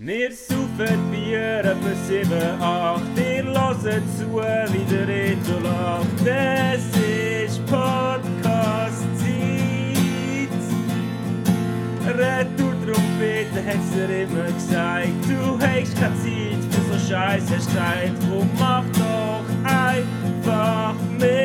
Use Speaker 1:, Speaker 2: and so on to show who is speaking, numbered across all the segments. Speaker 1: Wir saufen Bier etwa 7, 8. Ihr hört zu, wie der Reto lacht. Es ist Podcast-Zeit. Retour-Trompete hat's dir immer gesagt. Du hast keine Zeit für so Scheiß, hast gesagt. Und mach doch einfach mit.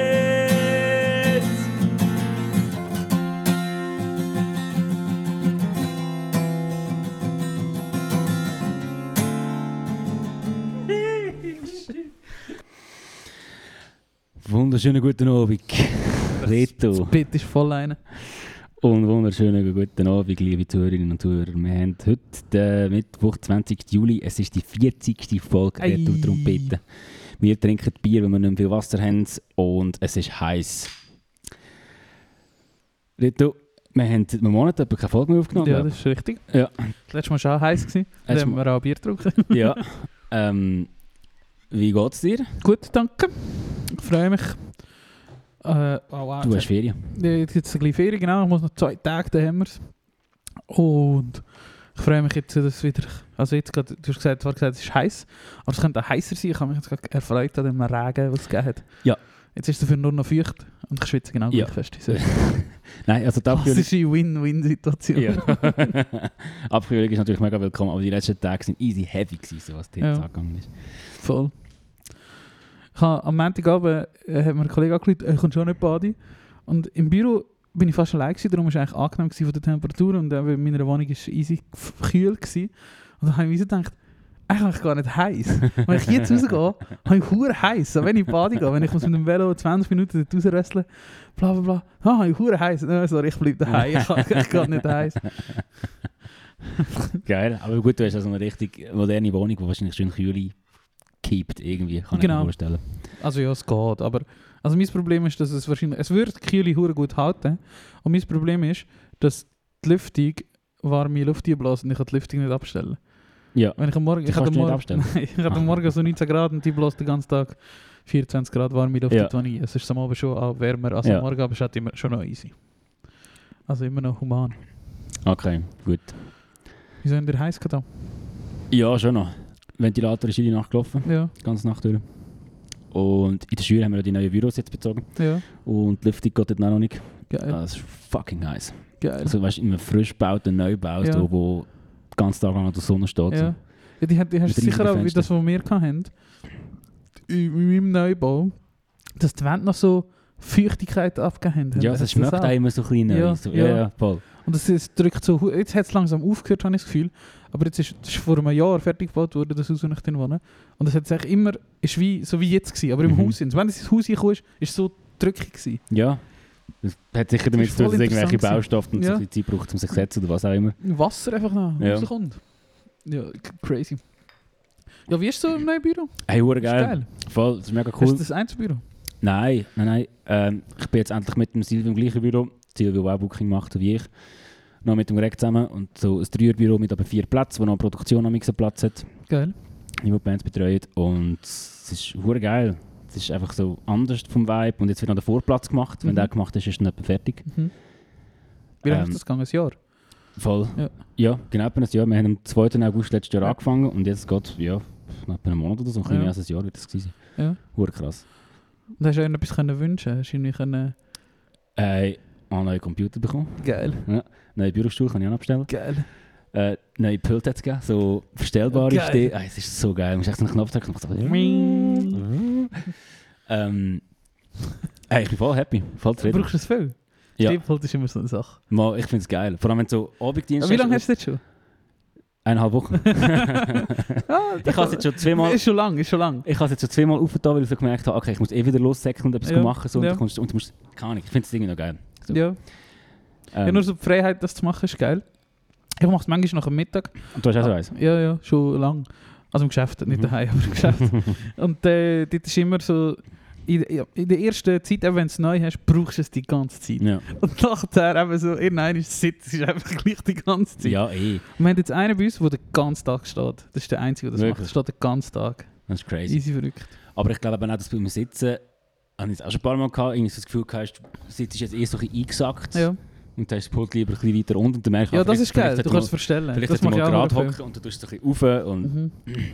Speaker 2: Wunderschönen guten Abend, Reto.
Speaker 3: Das Bett ist voll einer.
Speaker 2: Und wunderschönen guten Abend, liebe Zuhörerinnen und Zuhörer. Wir haben heute den Mittwoch, 20. Juli. Es ist die 40. Folge
Speaker 3: Ei.
Speaker 2: Reto Trompete. Wir trinken Bier, wenn wir nicht mehr viel Wasser haben. Und es ist heiß. Reto, wir haben seit einem Monat etwa keine Folge mehr aufgenommen.
Speaker 3: Ja, das ist richtig.
Speaker 2: Ja.
Speaker 3: Letztes Mal war es auch heiß. gewesen. Dann
Speaker 2: Letztes
Speaker 3: haben wir auch Bier getrunken.
Speaker 2: ja. Ähm, wie geht's dir?
Speaker 3: Gut, danke. Ich freue mich. Äh, oh, wow,
Speaker 2: Du
Speaker 3: jetzt
Speaker 2: hast Ferien.
Speaker 3: Ja, jetzt gibt es ein bisschen Ferien, genau. Ich muss noch zwei Tage, dann haben wir es. Und ich freue mich jetzt, dass es wieder... Also jetzt gerade, du hast gesagt, du hast gesagt, es ist heiß. Aber es könnte auch heißer sein. Ich habe mich jetzt gerade erfreut an dem Regen, was es gegeben hat.
Speaker 2: Ja.
Speaker 3: Jetzt ist es dafür nur noch feucht und ich schwitze genau
Speaker 2: Ja.
Speaker 3: gleich fest. So.
Speaker 2: Nein, also die
Speaker 3: Das
Speaker 2: Abkühlung-
Speaker 3: ist eine Win-Win-Situation.
Speaker 2: Ja. Abkühlung ist natürlich mega willkommen, aber die letzten Tage sind easy heavy gewesen, so was die Hitze
Speaker 3: Ja.
Speaker 2: angegangen ist.
Speaker 3: Voll. Ich habe am Montagabend äh, hat mir ein Kollege angerufen, er kommt schon nicht baden. Und im Büro bin ich fast allein gewesen, darum war es eigentlich angenehm gewesen von der Temperatur und eben in meiner Wohnung war es easy f- kühl. Gewesen. Und dann habe ich mir so gedacht, eigentlich habe ich gar nicht heiß. Wenn ich jetzt rausgehe, habe ich hure heiß. Auch wenn ich baden gehe, wenn ich muss mit dem Velo 20 Minuten dort rausrösseln, bla bla bla, ah, habe ich hure heiß. Nein, sorry, ich bleibe daheim, ich habe ich gar nicht heiß.
Speaker 2: Geil, aber gut, du hast also eine richtig moderne Wohnung, die wahrscheinlich schön kühl keept irgendwie, kann ich
Speaker 3: Genau.
Speaker 2: mir vorstellen.
Speaker 3: Also ja, es geht, aber also mein Problem ist, dass es wahrscheinlich, es wird Kühle hure gut halten und mein Problem ist, dass die Lüftung warme Luft einbläst und ich kann die Lüftung nicht abstellen.
Speaker 2: Ja,
Speaker 3: Wenn ich am Morgen,
Speaker 2: Die
Speaker 3: ich hatte
Speaker 2: kannst du nicht
Speaker 3: Morgen,
Speaker 2: abstellen?
Speaker 3: Nein, ich hatte am Morgen so 19 Grad und die bläst den ganzen Tag 24 Grad warme Luft
Speaker 2: Ja.
Speaker 3: ja. in die Wanne. Es ist am Abend schon auch wärmer als
Speaker 2: Ja.
Speaker 3: am Morgen, aber es ist halt immer schon noch easy. Also immer noch human.
Speaker 2: okay, gut.
Speaker 3: Wieso habt ihr heiß getan?
Speaker 2: Ja, schon noch. Ventilator ist in die Nacht gelaufen,
Speaker 3: Ja,
Speaker 2: die ganze Nacht durch. Und in der Schule haben wir ja die neuen Büros jetzt bezogen
Speaker 3: ja.
Speaker 2: und die Lüftung geht dort noch nicht. Ah,
Speaker 3: Geil,
Speaker 2: Das ist fucking heiß.
Speaker 3: geil.
Speaker 2: Also weißt du, immer frisch gebaut und neu gebaut,
Speaker 3: Ja.
Speaker 2: wo- wo den ganzen Tag lang an der Sonne steht.
Speaker 3: Ja. ja die, hat- die hast
Speaker 2: Mit
Speaker 3: du sicher
Speaker 2: riesigen
Speaker 3: auch, wie das, was wir hatten, in in meinem Neubau, dass die Wände noch so Feuchtigkeit abgegeben haben.
Speaker 2: Ja,
Speaker 3: Hat
Speaker 2: das
Speaker 3: das
Speaker 2: schmeckt auch
Speaker 3: auch?
Speaker 2: immer so klein. neu.
Speaker 3: Ja,
Speaker 2: so, ja,
Speaker 3: ja.
Speaker 2: ja, voll.
Speaker 3: Und es, es drückt so, hu- jetzt hat es langsam aufgehört, habe ich das Gefühl. Aber jetzt ist, es ist vor einem Jahr fertig gebaut worden, das Haus, wo ich drin wohne. Und es hat sich immer, ist wie, so wie jetzt gewesen, aber im
Speaker 2: Mhm.
Speaker 3: Haus. Und wenn es ins Haus reingekommen ist, ist es so drückig gewesen.
Speaker 2: Ja. Das hat sicher damit
Speaker 3: ist
Speaker 2: zu tun,
Speaker 3: voll
Speaker 2: dass irgendwelche
Speaker 3: interessant
Speaker 2: Baustoffe und
Speaker 3: Ja.
Speaker 2: so viel Zeit braucht, um sich zu setzen oder was auch immer.
Speaker 3: Wasser einfach noch
Speaker 2: Ja.
Speaker 3: rauskommt. Ja, k- crazy. Ja, wie ist es so im neuen Büro?
Speaker 2: Hey, hure
Speaker 3: Ist
Speaker 2: geil.
Speaker 3: geil.
Speaker 2: Voll, das ist mega
Speaker 3: Hast
Speaker 2: cool.
Speaker 3: du das Einzelbüro?
Speaker 2: Nein, nein, nein. Ähm, ich bin jetzt endlich mit dem Silvio im gleichen Büro. Silvio, der auch Booking macht, wie ich. Noch mit dem Greg zusammen. Und so ein Dreierbüro mit aber vier Plätzen, wo noch Produktion am einen Platz hat,
Speaker 3: Geil.
Speaker 2: die die Bands betreut. Und es ist hure geil. Es ist einfach so anders vom Vibe. Und jetzt wird noch der Vorplatz gemacht. Wenn
Speaker 3: Mhm.
Speaker 2: der gemacht ist, ist dann etwa fertig.
Speaker 3: Mhm. Wie lange
Speaker 2: Ähm,
Speaker 3: ist das gegangen? Ein Jahr?
Speaker 2: Voll. Ja,
Speaker 3: Ja.
Speaker 2: genau etwa ein Jahr. Wir haben am 2. August letztes Jahr
Speaker 3: Ja.
Speaker 2: angefangen und jetzt geht ja, nach etwa einem Monat oder so, ein bisschen
Speaker 3: Ja.
Speaker 2: mehr als ein Jahr wird das gewesen sein.
Speaker 3: Ja.
Speaker 2: Hure krass.
Speaker 3: Und hast du irgendetwas können wünschen? Hast du irgendwie können...
Speaker 2: Äh, einen neuen Computer bekommen,
Speaker 3: Geil.
Speaker 2: neue Bürostuhl kann ich auch abstellen,
Speaker 3: Geil.
Speaker 2: äh, neue Pulte hat es gegeben, so verstellbare
Speaker 3: Geil.
Speaker 2: Steh. Ah, es ist so geil, du musst echt so einen Knopf drücken und macht so...
Speaker 3: Wing.
Speaker 2: ähm, hey, ich bin voll happy, voll zufrieden.
Speaker 3: Brauchst du es viel?
Speaker 2: Ja.
Speaker 3: Stehpult ist immer so eine Sache.
Speaker 2: Mal, ich finde es geil, vor allem wenn du so Abenddienst
Speaker 3: Wie lange hast du das schon?
Speaker 2: Eineinhalb Wochen.
Speaker 3: Ah,
Speaker 2: ich habe es jetzt schon zweimal...
Speaker 3: Ist schon lang, ist schon lang.
Speaker 2: Ich habe es jetzt schon zweimal aufgetan, weil ich so gemerkt habe, okay, ich muss eh wieder lossäckeln und etwas
Speaker 3: Ja,
Speaker 2: machen. So, und,
Speaker 3: ja.
Speaker 2: du kommst, und du musst, keine Ahnung, ich finde es irgendwie noch geil. So,
Speaker 3: Ja.
Speaker 2: ähm,
Speaker 3: ja, nur so die Freiheit, das zu machen, ist geil. Ich mache es manchmal nach dem Mittag. Ah,
Speaker 2: und du hast auch so eins.
Speaker 3: Ja, ja, schon lang. Also im Geschäft, nicht
Speaker 2: Mhm.
Speaker 3: daheim, aber im Geschäft. Und äh, dort ist immer so... In, ja, in der ersten Zeit, eben wenn du es neu hast, brauchst du es die ganze Zeit.
Speaker 2: Ja,
Speaker 3: Und nachher eben so, irgendwann ist es sitzt, ist einfach gleich die ganze Zeit.
Speaker 2: ja eh, ey,
Speaker 3: Wir haben jetzt einen bei uns, der den ganzen Tag steht. Das ist der Einzige, der das
Speaker 2: Wirklich?
Speaker 3: macht. Der steht den ganzen Tag.
Speaker 2: das ist crazy.
Speaker 3: Easy verrückt.
Speaker 2: Aber ich glaube eben auch, dass beim Sitzen, habe ich es auch schon ein paar Mal gehabt, irgendwie so das Gefühl gehabt, hast, du sitzt jetzt eh so ein bisschen eingesackt.
Speaker 3: Ja.
Speaker 2: Und dann ist das Pult lieber ein bisschen weiter unten. Und dann merkst du,
Speaker 3: Ja,
Speaker 2: ah,
Speaker 3: das
Speaker 2: vielleicht-
Speaker 3: ist geil.
Speaker 2: vielleicht hat
Speaker 3: Du
Speaker 2: er mal-
Speaker 3: kannst es verstellen.
Speaker 2: Vielleicht
Speaker 3: das
Speaker 2: hat er
Speaker 3: mache ich
Speaker 2: mal
Speaker 3: auch
Speaker 2: gerade
Speaker 3: verdammt
Speaker 2: hocken und dann tust du es ein bisschen rauf und...
Speaker 3: Mhm.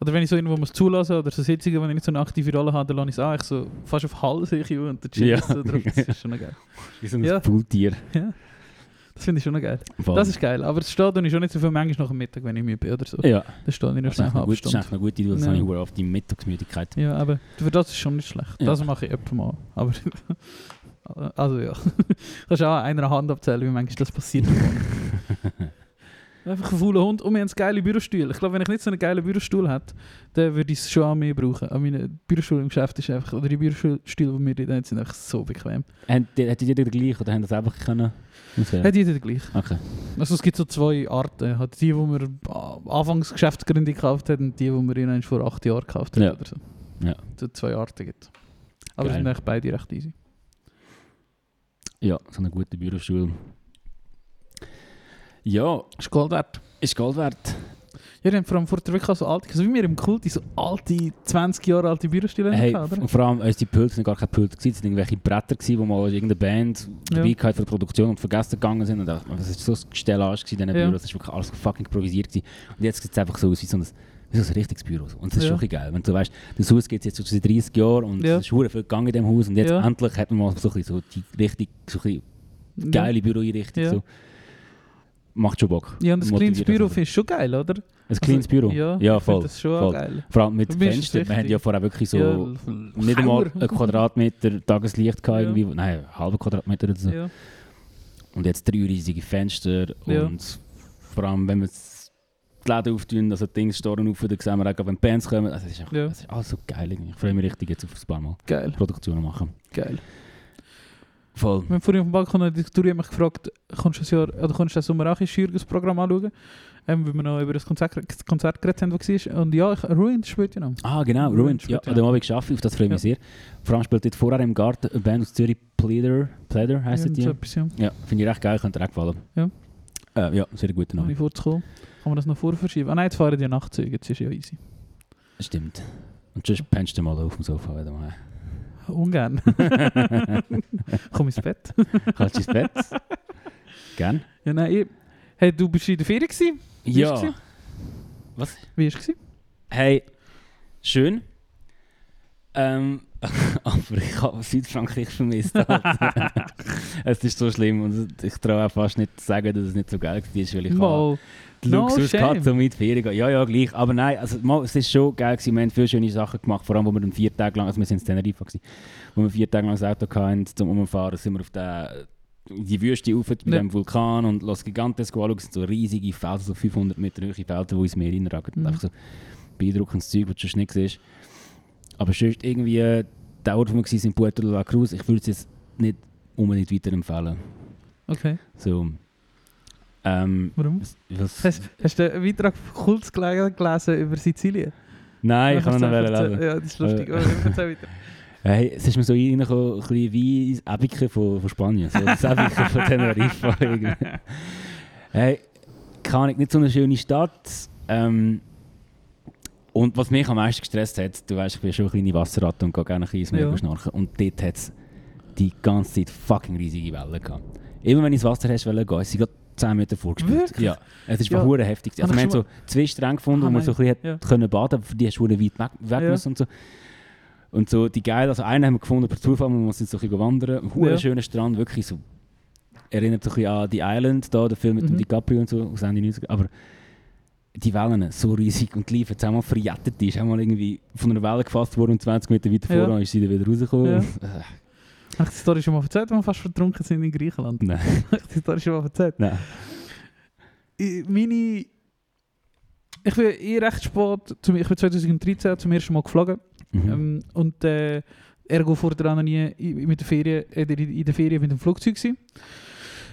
Speaker 3: Oder wenn ich so irgendwo muss zulassen oder so Sitzungen, wenn ich nicht so eine aktive Rolle habe, dann lasse ich es an. Ich so fast auf Hals ich und dann chill
Speaker 2: Ja.
Speaker 3: ich so drauf. Das ist schon noch geil.
Speaker 2: Wie so ein
Speaker 3: Ja.
Speaker 2: Pultier.
Speaker 3: Das finde ich schon noch geil.
Speaker 2: Voll.
Speaker 3: Das ist geil. Aber es steht und ich schon nicht so viel manchmal nach dem Mittag, wenn ich müde bin oder so.
Speaker 2: ja,
Speaker 3: Das steht nicht
Speaker 2: das ist
Speaker 3: auf
Speaker 2: echt
Speaker 3: eine
Speaker 2: noch
Speaker 3: halbe
Speaker 2: gut, das ist
Speaker 3: Stunde.
Speaker 2: echt noch gut, weil das
Speaker 3: Ja.
Speaker 2: habe ich verdammt auf die Mittagsmüdigkeit.
Speaker 3: Ja, aber für das ist schon nicht schlecht.
Speaker 2: Ja.
Speaker 3: Das mache ich öfter mal. Aber also ja. Kannst du auch an einer Hand abzählen, wie manchmal das passiert. Einfach ein fauler Hund und wir haben einen geilen Bürostuhl. Ich glaube, wenn ich nicht so einen geilen Bürostuhl hätte, dann würde ich es schon auch mehr brauchen. An meinen Bürostuhl im Geschäft ist einfach, oder die Bürostühle, die wir drin haben, sind einfach so bequem.
Speaker 2: Haben die- Hat die jeder gleich oder haben das einfach können? auswählen?
Speaker 3: Hat jeder gleich.
Speaker 2: Okay.
Speaker 3: Also es gibt so zwei Arten. Hat die, die man a- anfangs Geschäftsgründung gekauft hat und die, die man irgendwann vor acht Jahren gekauft hat
Speaker 2: Ja.
Speaker 3: oder so.
Speaker 2: Ja.
Speaker 3: So zwei Arten gibt Aber
Speaker 2: Geil.
Speaker 3: es sind eigentlich beide recht easy.
Speaker 2: Ja, so eine gute Bürostuhl. Ja,
Speaker 3: Ist Gold wert.
Speaker 2: ist Gold wert.
Speaker 3: Ja, die haben vor allem vor der wirklich so alte, also wie wir im Kult, so alte, 20 Jahre alte Bürostühle
Speaker 2: Hey,
Speaker 3: hatten, oder?
Speaker 2: und vor allem, äh, die Pulte sind gar keine Pulte gewesen, es sind irgendwelche Bretter gewesen, wo mal irgendeine Band
Speaker 3: Ja.
Speaker 2: dabei gehabt von der Produktion und vergessen gegangen sind. Und dachte, man, das ist so ein Gestellage gewesen in diesen
Speaker 3: Ja.
Speaker 2: Büros, das war wirklich alles fucking improvisiert gewesen. Und jetzt sieht es einfach so aus wie so ein, wie so ein richtiges Büro. so. Und das ist
Speaker 3: Ja.
Speaker 2: schon ein bisschen geil, wenn du weißt, das Haus gibt es jetzt schon seit 30 Jahren und
Speaker 3: Ja.
Speaker 2: es ist hure viel gegangen in dem Haus und jetzt
Speaker 3: Ja.
Speaker 2: endlich hat man mal so, ein bisschen so die richtig so ein bisschen geile Büroeinrichtung.
Speaker 3: Ja.
Speaker 2: So. Macht schon Bock.
Speaker 3: Ja, und das kleines
Speaker 2: Motiviert
Speaker 3: Büro
Speaker 2: das auch.
Speaker 3: finde ich schon geil, oder?
Speaker 2: Ein kleines Büro?
Speaker 3: Also, Ja,
Speaker 2: Ja,
Speaker 3: ich finde
Speaker 2: voll.
Speaker 3: das schon
Speaker 2: voll.
Speaker 3: geil.
Speaker 2: Vor allem mit
Speaker 3: Mir ist das
Speaker 2: Fenstern. Wir
Speaker 3: wichtig.
Speaker 2: haben ja vorher wirklich so
Speaker 3: ja,
Speaker 2: nicht einmal
Speaker 3: Keller.
Speaker 2: einen Quadratmeter Tageslicht gehabt,
Speaker 3: Ja.
Speaker 2: irgendwie. Nein, einen halben Quadratmeter oder so.
Speaker 3: Ja.
Speaker 2: Und jetzt drei riesige Fenster.
Speaker 3: Ja.
Speaker 2: Und vor allem, wenn wir das die Läden auftun, also die Dings Storen auf, dann sehen wir auch, wenn die Bands kommen. Also, das, ist einfach,
Speaker 3: Ja.
Speaker 2: das ist alles so geil. irgendwie. Ich freue mich richtig jetzt auf ein paar Mal
Speaker 3: Geil,
Speaker 2: Produktionen machen.
Speaker 3: geil.
Speaker 2: Voll.
Speaker 3: Wir haben vorhin auf dem Balkon eine Diktatur mich gefragt, kannst du das Jahr, oder kannst du das Sommer auch ein Schürges Programm anschauen? Ähm, weil wir noch über das Konzert, das Konzert geredet haben, das war. Und ja, ich, Ruined spielt ja noch.
Speaker 2: Ah, genau,
Speaker 3: Ruined
Speaker 2: Ruined. Ja,
Speaker 3: spielt, ja.
Speaker 2: an dem habe ich geschafft, auf das freue ich mich sehr. Vor allem spielt dort vorher im Garten eine Band aus Zürich, Pleader, Pleader Ah, heisst
Speaker 3: Ja,
Speaker 2: die.
Speaker 3: so etwas, ja.
Speaker 2: Ja, finde ich recht geil, könnte dir auch gefallen.
Speaker 3: Ja.
Speaker 2: Äh, ja, sehr guter
Speaker 3: Noch
Speaker 2: Name.
Speaker 3: nicht vorzukommen. Kann man das noch vorverschieben? Ah nein, jetzt fahren die Nachtzüge, jetzt ist ja easy.
Speaker 2: Stimmt. Und sonst pennst du mal auf dem Sofa, wenn du mal.
Speaker 3: Ungern. Komm ins Bett.
Speaker 2: Kannst du ins Bett? Gern?
Speaker 3: Ja, nein, ich, hey, du bist in der Ferien gewesen? Wie ist's gewesen?
Speaker 2: Was?
Speaker 3: Wie ist es? gewesen?
Speaker 2: Hey, schön. Ähm, aber ich habe Südfrankreich vermisst. Alter. es ist so schlimm und ich traue auch fast nicht zu sagen, dass es nicht so geil war, weil ich habe
Speaker 3: Mal.
Speaker 2: den
Speaker 3: No
Speaker 2: Luxus
Speaker 3: shame.
Speaker 2: gehabt, um in die Ferien zu gehen. Ja, ja, gleich. Aber nein, also, mal, es ist schon geil gewesen. Wir haben viele schöne Sachen gemacht, vor allem, wo wir dann vier Tage lang, also wir sind in Teneriffa gewesen, wo wir vier Tage lang das Auto hatten, zum Umfahren, sind wir auf der, in die Wüste rauf, bei
Speaker 3: Ja.
Speaker 2: dem Vulkan und Los Gigantes anschauen, Es sind so riesige Felsen, so 500 Meter hohe Felsen, die ins Meer reinragen.
Speaker 3: Mhm.
Speaker 2: Einfach so beeindruckendes Zeug, was du sonst nicht siehst. Aber sonst irgendwie, äh, der Ort, wo wir waren, in Puerto de la Cruz, ich würde es jetzt nicht unbedingt weiterempfehlen.
Speaker 3: Okay,
Speaker 2: So, ähm,
Speaker 3: warum?
Speaker 2: was,
Speaker 3: Hast, hast du einen Beitrag kurz gelesen über Sizilien?
Speaker 2: Nein, ich kann noch
Speaker 3: Erzähl,
Speaker 2: nicht
Speaker 3: erzähl.
Speaker 2: lesen.
Speaker 3: Ja, das ist lustig.
Speaker 2: Äh.
Speaker 3: Aber erzähl weiter.
Speaker 2: Hey, es ist mir so reingekommen, ein bisschen wie das Ebiken von, von Spanien. So das Ebiken von Teneriffa. irgendwie. hey, kann ich nicht so eine schöne Stadt. Ähm, und was mich am meisten gestresst hat, du weißt, ich bin schon eine kleine Wasserratte und gehe gerne ein bisschen ins Meer
Speaker 3: Ja.
Speaker 2: schnarchen. Und dort hat es die ganze Zeit fucking riesige Wellen gehabt. Immer wenn ich ins Wasser hast, wollte gehen, es sind gerade 10 Meter vorgespült.
Speaker 3: Wirklich?
Speaker 2: Ja, es ist
Speaker 3: Ja.
Speaker 2: ja. heftig. gewesen. Also
Speaker 3: Hab
Speaker 2: wir
Speaker 3: ich
Speaker 2: haben so zwei Stränge gefunden,
Speaker 3: Ah,
Speaker 2: wo man
Speaker 3: nein.
Speaker 2: so ein bisschen
Speaker 3: Ja.
Speaker 2: hat können baden, aber für die hast du verdammt weit weg, weg
Speaker 3: Ja.
Speaker 2: müssen und so. Und so die geil, also einen haben wir gefunden per Zufall, wo wir sind so ein bisschen wandern. Ein
Speaker 3: Ja.
Speaker 2: ja. schöner Strand, wirklich so. Erinnert so ein bisschen an die Island, da, der Film mit
Speaker 3: Mhm.
Speaker 2: dem DiCaprio und so, aus Ende 90 Aber die Wellen so riesig und die lief jetzt einmal verjettet. Die ist einmal irgendwie von einer Welle gefasst worden und 20 Meter weiter
Speaker 3: Ja.
Speaker 2: voran ist sie dann wieder rausgekommen.
Speaker 3: Ja.
Speaker 2: Und, äh,
Speaker 3: Habe ich die Story schon mal erzählt, wenn wir fast vertrunken sind in Griechenland?
Speaker 2: nein,
Speaker 3: Habe ich die Story schon mal erzählt?
Speaker 2: nein.
Speaker 3: Ich- meine. Ich bin eh recht spät, zum, ich bin 2013 zum ersten Mal geflogen.
Speaker 2: Mhm.
Speaker 3: Ähm, und äh, ergo vor der noch nie i- mit der Ferien, äh, in- in der Ferien mit dem Flugzeug gewesen.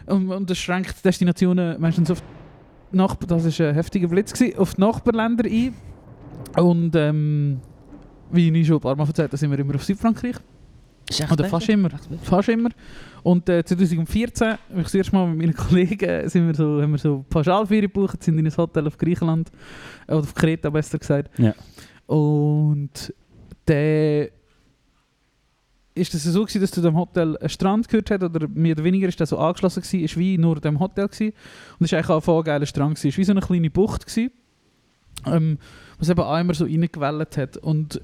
Speaker 3: Und, und das schränkt Destinationen meistens auf die Nachbar, das ist ein heftiger Blitz gewesen, auf die Nachbarländer ein. Und ähm, wie ich schon ein paar Mal erzählt habe, sind wir immer auf Südfrankreich.
Speaker 2: Ist echt
Speaker 3: Oder
Speaker 2: echt?
Speaker 3: fast immer. Fast immer. Und äh, 2014, ich das erste Mal mit meinen Kollegen, äh, sind wir so, haben wir so Pauschalferien gebucht, sind in ein Hotel auf Griechenland, äh, oder auf Kreta besser gesagt.
Speaker 2: Ja.
Speaker 3: Und der ist das so gewesen, dass zu dem Hotel ein Strand gehört hat oder mehr oder weniger ist das so angeschlossen gewesen, ist wie nur dem Hotel gewesen. und es ist eigentlich auch voll ein geiler Strand gewesen. Es ist wie so eine kleine Bucht gewesen, ähm, was eben auch immer so reingewellt hat und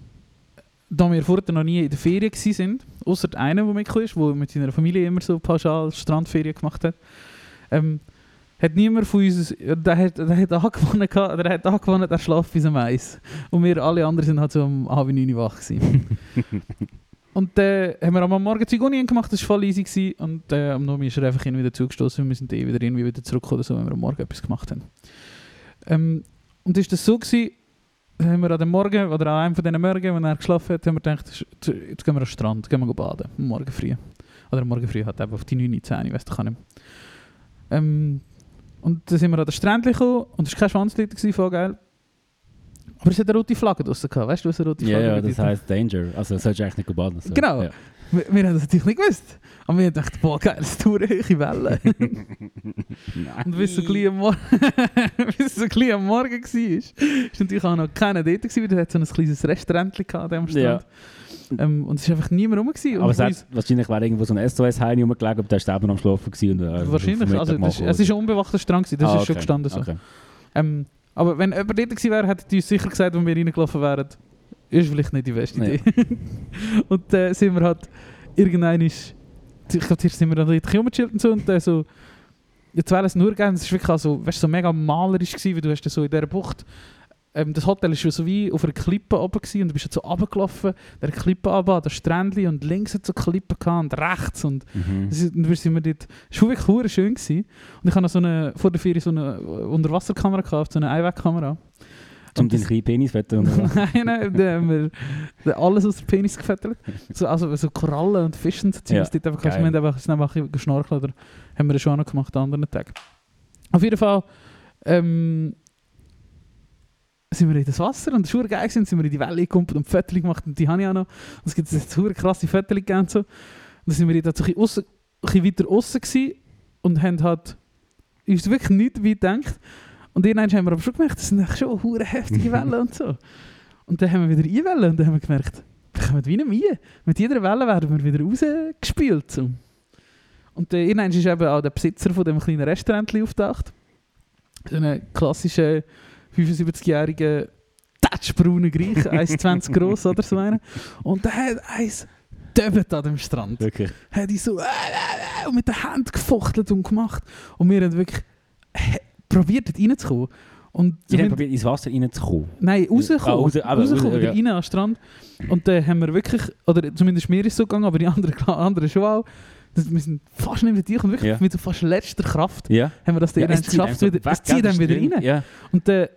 Speaker 3: da wir vorher noch nie in der Ferien gewesen sind, außer der eine, der mitgekommen ist, der mit seiner Familie immer so pauschal Strandferien gemacht hat, ähm, hat niemand von uns, der hat, der hat angewonnen, gehabt- der hat angewonnen, der schläft bis um eins. Und wir alle anderen sind halt so um halb neun Uhr wach gewesen. Und dann haben wir am Morgen Zeug ohne ihn gemacht, das war voll easy. Gewesen. Und äh, am Nomi ist er einfach irgendwie dazugestoßen und wir sind eh wieder irgendwie wieder zurück oder so, wenn wir am Morgen etwas gemacht haben. Ähm, und ist das so gewesen, dann haben wir an dem Morgen, oder an einem von diesen Morgen, wenn er geschlafen hat, haben wir gedacht, sch- zu- jetzt gehen wir an den Strand, gehen wir baden, am morgen früh. Oder am morgen früh hat eben auf die 9, 10, ich weiß doch gar nicht mehr. ähm, Und dann sind wir an den Strand gekommen und es war kein Schwanzleiter, gewesen, voll geil. Aber es hat eine rote Flagge draussen gehabt, weißt du, was eine rote
Speaker 2: Ja,
Speaker 3: Flagge
Speaker 2: ja, das
Speaker 3: bedeutet?
Speaker 2: heisst Danger. Also solltest du eigentlich nicht baden. So.
Speaker 3: Genau.
Speaker 2: Ja.
Speaker 3: Wir, wir haben das natürlich nicht gewusst. Aber wir haben gedacht, boah, geil, es tut hohe Wellen.
Speaker 2: Nein.
Speaker 3: Und bis so gleich am Morgen, bis so gleich am Morgen Dus war, ist natürlich auch noch keiner dort gewesen, weil da hat so ein kleines Restaurant gehabt an diesem Strand. Ähm, und es war einfach niemand rum. Gewesen.
Speaker 2: Aber
Speaker 3: und
Speaker 2: es hat, wahrscheinlich wäre irgendwo so ein SOS-Heini rumgelegen, aber der ist eben am Schlafen gewesen. Und, äh, auf
Speaker 3: wahrscheinlich,
Speaker 2: den
Speaker 3: also
Speaker 2: Mittag
Speaker 3: das,
Speaker 2: mal
Speaker 3: es ist ein unbewachter Strand dus gewesen, das
Speaker 2: Ah,
Speaker 3: ist schon
Speaker 2: okay.
Speaker 3: gestanden so.
Speaker 2: Okay.
Speaker 3: Ähm, aber wenn jemand dort gewesen wäre, hätte die uns sicher gesagt, wenn wir reingelaufen wären, ist vielleicht nicht die beste
Speaker 2: Nee.
Speaker 3: Idee. und dann sind wir halt irgendein ist, ich glaube, zuerst sind wir dann dort rumgechillt und so und dann so, jetzt wäre es nur gegeben, es ist wirklich auch so, weißt, du, so mega malerisch gewesen, weil du hast dann so in dieser Bucht, ähm, das Hotel war so wie auf einer Klippe oben gewesen, und du bist dann so runtergelaufen, der Klippe runter, an das Strändchen und links hat so Klippen gehabt und rechts und
Speaker 2: Mhm.
Speaker 3: das ist- und wir sind wir dort. Es war wirklich hure schön. Gewesen. Und ich hatte noch so eine, vor der Ferie so eine Unterwasserkamera, gehabt, so eine Einwegkamera.
Speaker 2: Um
Speaker 3: Und
Speaker 2: deinen
Speaker 3: das-
Speaker 2: kleinen Penis zu
Speaker 3: nein, nein, da haben wir da alles aus dem Penis gefettelt. So, also so Korallen und Fischen und so Zeugs.
Speaker 2: Ja,
Speaker 3: dort einfach, also,
Speaker 2: geil.
Speaker 3: wir haben einfach, sind einfach ein bisschen geschnorchelt oder haben wir das schon auch noch gemacht an anderen Tagen. Auf jeden Fall ähm, sind wir in das Wasser und es war verdammt geil, gewesen, sind wir in die Welle gekumpelt und Fotos gemacht und die habe ich auch noch. Und es gibt jetzt verdammt krasse Fotos gegeben und so. Und dann sind wir dort so ein bisschen, aussen, ein bisschen weiter aussen gewesen und haben halt uns wirklich nicht weit gedacht. Und irgendwann haben wir aber schon gemerkt, das sind echt schon hure heftige Wellen und so. Und dann haben wir wieder einwellen und dann haben wir gemerkt, wir kommen wie nicht mehr rein. Mit jeder Welle werden wir wieder rausgespielt. So. Und äh, irgendwann ist eben auch der Besitzer von dem kleinen Restaurant aufgetaucht. So ein klassischer 75-jähriger Tatschbrauner Griech, 1,20 groß oder so einer. Und der hat eins döbet an dem Strand
Speaker 2: Wirklich.
Speaker 3: hat ich so äh, äh, äh, und mit der Hand gefuchtelt und gemacht. Und wir haben wirklich he- probiert, dort reinzukommen. Und
Speaker 2: Ich habe
Speaker 3: wir-
Speaker 2: probiert, ins Wasser reinzukommen.
Speaker 3: Nein, rausgekommen.
Speaker 2: Ah, raus- aber-
Speaker 3: rausgekommen,
Speaker 2: raus-
Speaker 3: wieder
Speaker 2: ja.
Speaker 3: rein an den Strand. Und dann haben wir wirklich, oder zumindest mir ist es so gegangen, aber die anderen, klar, anderen schon auch, dass wir sind fast nicht mit dir und wirklich
Speaker 2: Ja.
Speaker 3: mit so fast letzter Kraft
Speaker 2: Ja.
Speaker 3: haben wir das dann
Speaker 2: es zieht
Speaker 3: geschafft.
Speaker 2: einem so
Speaker 3: wieder,
Speaker 2: weg,
Speaker 3: es zieht
Speaker 2: gell,
Speaker 3: dann wieder
Speaker 2: das ist
Speaker 3: rein.
Speaker 2: drin. Ja. dus
Speaker 3: Und dann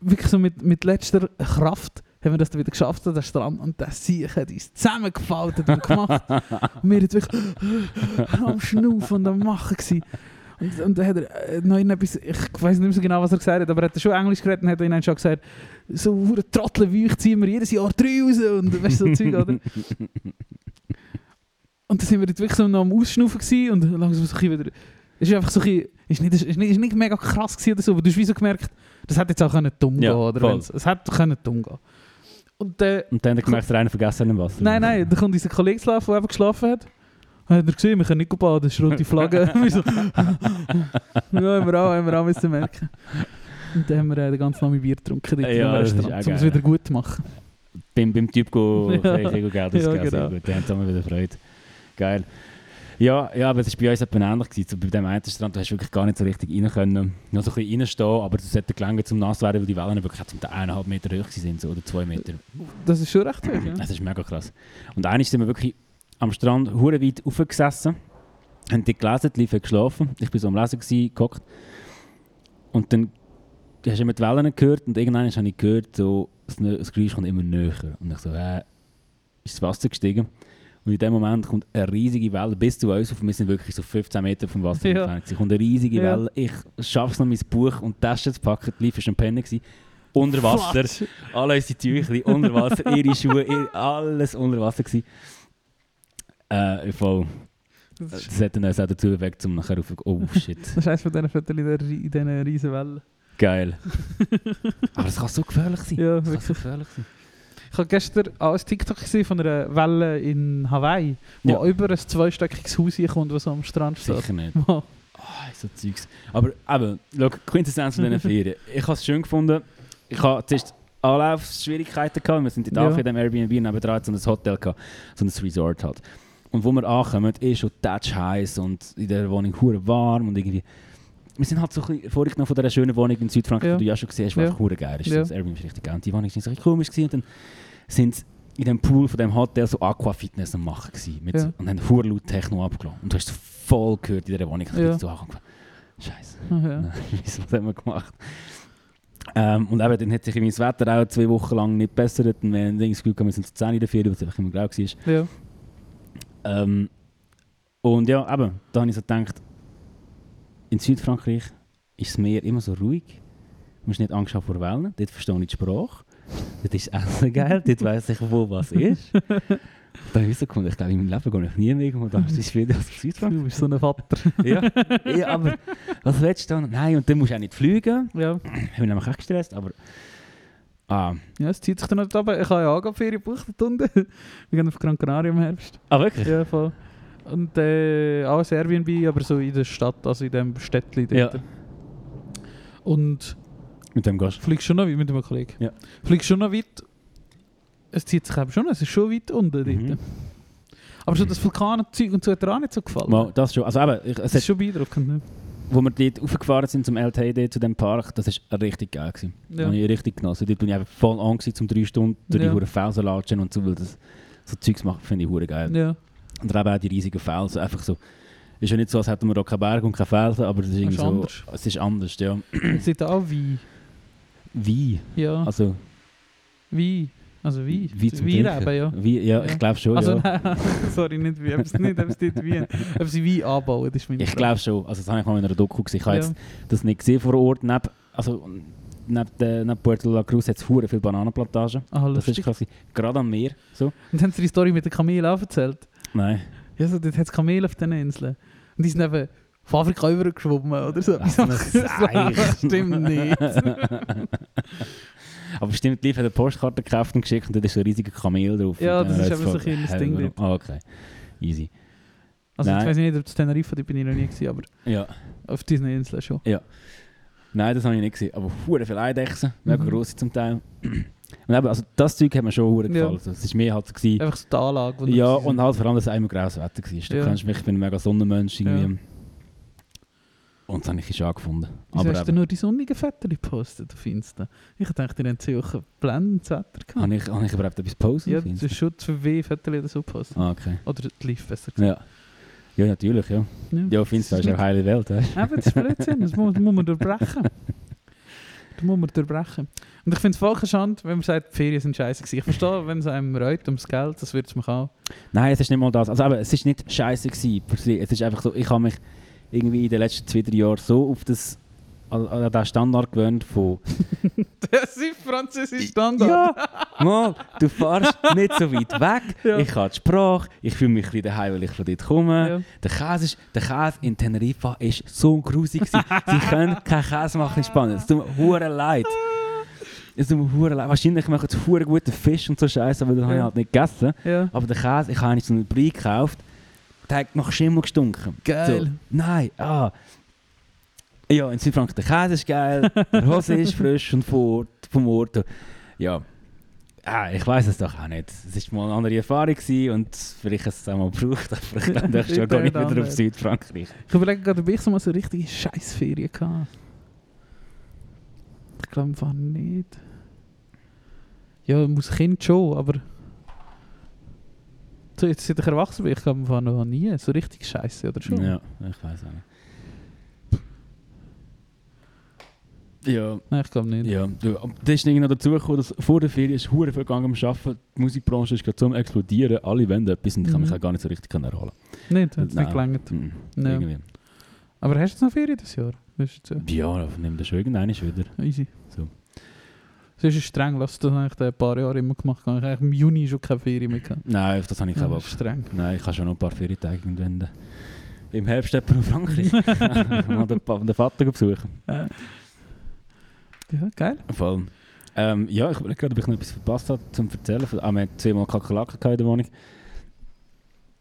Speaker 3: wirklich so mit, mit letzter Kraft haben wir das dann wieder geschafft an der Strand und der Sieg hat uns zusammengefaltet und gemacht. und wir jetzt wirklich am Schnaufen und am Machen gewesen. Und, und dann hat er äh, noch irgendetwas, ich weiß nicht mehr so genau, was er gesagt hat, aber er hat schon Englisch geredet und hat dann schon gesagt, so hure Trottel wie ich ziehen wir jedes Jahr drei raus und weißt du, so Zeug, oder? Und dann sind wir jetzt wirklich so noch am Ausschnaufen gewesen und langsam so ein bisschen wieder... Es ist einfach so ein bisschen... Ist nicht, ist nicht, ist nicht mega krass gewesen oder so, aber du hast dus wie so gemerkt, das hätte jetzt auch können dumm
Speaker 2: Ja,
Speaker 3: gehen oder
Speaker 2: voll.
Speaker 3: wenn's- Es hätte können dumm gehen. Und äh,
Speaker 2: Und dann hat er gemerkt, der eine vergessen im Wasser.
Speaker 3: Nein, nein, da kommt unser Kollege zu laufen, der eben geschlafen hat. Dann hat er gesehen, wir können nicht baden, das ist rote Flagge. wir so, ja, haben wir auch, haben wir auch müssen merken. Und dann haben wir äh, den ganzen Namen Bier getrunken, dort
Speaker 2: Ja,
Speaker 3: im
Speaker 2: das ist
Speaker 3: Restaurant,
Speaker 2: auch
Speaker 3: um es
Speaker 2: geil.
Speaker 3: wieder gut zu machen.
Speaker 2: Beim, beim Typ go,
Speaker 3: Ja.
Speaker 2: sehr, sehr gut Geld
Speaker 3: Ja,
Speaker 2: ausgegeben.
Speaker 3: genau.
Speaker 2: Sehr gut. Die haben zusammen wieder Freude. Geil. Ja, ja, aber es war bei uns etwa ähnlich. Gewesen. So, bei dem einen Strand, du hast wirklich gar nicht so richtig rein können. Noch so ein bisschen reinstehen, aber es hätte gelangen zum nass werden, weil die Wellen wirklich zum Teil eineinhalb Meter hoch waren so, oder zwei Meter.
Speaker 3: Das ist schon recht weg, ja.
Speaker 2: Das ist mega krass. Und eines sind wir wirklich am Strand hure weit aufgesessen, haben die gelesen, die Leute haben geschlafen. Ich war so am Lesen, gewesen, geguckt. Und dann hast du immer die Wellen gehört und irgendwann habe ich gehört, so, das, Nö- das Geräusch kommt immer näher. Und ich so, äh, ist das Wasser gestiegen. Und in dem Moment kommt eine riesige Welle bis zu uns auf. Wir sind wirklich so 15 Meter vom Wasser
Speaker 3: Ja.
Speaker 2: entfernt. Es kommt eine riesige
Speaker 3: Ja.
Speaker 2: Welle. Ich schaffe es noch, mein Buch und die Tasche zu packen. Die Leute war am Pennen. gewesen. Unter Wasser.
Speaker 3: Flatsch.
Speaker 2: Alle unsere Tüchli unter Wasser, ihre Schuhe, ihr, alles unter Wasser gsi. Äh, voll.
Speaker 3: Das ist,
Speaker 2: Das hat dann uns auch dazu bewegt, um nachher auf... Oh shit,
Speaker 3: das ist eines von diesen Viertel in der- in diesen riesen Wellen.
Speaker 2: geil. Aber es kann so gefährlich sein.
Speaker 3: Ja,
Speaker 2: Es kann so
Speaker 3: wirklich.
Speaker 2: gefährlich sein.
Speaker 3: Ich habe gestern auch ein TikTok gesehen von einer Welle in Hawaii, wo
Speaker 2: Ja.
Speaker 3: über ein zweistöckiges Haus kommt, was am Strand steht.
Speaker 2: Sicher nicht.
Speaker 3: Wo-
Speaker 2: Ah, so Zeugs. Aber eben, schau, Quintessenz von diesen Ferien. Ich habe es schön gefunden. Ich habe zuerst Anlaufschwierigkeiten gehabt. Wir sind in
Speaker 3: Ja.
Speaker 2: Afrika in dem Airbnb nebenan so ein Hotel gehabt, so ein Resort halt. Und wo wir ankommen, ist schon touch heiß und in der Wohnung hure warm und irgendwie... Wir sind halt so ein bisschen vorgenommen von dieser schönen Wohnung in Südfrankreich,
Speaker 3: Ja.
Speaker 2: die du ja schon gesehen hast, die
Speaker 3: Ja.
Speaker 2: echt hure geil ist.
Speaker 3: Ja.
Speaker 2: Das Airbnb ist richtig geil. Und die Wohnung war so ein bisschen komisch gewesen. und dann sind sie in dem Pool von dem Hotel so Aquafitness am machen gewesen, mit,
Speaker 3: Ja.
Speaker 2: und haben hure laut Techno abgelassen. Und du hast es voll gehört in dieser Wohnung. Ich
Speaker 3: Ja.
Speaker 2: ja. so angefangen. Scheiße.
Speaker 3: Ja.
Speaker 2: Scheiße, was haben wir gemacht? Ähm, und eben, dann hat sich irgendwie das Wetter auch zwei Wochen lang nicht bessert. Und wir haben irgendwie das Gefühl gehabt, wir sind zu 10 in der Ferien, was einfach immer grau war.
Speaker 3: Ja.
Speaker 2: Ähm, und ja, eben, da habe ich so gedacht, in Südfrankreich ist das Meer immer so ruhig. Du musst nicht Angst haben vor Wellen. Dort verstehe ich die Sprache. Dort ist das Essen geil. Dort weiss ich, wo was ist. Und dann habe ich so gefunden, ich glaube, in meinem Leben gehe ich nie irgendwo da ist das Video aus Südfrankreich.
Speaker 3: Du bist so ein Vater.
Speaker 2: ja. ja, aber was willst du da? Nein, und dann musst du auch nicht fliegen.
Speaker 3: Ja,
Speaker 2: Ich bin nämlich auch gestresst, aber... Ah,
Speaker 3: ja es zieht sich dann nicht ab. Ich habe ja auch gerade Ferien gebucht dort unten. Wir gehen auf Gran Canaria im Herbst.
Speaker 2: ah wirklich?
Speaker 3: Ja, voll. Und äh, auch ein Airbnb, aber so in der Stadt, also in dem Städtchen dort.
Speaker 2: Ja.
Speaker 3: Und
Speaker 2: Mit dem Gast.
Speaker 3: fliegst schon noch weit mit einem Kollegen.
Speaker 2: Ja.
Speaker 3: Fliegst schon noch weit. Es zieht sich eben schon, es ist schon weit unten
Speaker 2: Mhm.
Speaker 3: dort. Aber so das Vulkanenzeug und so hat dir auch nicht so gefallen.
Speaker 2: Mal, das schon. Also eben, ich, es
Speaker 3: Das
Speaker 2: hat
Speaker 3: ist schon beeindruckend. Ne?
Speaker 2: wo wir dort aufgefahren sind zum LTD, zu dem Park, das war richtig geil. Gewesen.
Speaker 3: Ja.
Speaker 2: Ja. Habe ich richtig genossen. Dort bin ich einfach voll an, gewesen, um drei Stunden durch
Speaker 3: Ja.
Speaker 2: die hohen Felsen latschen und so, weil das so Zeugs macht, finde ich hure geil.
Speaker 3: Ja,
Speaker 2: Und dann eben auch die riesigen Felsen, einfach so. Ist ja nicht so, als hätten wir da keinen Berg und keinen Felsen, aber es ist irgendwie
Speaker 3: ist
Speaker 2: so...
Speaker 3: anders.
Speaker 2: Es ist anders, ja.
Speaker 3: es sieht auch wie.
Speaker 2: Wie?
Speaker 3: Ja,
Speaker 2: Also,
Speaker 3: wie. Also wie.
Speaker 2: wie zum
Speaker 3: wie
Speaker 2: Trinken.
Speaker 3: eben, ja.
Speaker 2: Wie, ja,
Speaker 3: Ja.
Speaker 2: ich glaube schon,
Speaker 3: Also
Speaker 2: ja.
Speaker 3: nein, sorry, nicht wie. Ob es nicht, ob es nicht wie. Ob sie wie anbauen, das ist meine
Speaker 2: Ich
Speaker 3: Frage.
Speaker 2: glaube schon. Also das habe ich mal in einer Doku gesehen. Ich habe
Speaker 3: Ja.
Speaker 2: jetzt das nicht gesehen vor Ort. Neben, also, neben, der, neben Puerto La Cruz hat es hure viele Bananenplantagen.
Speaker 3: Ah,
Speaker 2: Das ist
Speaker 3: lustig.
Speaker 2: krass. Gerade am Meer. So.
Speaker 3: Und haben sie die Story mit den Kamelen auch erzählt?
Speaker 2: Nein.
Speaker 3: Ja, so, dort hat es Kamele auf diesen Inseln. Und die sind eben von Afrika übergeschwommen oder so.
Speaker 2: Was ein Seich.
Speaker 3: Stimmt nicht.
Speaker 2: Aber stimmt, Liv hat eine Postkarte gekauft und geschickt und da ist so ein riesiger Kamel drauf.
Speaker 3: Ja, dus
Speaker 2: Und dann
Speaker 3: das ist
Speaker 2: hat
Speaker 3: eben so
Speaker 2: gefragt,
Speaker 3: ein kleines
Speaker 2: hey,
Speaker 3: Ding
Speaker 2: warum? Ah, okay. Easy.
Speaker 3: Also
Speaker 2: Nein.
Speaker 3: ich weiß nicht, ob das Teneriffa, die bin ich noch nie gewesen, aber
Speaker 2: Ja.
Speaker 3: auf diesen Inseln schon.
Speaker 2: Nein, das habe ich nicht gesehen. Aber hure viele Eidechsen, mega
Speaker 3: Mhm.
Speaker 2: grosse zum Teil. Und eben, also das Zeug hat mir schon hure
Speaker 3: Ja.
Speaker 2: gefallen. Also, Es war mehr halt so. Gewesen,
Speaker 3: Einfach so die Anlage. wo
Speaker 2: ja,
Speaker 3: wir gewesen
Speaker 2: und halt vor allem, dass es einmal graues Wetter war. Du
Speaker 3: Ja.
Speaker 2: kennst mich, ich bin ein mega Sonnenmensch irgendwie.
Speaker 3: Ja.
Speaker 2: Und das habe ich schon angefunden.
Speaker 3: Wieso
Speaker 2: Aber
Speaker 3: hast du
Speaker 2: eben,
Speaker 3: nur die sonnige Väter gepostet auf Insta? Ich dachte, die haben zwei Wochen blendendes Wetter gehabt.
Speaker 2: habe ich, habe ich überhaupt etwas gepostet?
Speaker 3: ja,
Speaker 2: auf
Speaker 3: das
Speaker 2: Insta?
Speaker 3: ist schon zu weh, Väter das so posten.
Speaker 2: Ah, okay.
Speaker 3: Oder die Live besser gesagt.
Speaker 2: Ja. ja, natürlich, ja.
Speaker 3: Hm.
Speaker 2: Ja, auf Insta ist ja heile Welt. He.
Speaker 3: Eben, das ist Blödsinn. Das muss, muss man durchbrechen. Das muss man durchbrechen. Und ich finde es voll schade, wenn man sagt, die Ferien sind scheiße gewesen. Ich verstehe, wenn es einem reut ums Geld, das wird es mich auch.
Speaker 2: Nein, es ist nicht mal das. Also eben, es ist nicht scheiße gewesen. per se. Es ist einfach so, ich habe mich irgendwie in den letzten zwei, drei Jahren so auf das an, an den Standard gewöhnt von
Speaker 3: Das ist französisch Standard.
Speaker 2: Ja, mal, du fährst nicht so weit weg.
Speaker 3: Ja.
Speaker 2: Ich habe die Sprache, ich fühle mich ein bisschen daheim, weil ich von dort komme. Der Käse, ist, der Käse in Teneriffa ist so grusig. gewesen. Sie können keinen Käse machen in Spanien. Es tut mir hure leid. Es tut mir hure leid. Wahrscheinlich machen sie hure guten Fisch und so Scheiße, aber den habe ich
Speaker 3: Ja.
Speaker 2: halt nicht gegessen.
Speaker 3: ja.
Speaker 2: Aber der Käse, ich habe nicht so einen Brie gekauft, der hat nach Schimmel gestunken.
Speaker 3: Geil.
Speaker 2: So, nein, ah. Ja, in Südfrankreich, der Käse ist geil, der Hose ist frisch und vom Ort. Vom Ort. Ja, ah, ich weiß es doch auch nicht. Es war mal eine andere Erfahrung gewesen und vielleicht hat es auch mal gebraucht, aber ich glaube, nächstes Jahr
Speaker 3: Ich denke
Speaker 2: gehe ich wieder
Speaker 3: auch
Speaker 2: auf
Speaker 3: nicht.
Speaker 2: Südfrankreich.
Speaker 3: Ich überlege gerade, ob ich so mal so richtige Scheißferien hatte. Ich glaube einfach nicht. Ja, muss Kind schon, aber. So, jetzt seit ich erwachsen bin, ich glaube einfach noch nie. So richtig scheiße, oder schon?
Speaker 2: Ja, ich weiß auch nicht. Ja,
Speaker 3: Nein, ich glaube nicht.
Speaker 2: Ja, du, ab- das ist irgendwie noch dazu gekommen, dass vor der Ferien ist hure viel gegangen am Arbeiten. Die Musikbranche ist gerade zum Explodieren. Alle wollen etwas und ich kann mich
Speaker 3: Mhm.
Speaker 2: auch gar nicht so richtig können erholen.
Speaker 3: Nicht, hat es nicht
Speaker 2: Nein.
Speaker 3: gelangt.
Speaker 2: Mhm.
Speaker 3: Ja.
Speaker 2: Irgendwie.
Speaker 3: Aber hast du jetzt noch Ferien dieses Jahr? Das ist jetzt,
Speaker 2: Ja, nimm das schon irgendeinen wieder.
Speaker 3: äh, easy.
Speaker 2: So.
Speaker 3: Das ist streng, lass das habe ich da ein paar Jahre immer gemacht. habe Ich eigentlich im Juni schon keine Ferien mehr gehabt.
Speaker 2: Nein, auf das habe ich
Speaker 3: Ja,
Speaker 2: keine
Speaker 3: das
Speaker 2: Bock.
Speaker 3: ist streng.
Speaker 2: Nein, ich kann schon noch ein paar Ferientage irgendwann. äh, Im Herbst etwa nach Frankreich. Mal den, Pa- den Vater besuchen.
Speaker 3: Ja, geil.
Speaker 2: Voll. Ähm, ja, ich überlege gerade, ob ich noch etwas verpasst habe zum Erzählen. Ah, wir hatten zweimal Kakerlaken gehabt in der Wohnung.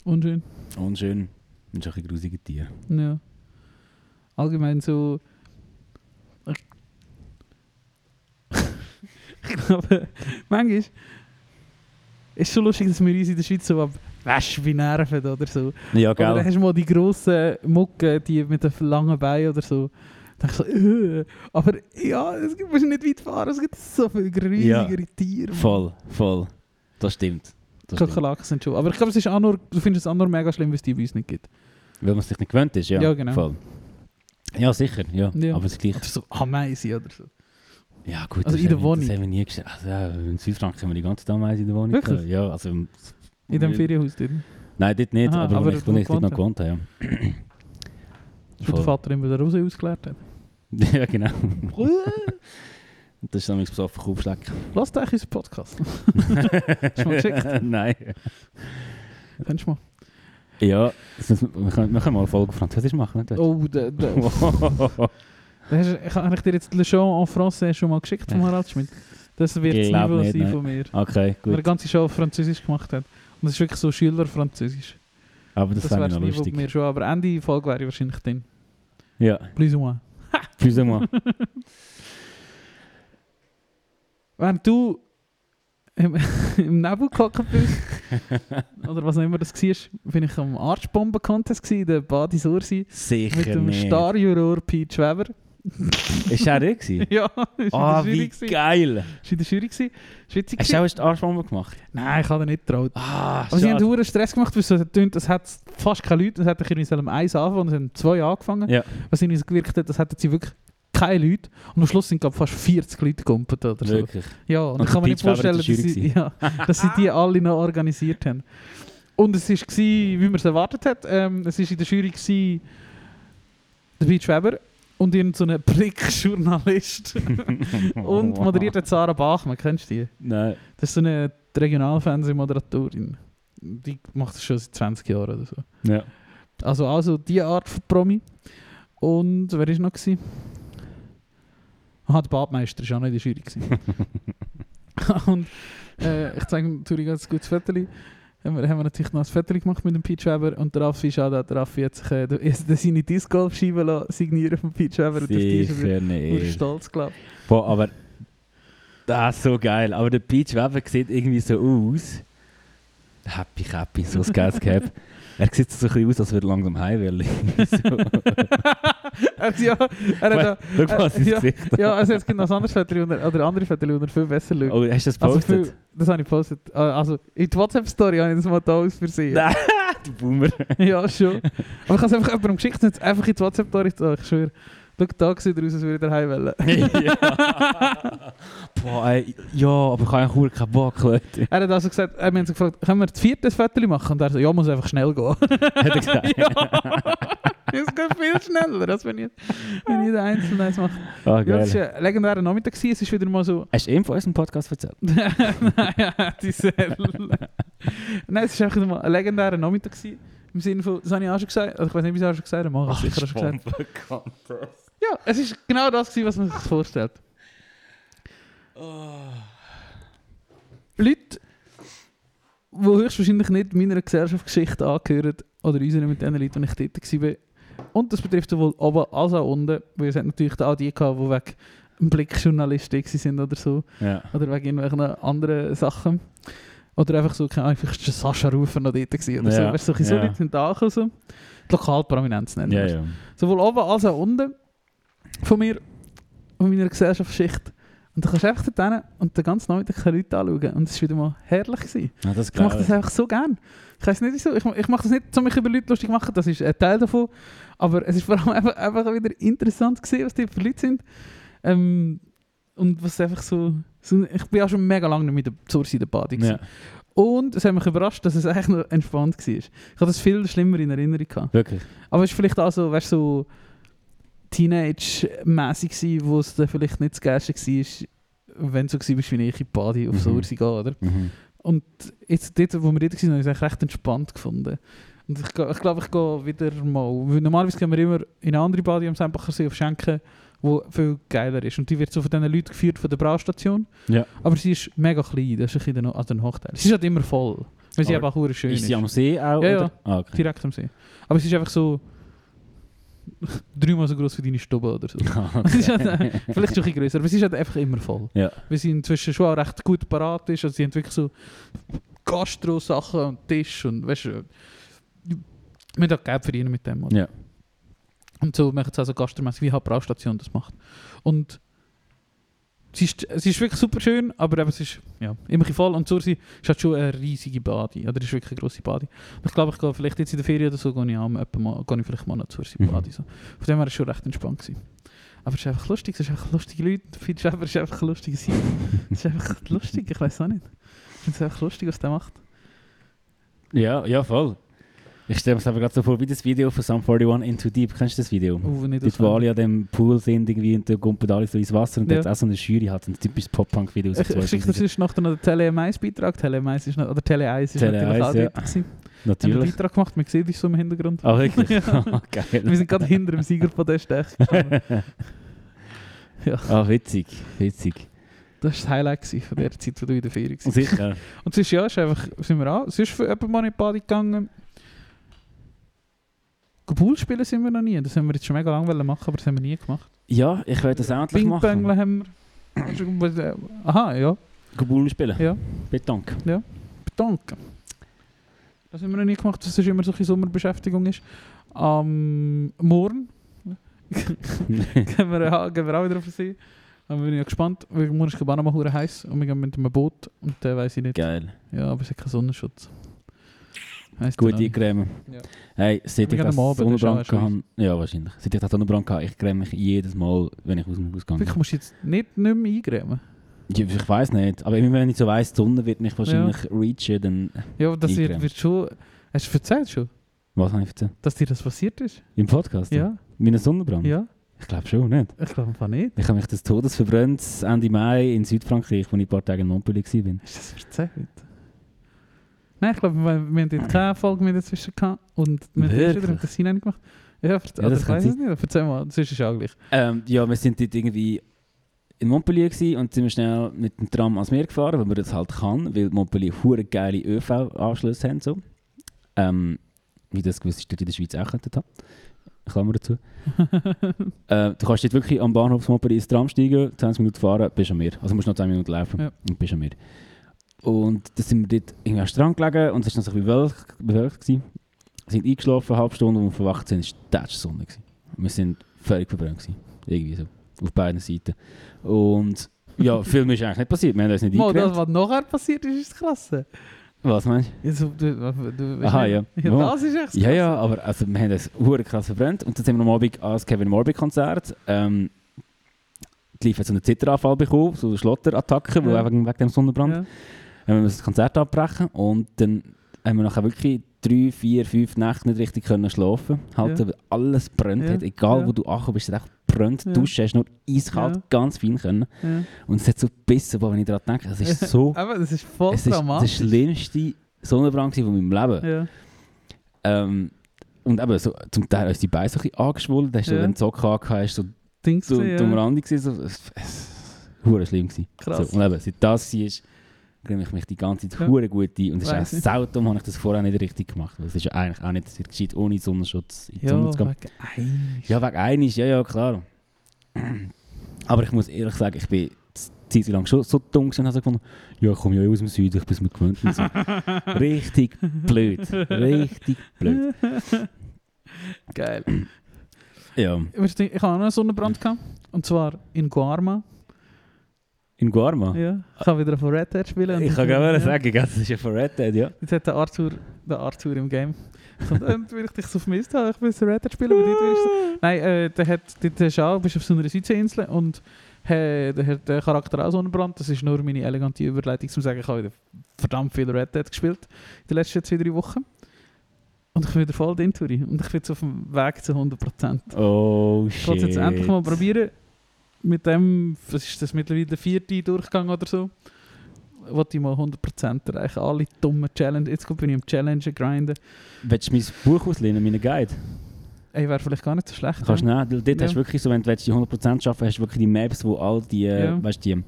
Speaker 3: Unschön.
Speaker 2: Unschön. Und schon ein bisschen grusige Tiere.
Speaker 3: Ja. Allgemein so. ich glaube, manchmal ist es schon lustig, dass wir uns in der Schweiz so ab Wäsch wie nerven oder so.
Speaker 2: Ja,
Speaker 3: Oder dann
Speaker 2: gell?
Speaker 3: hast du mal die grossen Mucke, die mit den langen Beinen oder so. Dann denkst du so, äh. aber ja, es gibt, musst nicht weit fahren, es gibt so viele
Speaker 2: Ja.
Speaker 3: grusigere Tiere.
Speaker 2: Voll, voll. Das stimmt. Das stimmt.
Speaker 3: Kakerlaken sind schon. Aber ich glaube, es ist auch nur, du findest es auch nur mega schlimm, wenn es die bei uns nicht gibt.
Speaker 2: Weil man sich nicht gewöhnt ist, ja.
Speaker 3: Ja, genau.
Speaker 2: Voll. Ja, sicher, ja.
Speaker 3: Ja.
Speaker 2: Aber es ist gleich.
Speaker 3: Oder so Ameisen oder so.
Speaker 2: Ja, gut.
Speaker 3: Also
Speaker 2: das
Speaker 3: in der
Speaker 2: haben wir-
Speaker 3: Wohnung?
Speaker 2: Das haben wir nie gesehen. Also, ja, in Südfrankreich haben wir die ganze Zeit Ameisen in der Wohnung
Speaker 3: Wirklich?
Speaker 2: gehabt. Eh, Ja, also. In
Speaker 3: In dem Ferienhaus dort.
Speaker 2: Nein, dort nicht,
Speaker 3: Aha,
Speaker 2: aber,
Speaker 3: aber
Speaker 2: aber ich
Speaker 3: wo
Speaker 2: bin nicht
Speaker 3: gewohnt
Speaker 2: noch gewohnt, habe,
Speaker 3: Das wo der Vater immer den Rose ausgeleert hat.
Speaker 2: ja. ja, genau. Das ist nämlich besoffen Kaufschlag.
Speaker 3: Lasst euch unseren Podcast. Hast du mal geschickt?
Speaker 2: Nein.
Speaker 3: Kennst du mal?
Speaker 2: Ja, dus das müssen wir wir können, wir können mal eine Folge auf Französisch machen. Nicht?
Speaker 3: Oh, der, der,
Speaker 2: Oh.
Speaker 3: der hast, ich, habe ich dir jetzt Le Show en Français schon mal geschickt von Harald Schmidt. Das wird
Speaker 2: Ich
Speaker 3: das
Speaker 2: glaub
Speaker 3: Niveau
Speaker 2: nicht,
Speaker 3: sein
Speaker 2: nein.
Speaker 3: von mir.
Speaker 2: Okay,
Speaker 3: Weil er die
Speaker 2: gut.
Speaker 3: ganze Show auf Französisch gemacht hat. Und es ist wirklich so Schüler-Französisch.
Speaker 2: Aber das,
Speaker 3: Das,
Speaker 2: fände
Speaker 3: wäre
Speaker 2: ich
Speaker 3: das
Speaker 2: noch
Speaker 3: Niveau bei
Speaker 2: lustig.
Speaker 3: mir schon. Aber Ende Folge wäre ich wahrscheinlich drin.
Speaker 2: Ja,
Speaker 3: Plus ou moins.
Speaker 2: plus ou moins.
Speaker 3: Während du im, im Nebel gehockt bist, oder was dus auch immer das war, bin ich am Arschbomben-Contest gewesen, in der Badis Ursi. Mit
Speaker 2: Sicher
Speaker 3: dem
Speaker 2: nicht.
Speaker 3: Star-Juror Pete Schweber.
Speaker 2: Ist er der gewesen?
Speaker 3: ja, ist
Speaker 2: Ah,
Speaker 3: in der Jury.
Speaker 2: wie
Speaker 3: gewesen.
Speaker 2: geil.
Speaker 3: Ist in der Jury. gewesen. Ist witzig.
Speaker 2: Hast du auch erst Arschbombe gemacht?
Speaker 3: gewesen. Nein, ich habe nicht getraut.
Speaker 2: Ah,
Speaker 3: Aber sie haben
Speaker 2: schade.
Speaker 3: einen Stress gemacht, weil es so tönt, es hat fast keine Leute. Es hat irgendwie so um eins angefangen, es haben zwei angefangen.
Speaker 2: Ja.
Speaker 3: Was irgendwie so gewirkt hat, das hatten sie wirklich keine Leute. Und am Schluss sind glaub, ich, fast 40 Leute gekumpelt oder so.
Speaker 2: Wirklich.
Speaker 3: Ja, und,
Speaker 2: Und
Speaker 3: ich kann mir nicht
Speaker 2: Peach Weber
Speaker 3: vorstellen,
Speaker 2: hat
Speaker 3: dass
Speaker 2: die Jury
Speaker 3: sie, ja, dass sie die alle noch organisiert haben. Und es war, wie man es erwartet hat, ähm, es war in der Jury gewesen, der Peach Weber und irgendein so ein Prick-Journalist. und moderiert hat Sarah Bachmann, kennst du die?
Speaker 2: Nein.
Speaker 3: Das ist so eine Regionalfernsehmoderatorin. Die macht das schon seit 20 Jahren oder so.
Speaker 2: Ja.
Speaker 3: Also, also die Art von Promi. Und wer war noch? Gewesen? Aha, der Badmeister war auch noch in der Jury. gewesen. und äh, ich zeige natürlich ganz gutes Foto. Haben wir, haben wir natürlich noch ein Foto gemacht mit dem Peach Weber und der Raffi, schade, der Raffi hat sich äh, der- ist- der seine Disc Golf Scheibe lassen signieren von Peach Weber. Und auf die ist er
Speaker 2: Sicher
Speaker 3: nur
Speaker 2: nicht.
Speaker 3: stolz, glaube ich.
Speaker 2: Boah, aber das ist so geil. Aber der Peach Weber sieht irgendwie so aus. Happy, happy, so ein geiles Cap. Er sieht so ein bisschen aus, als würde er langsam heimwillen.
Speaker 3: er, ja, er hat auch,
Speaker 2: Schau mal sein
Speaker 3: Äh, Ja.
Speaker 2: Gesicht.
Speaker 3: ja, also es gibt noch ein anderes Foto wo er- oder andere Foto, die er viel besser schaut.
Speaker 2: Oh, hast du das
Speaker 3: Also
Speaker 2: gepostet?
Speaker 3: viel- das habe ich gepostet. Äh, Also in die WhatsApp-Story habe ich das mal da aus Versehen.
Speaker 2: Nein. du Boomer.
Speaker 3: ja, schon. Aber ich habe es einfach jemandem geschickt und jetzt einfach in die WhatsApp-Story da. Ich schwöre. Schau, da sieht er aus, als würde er heim wollen.
Speaker 2: ja. Boah, ey, ja, aber ich habe eigentlich verdammt keinen Bock, Leute.
Speaker 3: Er hat also gesagt, er hat mich gefragt, können wir das vierte Foto machen? Und er so, ja, muss einfach schnell gehen.
Speaker 2: Hat er gesagt.
Speaker 3: ja. Es geht viel schneller, als wenn jeder, wenn jeder einzelne eins macht.
Speaker 2: Ah,
Speaker 3: Ja, das
Speaker 2: geil.
Speaker 3: war ein legendärer Nachmittag. gewesen. Es ist wieder mal so...
Speaker 2: Hast du ihm von unserem Podcast erzählt?
Speaker 3: Nein, diese. Nein, es war einfach mal ein legendärer Nachmittag. gewesen. Im Sinne von, das habe ich auch schon gesagt, also ich weiß nicht, wie ich es auch schon gesagt habe, aber ich habe es sicher auch schon gesagt. Ja, es ist genau das, gewesen, was man sich vorstellt. Ah, Leute, die höchstwahrscheinlich nicht meiner Gesellschaftsgeschichte angehören oder unseren mit den Leuten, die ich dort war. Und das betrifft sowohl oben als auch unten, weil es hat natürlich auch die gehabt, die wegen einem Blickjournalist gewesen sind oder so.
Speaker 2: Ja.
Speaker 3: Oder wegen irgendwelchen anderen Sachen. Oder einfach so, keine Ahnung, vielleicht war Sascha Rufer noch dort gewesen oder so.
Speaker 2: Ja,
Speaker 3: Weißt du, solche so
Speaker 2: ja.
Speaker 3: Leute sind da angekommen, so. Die Lokalprominenz nennen
Speaker 2: Ja,
Speaker 3: wir es.
Speaker 2: ja.
Speaker 3: Sowohl oben als auch unten von mir, von meiner Gesellschaftsschicht. Und dann kannst du einfach dort hin und den ganzen Nachmittag können Leute anschauen. Und es war wieder mal herrlich. Gewesen.
Speaker 2: Ah, das ist
Speaker 3: Ich mache das
Speaker 2: geil.
Speaker 3: einfach so gern. Ich weiß nicht wieso. Ich, ma- ich mache das nicht, um mich über Leute lustig zu machen. Das ist ein Teil davon. Aber es ist vor allem einfach, einfach wieder interessant gesehen, was die für Leute sind. Ähm, und was einfach so, so... Ich bin auch schon mega lange nicht mit der Source in der Party.
Speaker 2: Ja.
Speaker 3: Ja. Und es hat mich überrascht, dass es eigentlich noch entspannt war. Ich hatte das viel schlimmer in Erinnerung. Gehabt.
Speaker 2: Wirklich.
Speaker 3: Aber es war vielleicht auch so, weißt, du, so Teenage-mässig, gewesen, wo es dann vielleicht nicht das Geilste war, wenn du so gewesen bist wie ich in die Party auf
Speaker 2: Mhm.
Speaker 3: Source gehen, oder?
Speaker 2: Mhm.
Speaker 3: Und jetzt, dort, wo wir dort waren, habe ich es eigentlich recht entspannt gefunden. Und ich, ge- ich glaube, ich gehe wieder mal. Weil normalerweise gehen wir immer in eine andere Body am Sempacher See auf Schenken wo viel geiler ist. Und die wird so von diesen Leuten geführt von der Braustation.
Speaker 2: Ja.
Speaker 3: Aber sie ist mega dus klein, das ist ein bisschen der No- also ein Nachteil. Sie ist halt immer voll, weil sie
Speaker 2: Aber
Speaker 3: einfach hure schön
Speaker 2: Ist
Speaker 3: ist.
Speaker 2: sie am See auch?
Speaker 3: Ja,
Speaker 2: oder?
Speaker 3: ja.
Speaker 2: Ah, okay.
Speaker 3: Direkt am See. Aber sie ist einfach so dreimal so groß wie deine Stube oder so. Es ist halt, äh, vielleicht schon ein bisschen grösser, aber sie ist halt einfach immer voll.
Speaker 2: Ja.
Speaker 3: Weil sie inzwischen schon auch recht gut parat ist. Also sie haben wirklich so Gastro-Sachen und Tisch und weißt du, man hat Geld verdienen mit dem. Oder?
Speaker 2: Ja.
Speaker 3: Und so machen sie also gastromäßig, wie halt Braustation das macht. Und sie ist, sie ist wirklich super schön, aber eben, es ist ja, immer ein voll. Und so sie ist halt schon eine riesige Badi. Oder ist wirklich eine grosse Badi. Und ich glaube, ich gehe vielleicht jetzt in der Ferien oder so, gehe ich, am, etwa mal, gehe ich vielleicht mal noch zur
Speaker 2: Mhm.
Speaker 3: Badi. So. Von dem her war es schon recht entspannt. Gewesen. Aber es ist einfach lustig, es ist einfach lustige Leute, viel Schäfer ist einfach lustig. Es ist einfach lustig, ich weiß auch nicht. Ich finde es einfach lustig, was der macht.
Speaker 2: ja, ja, voll. Ich stelle mir es aber gerade so vor wie das Video von Sum 41 Into Deep. Kennst du Oh, das Video?
Speaker 3: Uh, nicht
Speaker 2: Dort, wo alle an dem Pool sind irgendwie und da kommt alle so ins Wasser und
Speaker 3: Ja.
Speaker 2: ja. auch so eine Jury hat. Ein typisches Pop-Punk-Video. aus
Speaker 3: Ich, ich schicke dir
Speaker 2: 2000.
Speaker 3: sonst nachher noch den Tele-Mais-Beitrag. Tele-Mais ist noch, oder Tele-1 ist
Speaker 2: Tele
Speaker 3: natürlich
Speaker 2: 1,
Speaker 3: auch
Speaker 2: ja.
Speaker 3: dort gewesen. Haben einen
Speaker 2: Natürlich.
Speaker 3: Beitrag gemacht, man sieht dich so im Hintergrund.
Speaker 2: Ah, wirklich?
Speaker 3: Ja.
Speaker 2: Geil.
Speaker 3: Wir sind gerade hinter dem Siegerpodest echt gestanden.
Speaker 2: Ah, witzig. Witzig.
Speaker 3: Das war das Highlight gewesen von der Zeit, wo du in der Ferien warst.
Speaker 2: Sicher.
Speaker 3: Und sonst ja, ist einfach, sind wir an. Sonst für jemand mal in die Party gegangen. Pool spielen sind wir noch nie. Das haben wir jetzt schon mega lange wollen machen, aber das haben wir nie gemacht.
Speaker 2: Ja, ich werde das endlich machen.
Speaker 3: Ping-Pöngeln haben wir. äh, Aha, ja.
Speaker 2: Kabul spielen.
Speaker 3: Ja.
Speaker 2: Betank.
Speaker 3: Bedanken. Das haben wir noch nie gemacht, dass das immer so eine Sommerbeschäftigung ist. Am morgen gehen wir, auch- gehen wir auch wieder auf den See. Da bin ich ja gespannt, weil morgen ist die Bahn mal hure heiß und wir gehen mit einem Boot und dann weiß ich nicht.
Speaker 2: Geil.
Speaker 3: Ja, aber es hat keinen Sonnenschutz. Heisst
Speaker 2: Gut
Speaker 3: dann auch nicht.
Speaker 2: eingecremen.
Speaker 3: Genau. Ja.
Speaker 2: Hey, seit
Speaker 3: Wir
Speaker 2: ich
Speaker 3: gehen
Speaker 2: das
Speaker 3: am Abend, das ist
Speaker 2: Sonnenbrand
Speaker 3: auch schon
Speaker 2: kann, ja wahrscheinlich, seit ich das Sonnenbrand kann, ich creme mich jedes Mal, wenn ich aus dem Haus gehe.
Speaker 3: Wirklich, musst du jetzt nicht, nicht mehr eingrämen.
Speaker 2: Ja, Ich weiß nicht, aber immer wenn ich so weiss, die Sonne wird mich wahrscheinlich reachen, dann...
Speaker 3: Ja, aber das wird,
Speaker 2: Eingrämen.
Speaker 3: wird schon. Hast du erzählt schon,
Speaker 2: Was habe ich erzählt?
Speaker 3: dass dir das passiert ist?
Speaker 2: Im Podcast?
Speaker 3: Ja,
Speaker 2: Meinen Sonnenbrand?
Speaker 3: ja.
Speaker 2: Ich glaube schon, nicht?
Speaker 3: Ich glaube einfach nicht.
Speaker 2: Ich habe mich des Todes verbrannt, Ende Mai in Südfrankreich, wo ich ein paar Tage in Montpellier war.
Speaker 3: Hast du das erzählt? Nein, ich glaube, wir, wir haben dort keine Folge mehr dazwischen gehabt. Und wir haben
Speaker 2: Wirklich?
Speaker 3: wieder mit der Sine gemacht. Ja, erzähl,
Speaker 2: Ja,
Speaker 3: oder
Speaker 2: das
Speaker 3: ich
Speaker 2: kann
Speaker 3: weiß es nicht. Erzähl mal, das ist auch gleich.
Speaker 2: Ähm, ja, wir sind dort irgendwie in Montpellier gewesen und sind wir schnell mit dem Tram ans Meer gefahren, weil man das halt kann, weil Montpellier hure geile ÖV-Anschlüsse haben. So. Ähm, wie das gewisse Städte in der Schweiz auch könnten haben. Klammer dazu. äh, du kannst dort wirklich am Bahnhof von Montpellier ins Tram steigen, 20 Minuten fahren, bist am Meer. Also musst noch 10 Minuten laufen
Speaker 3: Ja.
Speaker 2: und bist am Meer. Und da sind wir dort irgendwie am Strand gelegen und es war noch so ein bisschen bewölkt- bewölkt. gewesen. Wir sind eingeschlafen, eine halbe Stunde und als wir verwacht sind, war die Sonne. gewesen. Wir sind völlig verbrannt. Gewesen. Irgendwie so. Auf beiden Seiten. Und ja, viel mehr ist eigentlich nicht passiert. Wir haben uns nicht
Speaker 3: Mal, das,
Speaker 2: eingekriegt.
Speaker 3: was nachher passiert ist, ist das Krasse.
Speaker 2: Was meinst du?
Speaker 3: Ja, so, du, du, du,
Speaker 2: Aha,
Speaker 3: ja.
Speaker 2: ja. Mal.
Speaker 3: Das ist echt das
Speaker 2: Ja,
Speaker 3: Krasse.
Speaker 2: ja, aber also, wir haben das hure krass verbrannt. Und dann sind wir am Abend ans Kevin Morby Konzert. Ähm, die Lief hat so einen Zitteranfall bekommen, so eine Schlotterattacke,
Speaker 3: Ja.
Speaker 2: ja. wegen, wegen dem Sonnenbrand.
Speaker 3: Ja.
Speaker 2: Dann haben wir das Konzert abbrechen und dann haben wir nachher wirklich drei, vier, fünf Nächte nicht richtig können schlafen. Halt,
Speaker 3: Ja.
Speaker 2: weil alles brennt
Speaker 3: Ja.
Speaker 2: hat. Egal,
Speaker 3: Ja.
Speaker 2: wo du ankommst, bist du echt brennt.
Speaker 3: Ja.
Speaker 2: Duschen hast nur eiskalt,
Speaker 3: Ja.
Speaker 2: ganz fein können.
Speaker 3: Ja.
Speaker 2: Und es hat so gebissen, boah, wenn ich daran denke. Es ist so...
Speaker 3: Aber das ist voll
Speaker 2: es ist der
Speaker 3: dramatisch.
Speaker 2: schlimmste Sonnenbrand gewesen von meinem Leben.
Speaker 3: ja.
Speaker 2: Ähm, und eben, so, zum Teil ist die Beine so ein bisschen angeschwollen. Da hast du
Speaker 3: Ja.
Speaker 2: den Zock angehabt, hast so
Speaker 3: Dings
Speaker 2: zu
Speaker 3: gesehen,
Speaker 2: am
Speaker 3: ja.
Speaker 2: Rand gewesen. So, es, es, hure schlimm gewesen.
Speaker 3: Krass.
Speaker 2: So, um und eben, seit das war, grimme ich mich die ganze Zeit
Speaker 3: Ja.
Speaker 2: hure gut ein. Und es ist
Speaker 3: Weiss
Speaker 2: auch
Speaker 3: ich.
Speaker 2: selten, habe ich das vorher nicht richtig gemacht. Weil es ist ja eigentlich auch nicht sehr gescheit, ohne Sonnenschutz in die
Speaker 3: Ja,
Speaker 2: Sonne zu gehen.
Speaker 3: wegen einem.
Speaker 2: Ja, wegen eines, ja, ja, klar. Aber ich muss ehrlich sagen, ich bin die Zeit lang schon so dumm gewesen und habe so gefunden, ja, ich komme ja eh aus dem Süden, ich bin es mir gewöhnt. Und so. Richtig blöd. Richtig blöd.
Speaker 3: Geil.
Speaker 2: Ja.
Speaker 3: Ich weiß nicht, ich habe auch noch einen Sonnenbrand gehabt. Und zwar in Guarma.
Speaker 2: In Guarma?
Speaker 3: Ja. Ich kann wieder von Red Dead spielen. und-
Speaker 2: Ah. Ich kann gerne
Speaker 3: ja.
Speaker 2: sagen, gell, das ist ja von Red Dead, ja.
Speaker 3: Jetzt hat der Arthur, der Arthur im Game. Und ähm, weil ich dich so vermisst habe, ich will so Red Dead spielen, aber dort will ich so Nein, äh, der hat, dort hast du auch, bist auf so einer Südseeinsel und hey, der hat den Charakter auch Sonnenbrand. Das ist nur meine elegante Überleitung, zum sagen, ich habe wieder verdammt viel Red Dead gespielt in den letzten zwei, drei Wochen. Und ich bin wieder voll drin, Turi. Und ich bin jetzt auf dem Weg zu 100%.
Speaker 2: Oh
Speaker 3: Ich wollte
Speaker 2: shit.
Speaker 3: es jetzt endlich mal probieren. Mit dem, was ist das, mittlerweile der vierte Durchgang oder so. Wollte ich mal 100% erreichen. Alle dummen Challenges. Jetzt bin ich am Challenges grinden.
Speaker 2: Willst du mein Buch auslehnen, meinen Guide?
Speaker 3: Ey, wäre vielleicht gar nicht so schlecht.
Speaker 2: Kannst
Speaker 3: ja.
Speaker 2: nehmen, weil dort
Speaker 3: Ja.
Speaker 2: hast du wirklich so, wenn du willst, die 100% schaffen hast du wirklich die Maps, wo all die, äh,
Speaker 3: Ja.
Speaker 2: weißt, die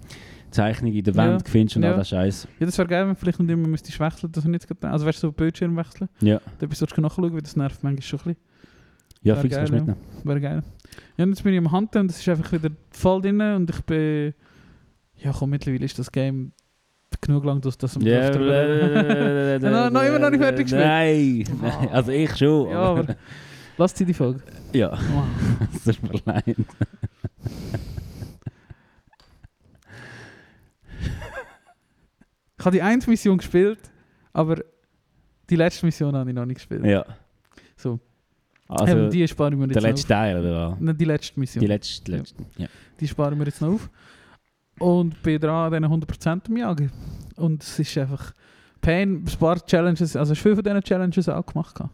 Speaker 2: Zeichnungen in der
Speaker 3: Ja.
Speaker 2: Wand findest und
Speaker 3: Ja.
Speaker 2: all das Scheiß.
Speaker 3: ja, das wäre geil, wenn man vielleicht nicht immer müsstest wechseln, dass er nicht gerade- Also wärst du so Bildschirm wechseln,
Speaker 2: Ja,
Speaker 3: dann bist du schon nachschauen, weil das nervt manchmal schon ein
Speaker 2: ja
Speaker 3: Wär
Speaker 2: fix kannst du
Speaker 3: geil,
Speaker 2: mitnehmen.
Speaker 3: bisschen. Wäre geil. Ja, und jetzt bin ich am Hand und das ist einfach wieder voll drin und ich bin... Ja komm, mittlerweile ist das Game genug lang, dass das am
Speaker 2: Ja,
Speaker 3: Draft- Noch- noch immer noch nicht fertig gespielt?
Speaker 2: Nein, nein, also ich schon.
Speaker 3: Ja, aber... Lass dir die Folge.
Speaker 2: ja,
Speaker 3: Wow.
Speaker 2: es tut mir leid.
Speaker 3: Ich habe die eine Mission gespielt, aber die letzte Mission habe ich noch nicht gespielt.
Speaker 2: Ja.
Speaker 3: So.
Speaker 2: Also,
Speaker 3: Ähm, die sparen wir jetzt
Speaker 2: der
Speaker 3: noch
Speaker 2: letzte Teil, oder was?
Speaker 3: auf. Nein, die letzte Mission.
Speaker 2: Die
Speaker 3: Die,
Speaker 2: letzte,
Speaker 3: Ja.
Speaker 2: letzte. Ja.
Speaker 3: sparen wir jetzt noch auf. Und bin dran an diesen 100% am Jagen. Und es ist einfach Pain, ein paar Challenges, also hast du viele von diesen Challenges auch gemacht. gehabt?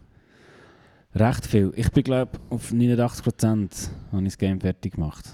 Speaker 2: Recht viel. Ich bin, glaube auf 89% habe ich das Game fertig gemacht.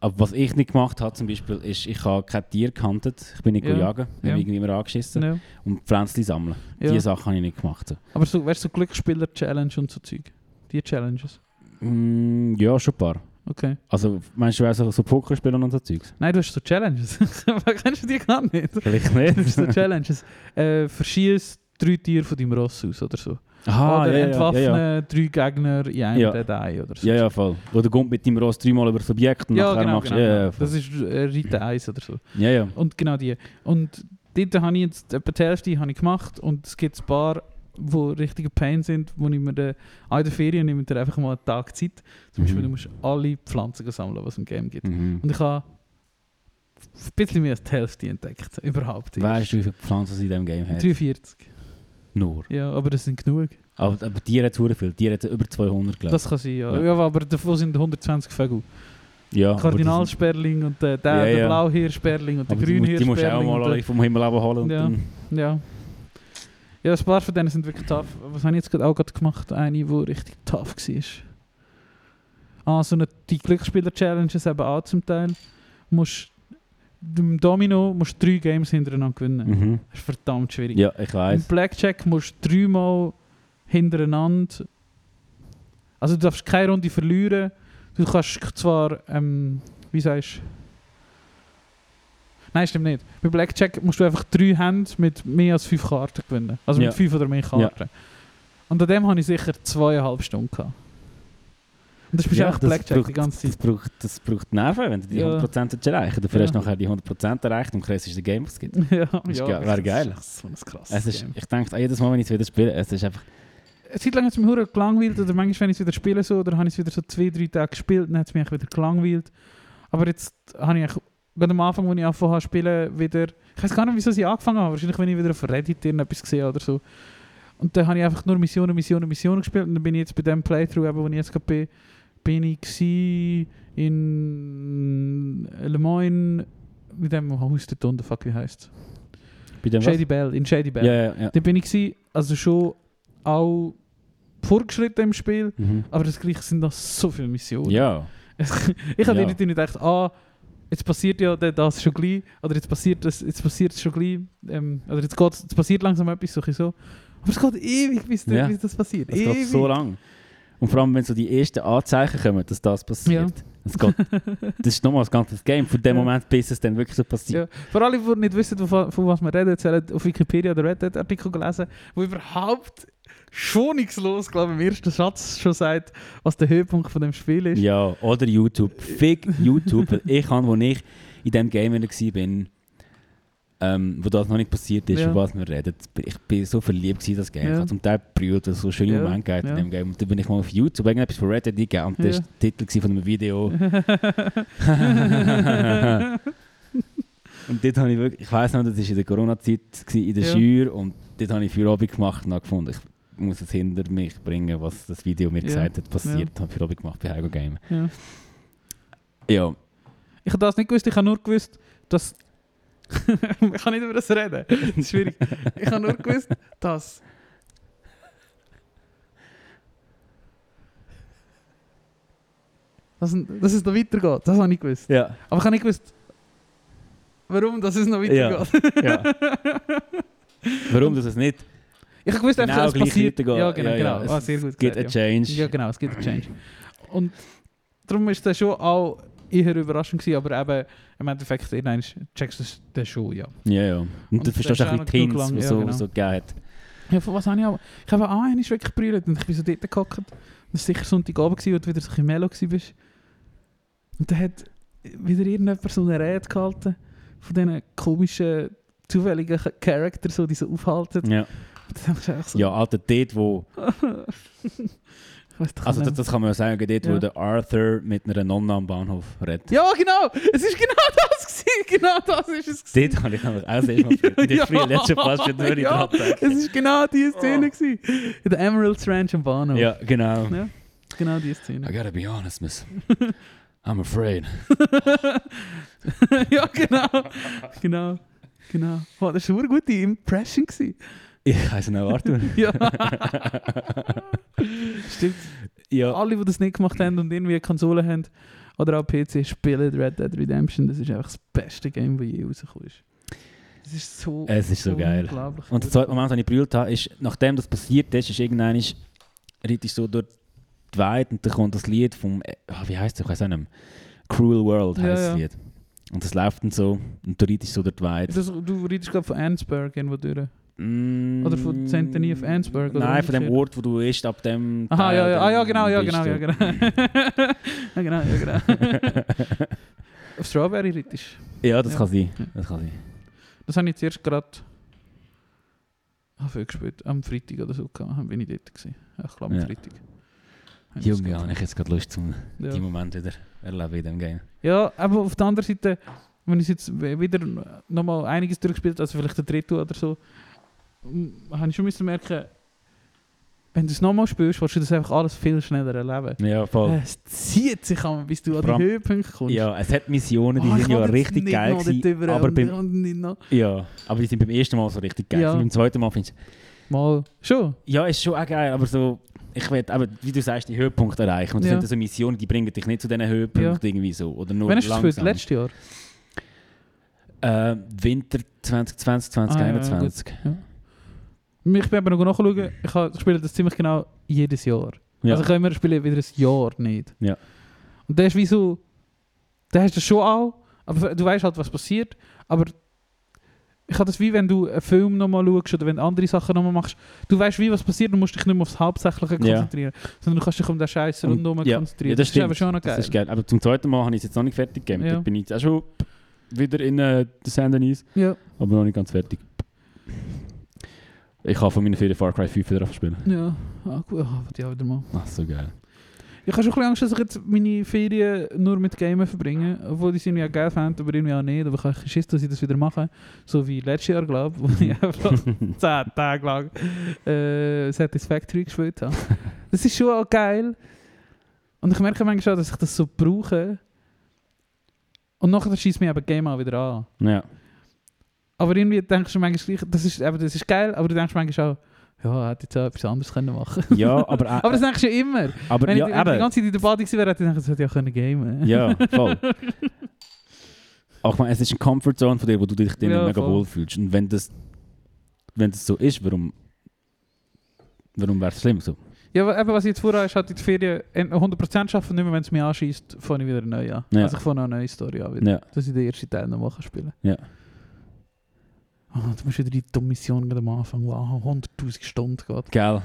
Speaker 2: Aber was ich nicht gemacht habe, zum Beispiel, ist, ich habe kein Tier gehandelt. Ich bin nicht
Speaker 3: Ja.
Speaker 2: jagen. Ich
Speaker 3: Ja.
Speaker 2: habe irgendwie immer angeschissen.
Speaker 3: Ja.
Speaker 2: Und Pflänzchen sammeln.
Speaker 3: Ja.
Speaker 2: Diese Sachen habe ich nicht gemacht.
Speaker 3: Aber so, weißt du, so Glücksspieler-Challenge und so Zeug. Die Challenges.
Speaker 2: Mm, ja, schon ein paar.
Speaker 3: Okay.
Speaker 2: Also, meinst du, weißt so Pokerspieler und so Zeugs?
Speaker 3: Nein, du hast so Challenges. Kennst du die gar nicht?
Speaker 2: Vielleicht
Speaker 3: Das ist so
Speaker 2: nicht.
Speaker 3: Challenges. Äh, verschieß drei Tiere von deinem Ross aus oder so.
Speaker 2: Aha,
Speaker 3: oder
Speaker 2: Ah, ja, ja,
Speaker 3: entwaffnen
Speaker 2: ja, ja.
Speaker 3: drei Gegner in einem
Speaker 2: Ja.
Speaker 3: Detail oder so.
Speaker 2: Ja, ja, voll. Wo du kommst mit deinem Ross dreimal über das Objekt und
Speaker 3: Ja,
Speaker 2: nachher
Speaker 3: genau,
Speaker 2: machst
Speaker 3: genau.
Speaker 2: du. Ja, ja, voll.
Speaker 3: das ist äh, Rite 1 oder so.
Speaker 2: ja, ja.
Speaker 3: Und genau die. Und dort habe ich jetzt etwa die Hälfte habe ich gemacht und es gibt ein paar, wo richtige Pain sind, wo ich mir dann, auch in der Ferien nehme ich mir einfach mal einen Tag Zeit. Zum Beispiel,
Speaker 2: Mhm.
Speaker 3: du musst alle Pflanzen sammeln, die es im Game gibt.
Speaker 2: Mhm.
Speaker 3: Und ich habe ein bisschen mehr als die Hälfte entdeckt, überhaupt.
Speaker 2: Weißt du, wie viele Pflanzen es in diesem Game hat?
Speaker 3: 43.
Speaker 2: Nur.
Speaker 3: Ja, aber das sind genug.
Speaker 2: Aber, aber Tiere hat es viel. Tiere hat über 200, glaube ich.
Speaker 3: Das kann sein, ja.
Speaker 2: Ja.
Speaker 3: ja. aber davon sind 120 Vögel.
Speaker 2: Ja, Ah, aber die sind-
Speaker 3: Kardinalsperling und der, der,
Speaker 2: Ja, ja.
Speaker 3: der Blauhirschperling und der
Speaker 2: Aber die, muss- die musst du auch
Speaker 3: Grünhirschperling.
Speaker 2: mal
Speaker 3: und
Speaker 2: alle vom Himmel abholen. Und
Speaker 3: Ja.
Speaker 2: dann,
Speaker 3: der, ja. ja, ein paar von denen sind wirklich tough. Was habe ich jetzt gerade auch gerade gemacht? Eine, die richtig tough war. Ah, so eine, die Glücksspieler-Challenges eben auch zum Teil. Musst, dem Domino musst du drei Games hintereinander gewinnen.
Speaker 2: mhm.
Speaker 3: Das ist verdammt schwierig.
Speaker 2: Ja, ich
Speaker 3: Im
Speaker 2: weiß.
Speaker 3: Blackjack musst du dreimal hintereinander. Also du darfst keine Runde verlieren. Du kannst zwar. Ähm, wie sagst du? Nein, stimmt nicht. Bei Blackjack musst du einfach drei Hände mit mehr als fünf Karten gewinnen. Also
Speaker 2: Ja.
Speaker 3: mit fünf oder mehr Karten. Und an dem habe ich sicher zweieinhalb Stunden gehabt. Und das bist
Speaker 2: Ja,
Speaker 3: einfach
Speaker 2: das
Speaker 3: Blackjack die
Speaker 2: braucht-
Speaker 3: ganze Zeit.
Speaker 2: Das braucht, das braucht Nerven, wenn du die
Speaker 3: Ja.
Speaker 2: 100% willst erreichen Dafür
Speaker 3: Ja.
Speaker 2: hast du nachher die 100% erreicht und kriegst der Game, Dus was es gibt.
Speaker 3: ja,
Speaker 2: ist ge- wär geil.
Speaker 3: Das ist so ein krasses
Speaker 2: Es ist,
Speaker 3: Game.
Speaker 2: ich denke, jedes Mal, wenn ich es wieder spiele, es ist einfach...
Speaker 3: Eine Zeit lang hat es mich verdammt gelangweilt oder manchmal, wenn ich es wieder spiele, so, oder habe ich es wieder so zwei, drei Tage gespielt, dann hat es mich eigentlich wieder gelangweilt. Aber jetzt habe ich eigentlich- gerade am Anfang, als ich angefangen habe zu spielen, wieder... Ich weiß gar nicht, wieso ich angefangen habe. Wahrscheinlich, wenn ich wieder auf Reddit irgendetwas gesehen habe oder so. Und dann habe ich einfach nur Missionen, Missionen, Missionen gespielt und dann bin ich jetzt bei dem Playthrough, eben, wo ich jetzt gerade bin, bin ich gsi in Le Moyne, mit dem Haus dort unten, fuck, wie heisst
Speaker 2: Bei dem
Speaker 3: es?
Speaker 2: was?
Speaker 3: Shady Bell, in Shady
Speaker 2: Ja,
Speaker 3: Bell.
Speaker 2: ja, ja.
Speaker 3: Da bin ich gsi, also schon auch vorgeschritten im Spiel,
Speaker 2: Mhm.
Speaker 3: aber das Gleiche sind noch so viele Missionen.
Speaker 2: Ja,
Speaker 3: Ich habe
Speaker 2: Ja.
Speaker 3: irgendwie nicht gedacht, ah, jetzt passiert ja da- das schon gleich, oder jetzt passiert das, jetzt passiert es schon gleich, ähm, oder jetzt, geht's, jetzt passiert langsam etwas, so. ein bisschen so. Aber es geht ewig, bis,
Speaker 2: Ja.
Speaker 3: bis das passiert.
Speaker 2: es
Speaker 3: ewig.
Speaker 2: geht so lang. Und vor allem, wenn so die ersten Anzeichen kommen, dass das passiert. Es geht, das ist nochmal das ganze Game, von dem
Speaker 3: Ja.
Speaker 2: Moment, bis es dann wirklich so passiert.
Speaker 3: Ja. Vor allem, die nicht wissen, von, von was wir reden, sollen auf Wikipedia oder Reddit Artikel gelesen, wo überhaupt schonungslos, glaube ich, im ersten Satz schon sagt, was der Höhepunkt von dem Spiel ist.
Speaker 2: Ja, oder YouTube. Fick YouTube. weil ich habe, wo ich in dem Game war, bin, ähm, wo das noch nicht passiert ist,
Speaker 3: Ja.
Speaker 2: über was wir reden, ich bin so verliebt gewesen in das Game.
Speaker 3: Ja.
Speaker 2: Ich habe zum Teil gebrüllt, dass es so schöne
Speaker 3: Ja,
Speaker 2: Momente gab
Speaker 3: ja.
Speaker 2: in dem Game. Und dann bin ich mal auf YouTube irgendetwas von Reddit eingegeben und das
Speaker 3: Ja.
Speaker 2: war der Titel gewesen von einem Video. und dort habe ich wirklich, ich weiss noch, das war in der Corona-Zeit, gewesen, in der
Speaker 3: Ja.
Speaker 2: Schür und dort habe ich Feierabend gemacht und habe gefunden, ich muss es hinter mich bringen, was das Video mir
Speaker 3: Ja.
Speaker 2: gesagt hat, passiert. Ich habe Feierabend gemacht bei Heigo Game.
Speaker 3: ja.
Speaker 2: Ja.
Speaker 3: Ich habe das nicht gewusst, ich habe nur gewusst, dass. ich kann nicht über das reden. Das ist schwierig. Ich habe nur gewusst, dass. Dass, dass es noch weitergeht. Das habe ich gewusst.
Speaker 2: Ja.
Speaker 3: Aber ich habe nicht gewusst, warum dass es noch
Speaker 2: Ja.
Speaker 3: weitergeht.
Speaker 2: Ja. Warum das es nicht?
Speaker 3: Ich wusste einfach,
Speaker 2: Genau,
Speaker 3: es
Speaker 2: gleich
Speaker 3: passiert.
Speaker 2: weitergehen.
Speaker 3: Ja, genau,
Speaker 2: Ja, ja,
Speaker 3: genau.
Speaker 2: es
Speaker 3: Ah, sehr gut
Speaker 2: Gibt a
Speaker 3: gesagt, ja.
Speaker 2: change.
Speaker 3: ja, genau, es gibt einen Change. Und darum ist das schon auch eher überraschend gewesen, aber eben im Endeffekt, irgendwann checkst du das- das schon, ja.
Speaker 2: Ja, ja. Und,
Speaker 3: Und
Speaker 2: du
Speaker 3: das
Speaker 2: verstehst
Speaker 3: ist
Speaker 2: auch
Speaker 3: auch
Speaker 2: ein
Speaker 3: noch
Speaker 2: bisschen die
Speaker 3: genug
Speaker 2: Hints,
Speaker 3: lang,
Speaker 2: die
Speaker 3: ja,
Speaker 2: so,
Speaker 3: genau.
Speaker 2: so gegeben hat.
Speaker 3: Ja, von was habe ich aber? Ich habe auch einen wirklich gebrüllt und ich bin so dort gehockt. Das war sicher Sonntagabend, gewesen, wo du wieder so ein bisschen mellow warst. Und dann hat wieder irgendjemand so eine Rede gehalten von diesen komischen, zufälligen Charakteren, so, die so aufhalten.
Speaker 2: Ja,
Speaker 3: Und dann denkst du einfach so,
Speaker 2: Mhm. ja Alter, dort wo...
Speaker 3: ich weiss doch
Speaker 2: Also
Speaker 3: nicht.
Speaker 2: das, das kann man ja sagen, dort wo
Speaker 3: Ja.
Speaker 2: der Arthur mit einer Nonna am Bahnhof redet.
Speaker 3: Ja, genau! Es ist genau das gewesen! Genau das ist es gewesen!
Speaker 2: Dort habe ich nämlich auch sehr mal gefreut. Ich
Speaker 3: Ja.
Speaker 2: habe letzte Pass schon durch die
Speaker 3: Ja. Es
Speaker 2: Drahtdecke.
Speaker 3: ist genau die Szene gewesen. In der Emerald Ranch am Bahnhof.
Speaker 2: Oh. Ja, genau.
Speaker 3: Ja. Genau die
Speaker 2: I
Speaker 3: Szene.
Speaker 2: gotta be honest, miss. I'm afraid.
Speaker 3: ja, genau. genau. Genau. Wow, das war eine verdammt gute Impression. Gewesen.
Speaker 2: Ich heiße noch Arthur.
Speaker 3: Ja. Stimmt.
Speaker 2: ja.
Speaker 3: Alle, die das nicht gemacht haben und irgendwie eine Konsole haben oder auch PC, spielen Red Dead Redemption. Das ist einfach das beste Game, das je rausgekommen ist. Es ist so,
Speaker 2: Es ist so geil.
Speaker 3: unglaublich
Speaker 2: Und der
Speaker 3: gut.
Speaker 2: zweite Moment, den ich gebrüllt habe, ist, nachdem das passiert ist, ist irgendwann reitest du so durch die Weide und dann kommt das Lied vom, äh, ah, wie heißt es, ich weiß auch nicht mehr. Cruel World
Speaker 3: Ja,
Speaker 2: heißt
Speaker 3: ja.
Speaker 2: das Lied. Und das läuft dann so und du reitest so durch die Weide.
Speaker 3: das, du redest gerade von Ansberg irgendwo durch.
Speaker 2: Mm,
Speaker 3: Oder von St. Denis of Ansberg, oder
Speaker 2: Nein, von dem
Speaker 3: umgekehrt.
Speaker 2: Ort, wo du bist, ab dem.
Speaker 3: Aha,
Speaker 2: Teil,
Speaker 3: ja, ja,
Speaker 2: dann
Speaker 3: ah, ja, genau, ja,
Speaker 2: bist
Speaker 3: genau,
Speaker 2: du-
Speaker 3: ja, genau. ja, genau, ja, genau. Auf Strawberry redest
Speaker 2: ja, das
Speaker 3: Ja.
Speaker 2: kann sein.
Speaker 3: Ja.
Speaker 2: Das kann sein.
Speaker 3: Das habe ich jetzt erst gerade viel gespielt. Am Freitag oder so gehabt, bin ich dort gewesen. Ich glaube am
Speaker 2: Ja.
Speaker 3: Freitag. Habe ich das
Speaker 2: Junge, habe
Speaker 3: gehabt.
Speaker 2: ich jetzt gerade Lust, zum
Speaker 3: ja.
Speaker 2: die Moment wieder erleben in dem Game.
Speaker 3: ja, aber auf der anderen Seite, wenn ich jetzt we- wieder nochmal einiges durchgespielt also vielleicht ein Drittel oder so, m- habe ich schon müssen merken, wenn du es nochmal spielst, willst du das einfach alles viel schneller erleben.
Speaker 2: Ja, voll.
Speaker 3: Es zieht sich an, bis du an
Speaker 2: Bram-
Speaker 3: die Höhepunkte kommst.
Speaker 2: Ja, es hat Missionen, die
Speaker 3: Ah, ich
Speaker 2: sind ja
Speaker 3: will jetzt
Speaker 2: richtig
Speaker 3: nicht
Speaker 2: geil
Speaker 3: noch
Speaker 2: gewesen,
Speaker 3: darüber
Speaker 2: aber,
Speaker 3: und-
Speaker 2: beim,
Speaker 3: und nicht noch.
Speaker 2: ja, aber die sind beim ersten Mal so richtig geil.
Speaker 3: Ja.
Speaker 2: Beim zweiten Mal findest
Speaker 3: Mal. Schon.
Speaker 2: du, ja, ist schon auch geil, aber so, ich will, aber wie du sagst, die Höhepunkte erreichen. Und das
Speaker 3: Ja.
Speaker 2: sind so Missionen, die bringen dich nicht zu diesen Höhepunkten irgendwie so. Oder nur
Speaker 3: Wann hast du
Speaker 2: langsam.
Speaker 3: gespielt? Letztes Jahr?
Speaker 2: äh, Winter 2020,
Speaker 3: Ah, ja, ja,
Speaker 2: 2021.
Speaker 3: Ich bin aber noch nachschauen, ich, ha- ich spiele das ziemlich genau nou jedes Jahr.
Speaker 2: Ja.
Speaker 3: Also können wir spielen wieder ein Jahr nicht.
Speaker 2: Ja.
Speaker 3: Und der ist wie so, der hast das schon auch, aber du weißt halt, was passiert, aber ich habe das dus wie, wenn du einen Film nochmal schaust oder wenn du andere Sachen nochmal machst, du weißt wie, was passiert und musst dich nicht mehr aufs Hauptsächliche
Speaker 2: Ja.
Speaker 3: konzentrieren, sondern du kannst dich um den Scheiß
Speaker 2: Und-
Speaker 3: rundherum
Speaker 2: ja.
Speaker 3: konzentrieren.
Speaker 2: Ja, das
Speaker 3: ist aber
Speaker 2: stimmt.
Speaker 3: schon noch geil.
Speaker 2: Das ist geil. Aber zum zweiten Mal habe ich es jetzt noch nicht fertig gegeben.
Speaker 3: Ja.
Speaker 2: Dort bin ich jetzt auch schon wieder in äh, der Sandenis,
Speaker 3: Ja.
Speaker 2: aber noch nicht ganz fertig. Ich kann von meinen Ferien Far Cry 5 wieder aufspielen.
Speaker 3: Ja, ah, gut, ah, warte, ja, wieder mal.
Speaker 2: Ach, so geil.
Speaker 3: Ich habe schon ein bisschen Angst, dass ich jetzt meine Ferien nur mit Gamen verbringe, obwohl ich es irgendwie auch geil fand, aber irgendwie auch nicht. Aber ich habe Schiss, dass ich das wieder mache. So wie letztes Jahr, glaube ich, wo ich einfach 10 Tage lang äh, Satisfactory gespielt habe. Das ist schon auch geil. Und ich merke manchmal auch, dass ich das so brauche. Und nachher schießt mir eben Game auch wieder an.
Speaker 2: Ja.
Speaker 3: Aber irgendwie denkst du manchmal gleich, das ist, eben, das ist geil, aber du denkst manchmal auch, ja, hätte jetzt auch etwas anderes können machen können.
Speaker 2: Ja, aber, äh,
Speaker 3: aber das denkst du ja immer.
Speaker 2: aber
Speaker 3: Wenn
Speaker 2: ja,
Speaker 3: ich, wenn ich die
Speaker 2: eben.
Speaker 3: ganze Zeit in der Bade gewesen wäre, hätte ich gedacht, das hätte ich auch können gamen.
Speaker 2: Ja, voll. Auch ich meine, es ist eine Comfortzone von dir, wo du dich drin
Speaker 3: Ja,
Speaker 2: mega
Speaker 3: voll.
Speaker 2: wohl fühlst. Und wenn das, wenn das so ist, warum, warum wäre es schlimm so?
Speaker 3: Ja, aber eben, was ich jetzt vorher ist, hat in der Ferien en- 100% schaffen, nicht mehr, wenn es mich anschießt, fange ich wieder neu an.
Speaker 2: Ja.
Speaker 3: Also ich fange auch eine neue nou Story Dus an, wieder,
Speaker 2: Ja.
Speaker 3: dass ich den ersten Teil noch machen spielen
Speaker 2: Ja.
Speaker 3: Ah, du musst wieder die dumme Mission gerade am Anfang, wow, 100'000 Stunden geht.
Speaker 2: Geil.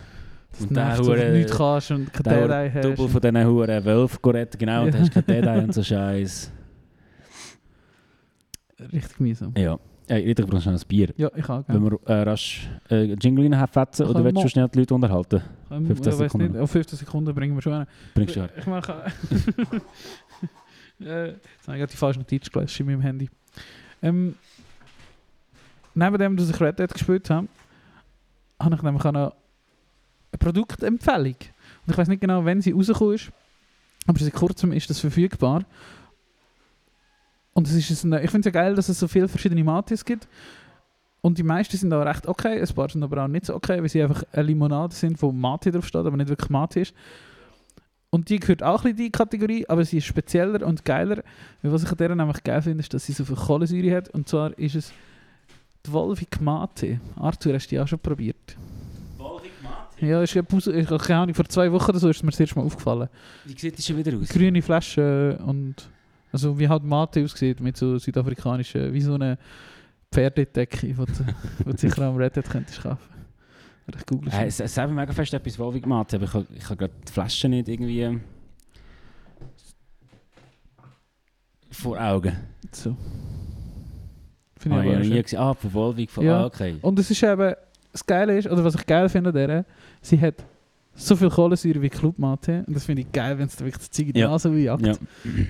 Speaker 3: Das
Speaker 2: Und der
Speaker 3: nervt, dass du
Speaker 2: Hure-
Speaker 3: nichts kannst und
Speaker 2: Der
Speaker 3: keine Datei hast.
Speaker 2: Doppel von diesen Huren Wölfen gerettet, genau. Und
Speaker 3: Ja.
Speaker 2: hast keine Deadeye und so Scheiß.
Speaker 3: Richtig mühsam.
Speaker 2: Ja. Hey, Ritter, brauchst du noch ein Bier?
Speaker 3: Ja, ich auch.
Speaker 2: Wenn wir äh, rasch äh, Jingle reinfetzen oder
Speaker 3: Kann
Speaker 2: willst du
Speaker 3: man-
Speaker 2: schnell die Leute unterhalten?
Speaker 3: Ähm,
Speaker 2: 15
Speaker 3: ich weiss
Speaker 2: Sekunden.
Speaker 3: Nicht, auf 15 Sekunden bringen wir schon einen.
Speaker 2: Bringst du her.
Speaker 3: Ich mache. äh, jetzt habe ich gerade die falsche Notiz gelesen in meinem Handy. Ähm, neben dem, dass ich Red Dead gespielt habe, habe ich nämlich auch noch eine Produktempfehlung. Und ich weiß nicht genau, wann sie rausgekommen ist, aber seit kurzem ist das verfügbar. Und es ist ein, ich finde es ja geil, dass es so viele verschiedene Matis gibt. Und die meisten sind auch recht okay, ein paar sind aber auch nicht so okay, weil sie einfach eine Limonade sind, wo Mate draufsteht, aber nicht wirklich Mate ist. Und die gehört auch ein bisschen in die Kategorie, aber sie ist spezieller und geiler. Weil was ich an der nämlich geil finde, ist, dass sie so viel Kohlensäure hat. Und zwar ist es die Wolvig Mate. Arthur, hast du die auch schon probiert? Ja, ist ja, Pus- ich keine Ahnung, vor zwei Wochen oder so ist mir das erste Mal aufgefallen.
Speaker 2: Wie sieht das schon wieder aus?
Speaker 3: Grüne Flaschen und also wie halt Mate aussieht mit so südafrikanischen, wie so eine Pferdedecke, die du die du sicher am Reddit könntest kaufen. Oder ich google es.
Speaker 2: Äh, es es selber mega fest etwas Volvo gemacht, aber ich habe ich hab gerade die Flasche nicht irgendwie ähm, vor Augen.
Speaker 3: so. Finde
Speaker 2: Ah, ich
Speaker 3: ich aber
Speaker 2: habe
Speaker 3: auch
Speaker 2: nie
Speaker 3: schön.
Speaker 2: gesehen. Ah, die Volvo von
Speaker 3: Ja. Oh.
Speaker 2: ah, okay.
Speaker 3: Und es ist eben, das Geile ist, oder was ich geil finde an der, sie hat so viel Kohlensäure wie Club Mate. Und das finde ich geil, wenn es da wirklich das Zeug in die
Speaker 2: Ja.
Speaker 3: Nase wie jagt.
Speaker 2: Ja.
Speaker 3: Das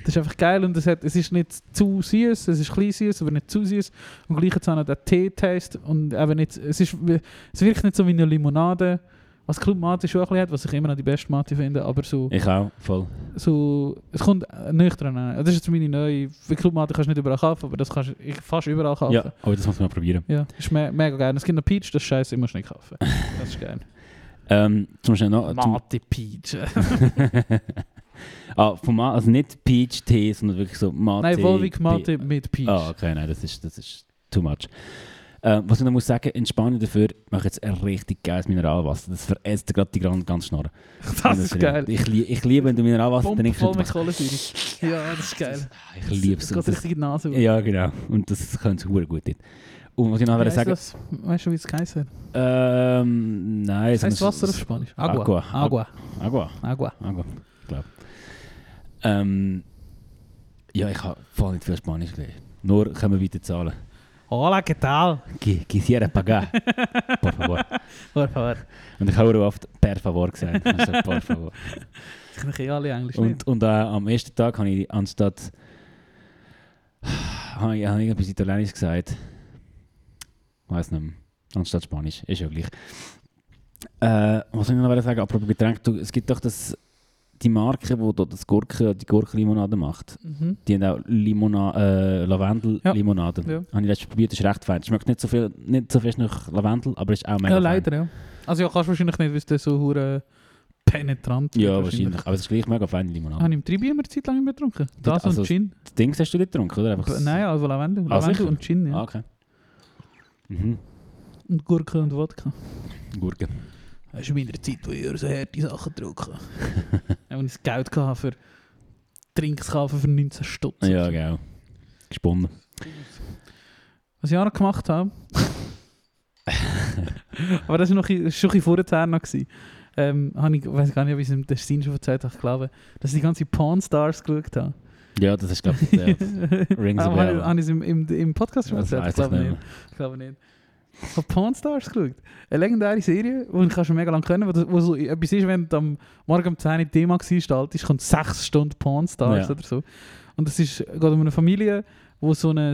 Speaker 3: ist einfach geil und es, hat, es ist nicht zu süß, es ist klein süß, aber nicht zu süß. Und gleich hat es auch noch den Tee-Taste und eben nicht, es, ist, wie- es wirkt nicht so wie eine Limonade, was Club Mate schon ein bisschen hat, was ich immer noch die beste Mate finde, aber so,
Speaker 2: Ich auch, voll.
Speaker 3: so es kommt äh, nüchtern an. Das ist jetzt meine neue, bei Club Mate kannst du nicht überall kaufen, aber das kannst du ich- fast überall kaufen.
Speaker 2: Ja, Oh, aber das muss man mal probieren.
Speaker 3: Ja, ist me mega geil. Und Es gibt noch Peach, das ist scheiße, ich muss nicht kaufen. Das ist geil.
Speaker 2: Ähm, zum Beispiel noch... Zum,
Speaker 3: Mate Peach.
Speaker 2: ah, vom Ma also nicht Peach-Tee, sondern wirklich so Mate...
Speaker 3: Nein, Volvic
Speaker 2: Pe-
Speaker 3: Mate mit Peach.
Speaker 2: Ah, okay, nein, das ist, das ist too much. Äh, was ich noch muss sagen, in Spanien dafür mache ich jetzt ein richtig geiles Mineralwasser. Das verätzt gerade die Gran- ganze Schnorre.
Speaker 3: Das ist geil.
Speaker 2: Ich, Dus, eh, lie- ich liebe, wenn du Mineralwasser
Speaker 3: Pumpe
Speaker 2: trinkst.
Speaker 3: voll
Speaker 2: und
Speaker 3: mit
Speaker 2: machst-
Speaker 3: Kohlensäure. Ja, das ist geil.
Speaker 2: Ah, Ich liebe es.
Speaker 3: Das geht richtig in die Nase.
Speaker 2: Ja, genau. Und das können sie sehr gut dort. Und was ich noch
Speaker 3: Wie
Speaker 2: wollte
Speaker 3: heisst
Speaker 2: sagen...
Speaker 3: das? Weißt du, wie es geheißen hat?
Speaker 2: Ähm, nein...
Speaker 3: Das heißt Wasser auf Spanisch. Agua.
Speaker 2: Agua.
Speaker 3: Agua.
Speaker 2: Agua.
Speaker 3: Agua.
Speaker 2: Agua, Ah, ich glaube. Ähm, ja, ich habe voll nicht viel Spanisch gelernt. Nur können wir weiter zahlen.
Speaker 3: Hola, ¿qué tal?
Speaker 2: Qui- Quisiera pagar, por favor.
Speaker 3: Por favor. Das
Speaker 2: Und ich habe auch oft per favor gesagt. Also, por favor.
Speaker 3: können eh alle Englisch nicht.
Speaker 2: Und, und äh, am ersten Tag habe ich anstatt. habe ich habe ich etwas Italienisch gesagt. Weiß nicht mehr. Anstatt Spanisch. Ist ja gleich. Äh, was soll ich noch sagen? Apropos Getränk. Du, es gibt doch das, die Marke, die da das Gurke, die Gurkenlimonade macht.
Speaker 3: Mhm.
Speaker 2: Die haben auch Limona äh,
Speaker 3: Ja.
Speaker 2: Lavendel-Limonade.
Speaker 3: Ja.
Speaker 2: Habe ich letztens probiert, ist recht fein. Schmeckt nicht so, viel, nicht so fest nach Lavendel, aber ist auch mega
Speaker 3: Ja,
Speaker 2: fein.
Speaker 3: leider, ja. Also ja, kannst du wahrscheinlich nicht, weil es dann so hure eh, penetrant
Speaker 2: Ja,
Speaker 3: wird
Speaker 2: wahrscheinlich. Aber es ist gleich mega feine Limonade.
Speaker 3: Habe ich im Tribi immer eine Zeit lang nicht mehr getrunken. Das
Speaker 2: Also-
Speaker 3: und Gin.
Speaker 2: Das Ding hast du nicht getrunken, oder? Einfach so-
Speaker 3: Nein, also Lavendel.
Speaker 2: Ah,
Speaker 3: Lavendel
Speaker 2: sicher?
Speaker 3: und Gin, ja.
Speaker 2: Ah, okay. Mhm.
Speaker 3: Und Gurke und Wodka.
Speaker 2: Gurke.
Speaker 3: Das war in meiner Zeit, wo ich eher so harte Sachen getrunken habe. Ja, Wenn ich das Geld hatte für Trinks kaufen für 19 Stutz.
Speaker 2: Ah, Ja, genau. Gesponnen.
Speaker 3: Was ich auch noch gemacht habe. Aber das war noch ein bisschen- das war schon ein bisschen vorher noch. gewesen. Ähm, habe ich weiß gar nicht, ob ich es im Destin schon erzählt habe, ich glaube, dass ich die ganze Pawn Stars geschaut habe.
Speaker 2: Ja, das ist, glaube ich, der. Rings a
Speaker 3: Aber habe
Speaker 2: bell.
Speaker 3: ich- habe ich es im, im, im Podcast schon
Speaker 2: das
Speaker 3: erzählt? Ich
Speaker 2: weiß ich
Speaker 3: glaube
Speaker 2: nicht.
Speaker 3: nicht.
Speaker 2: mehr.
Speaker 3: Ich glaube nicht. Ich habe Pawn Stars geschaut. Eine legendäre Serie, die ich schon mega lange kennen kann. Wo so etwas ist, wenn du am Morgen um 10 Uhr Thema gestaltet ist, kommt 6 Stunden Pawn Stars
Speaker 2: Ja.
Speaker 3: oder so. Und es ist, geht um eine Familie, die so ein, ein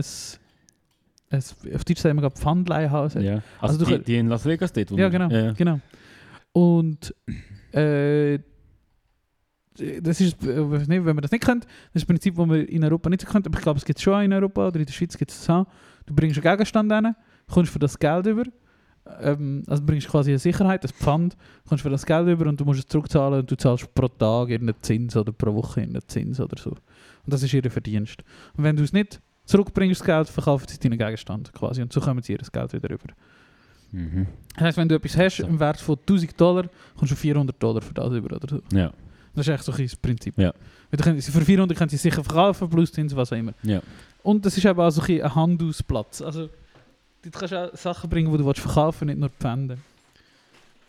Speaker 3: auf Deutsch sagen wir gerade Pfandleihhaus hat.
Speaker 2: Ja. Also,
Speaker 3: Also du
Speaker 2: die,
Speaker 3: könnt-
Speaker 2: die in Las Vegas dort. wo
Speaker 3: Ja,
Speaker 2: wir-
Speaker 3: genau.
Speaker 2: Ja.
Speaker 3: genau. Und äh, das ist, äh, weiss nicht, wenn man das nicht kennt, das ist ein Prinzip, das man in Europa nicht so kennt, aber ich glaube, es gibt es schon auch in Europa oder in der Schweiz gibt es das auch. Du bringst einen Gegenstand hin, kommst für das Geld über, ähm, also du bringst quasi eine Sicherheit, ein Pfand, kommst für das Geld über und du musst es zurückzahlen und du zahlst pro Tag irgendeinen Zins oder pro Woche irgendeinen Zins oder so. Und das ist ihr Verdienst. Und wenn du es nicht zurückbringst, das Geld, verkaufen sie deinen Gegenstand quasi und so kommen sie ihr das Geld wieder über.
Speaker 2: Mhm.
Speaker 3: Das heisst, wenn du etwas hast, im Wert von 1000 Dollar, kommst du 400 Dollar für das über. Oder so.
Speaker 2: Ja.
Speaker 3: Das ist echt so ein bisschen das Prinzip.
Speaker 2: Ja.
Speaker 3: Weil du kannst- für 400 kannst du sie sicher verkaufen, plus Zins, was dus auch immer.
Speaker 2: Ja.
Speaker 3: Und das ist eben auch so ein, bisschen ein Handelsplatz. Also, dort kannst du auch Sachen bringen, die du willst verkaufen nicht nur Pfände.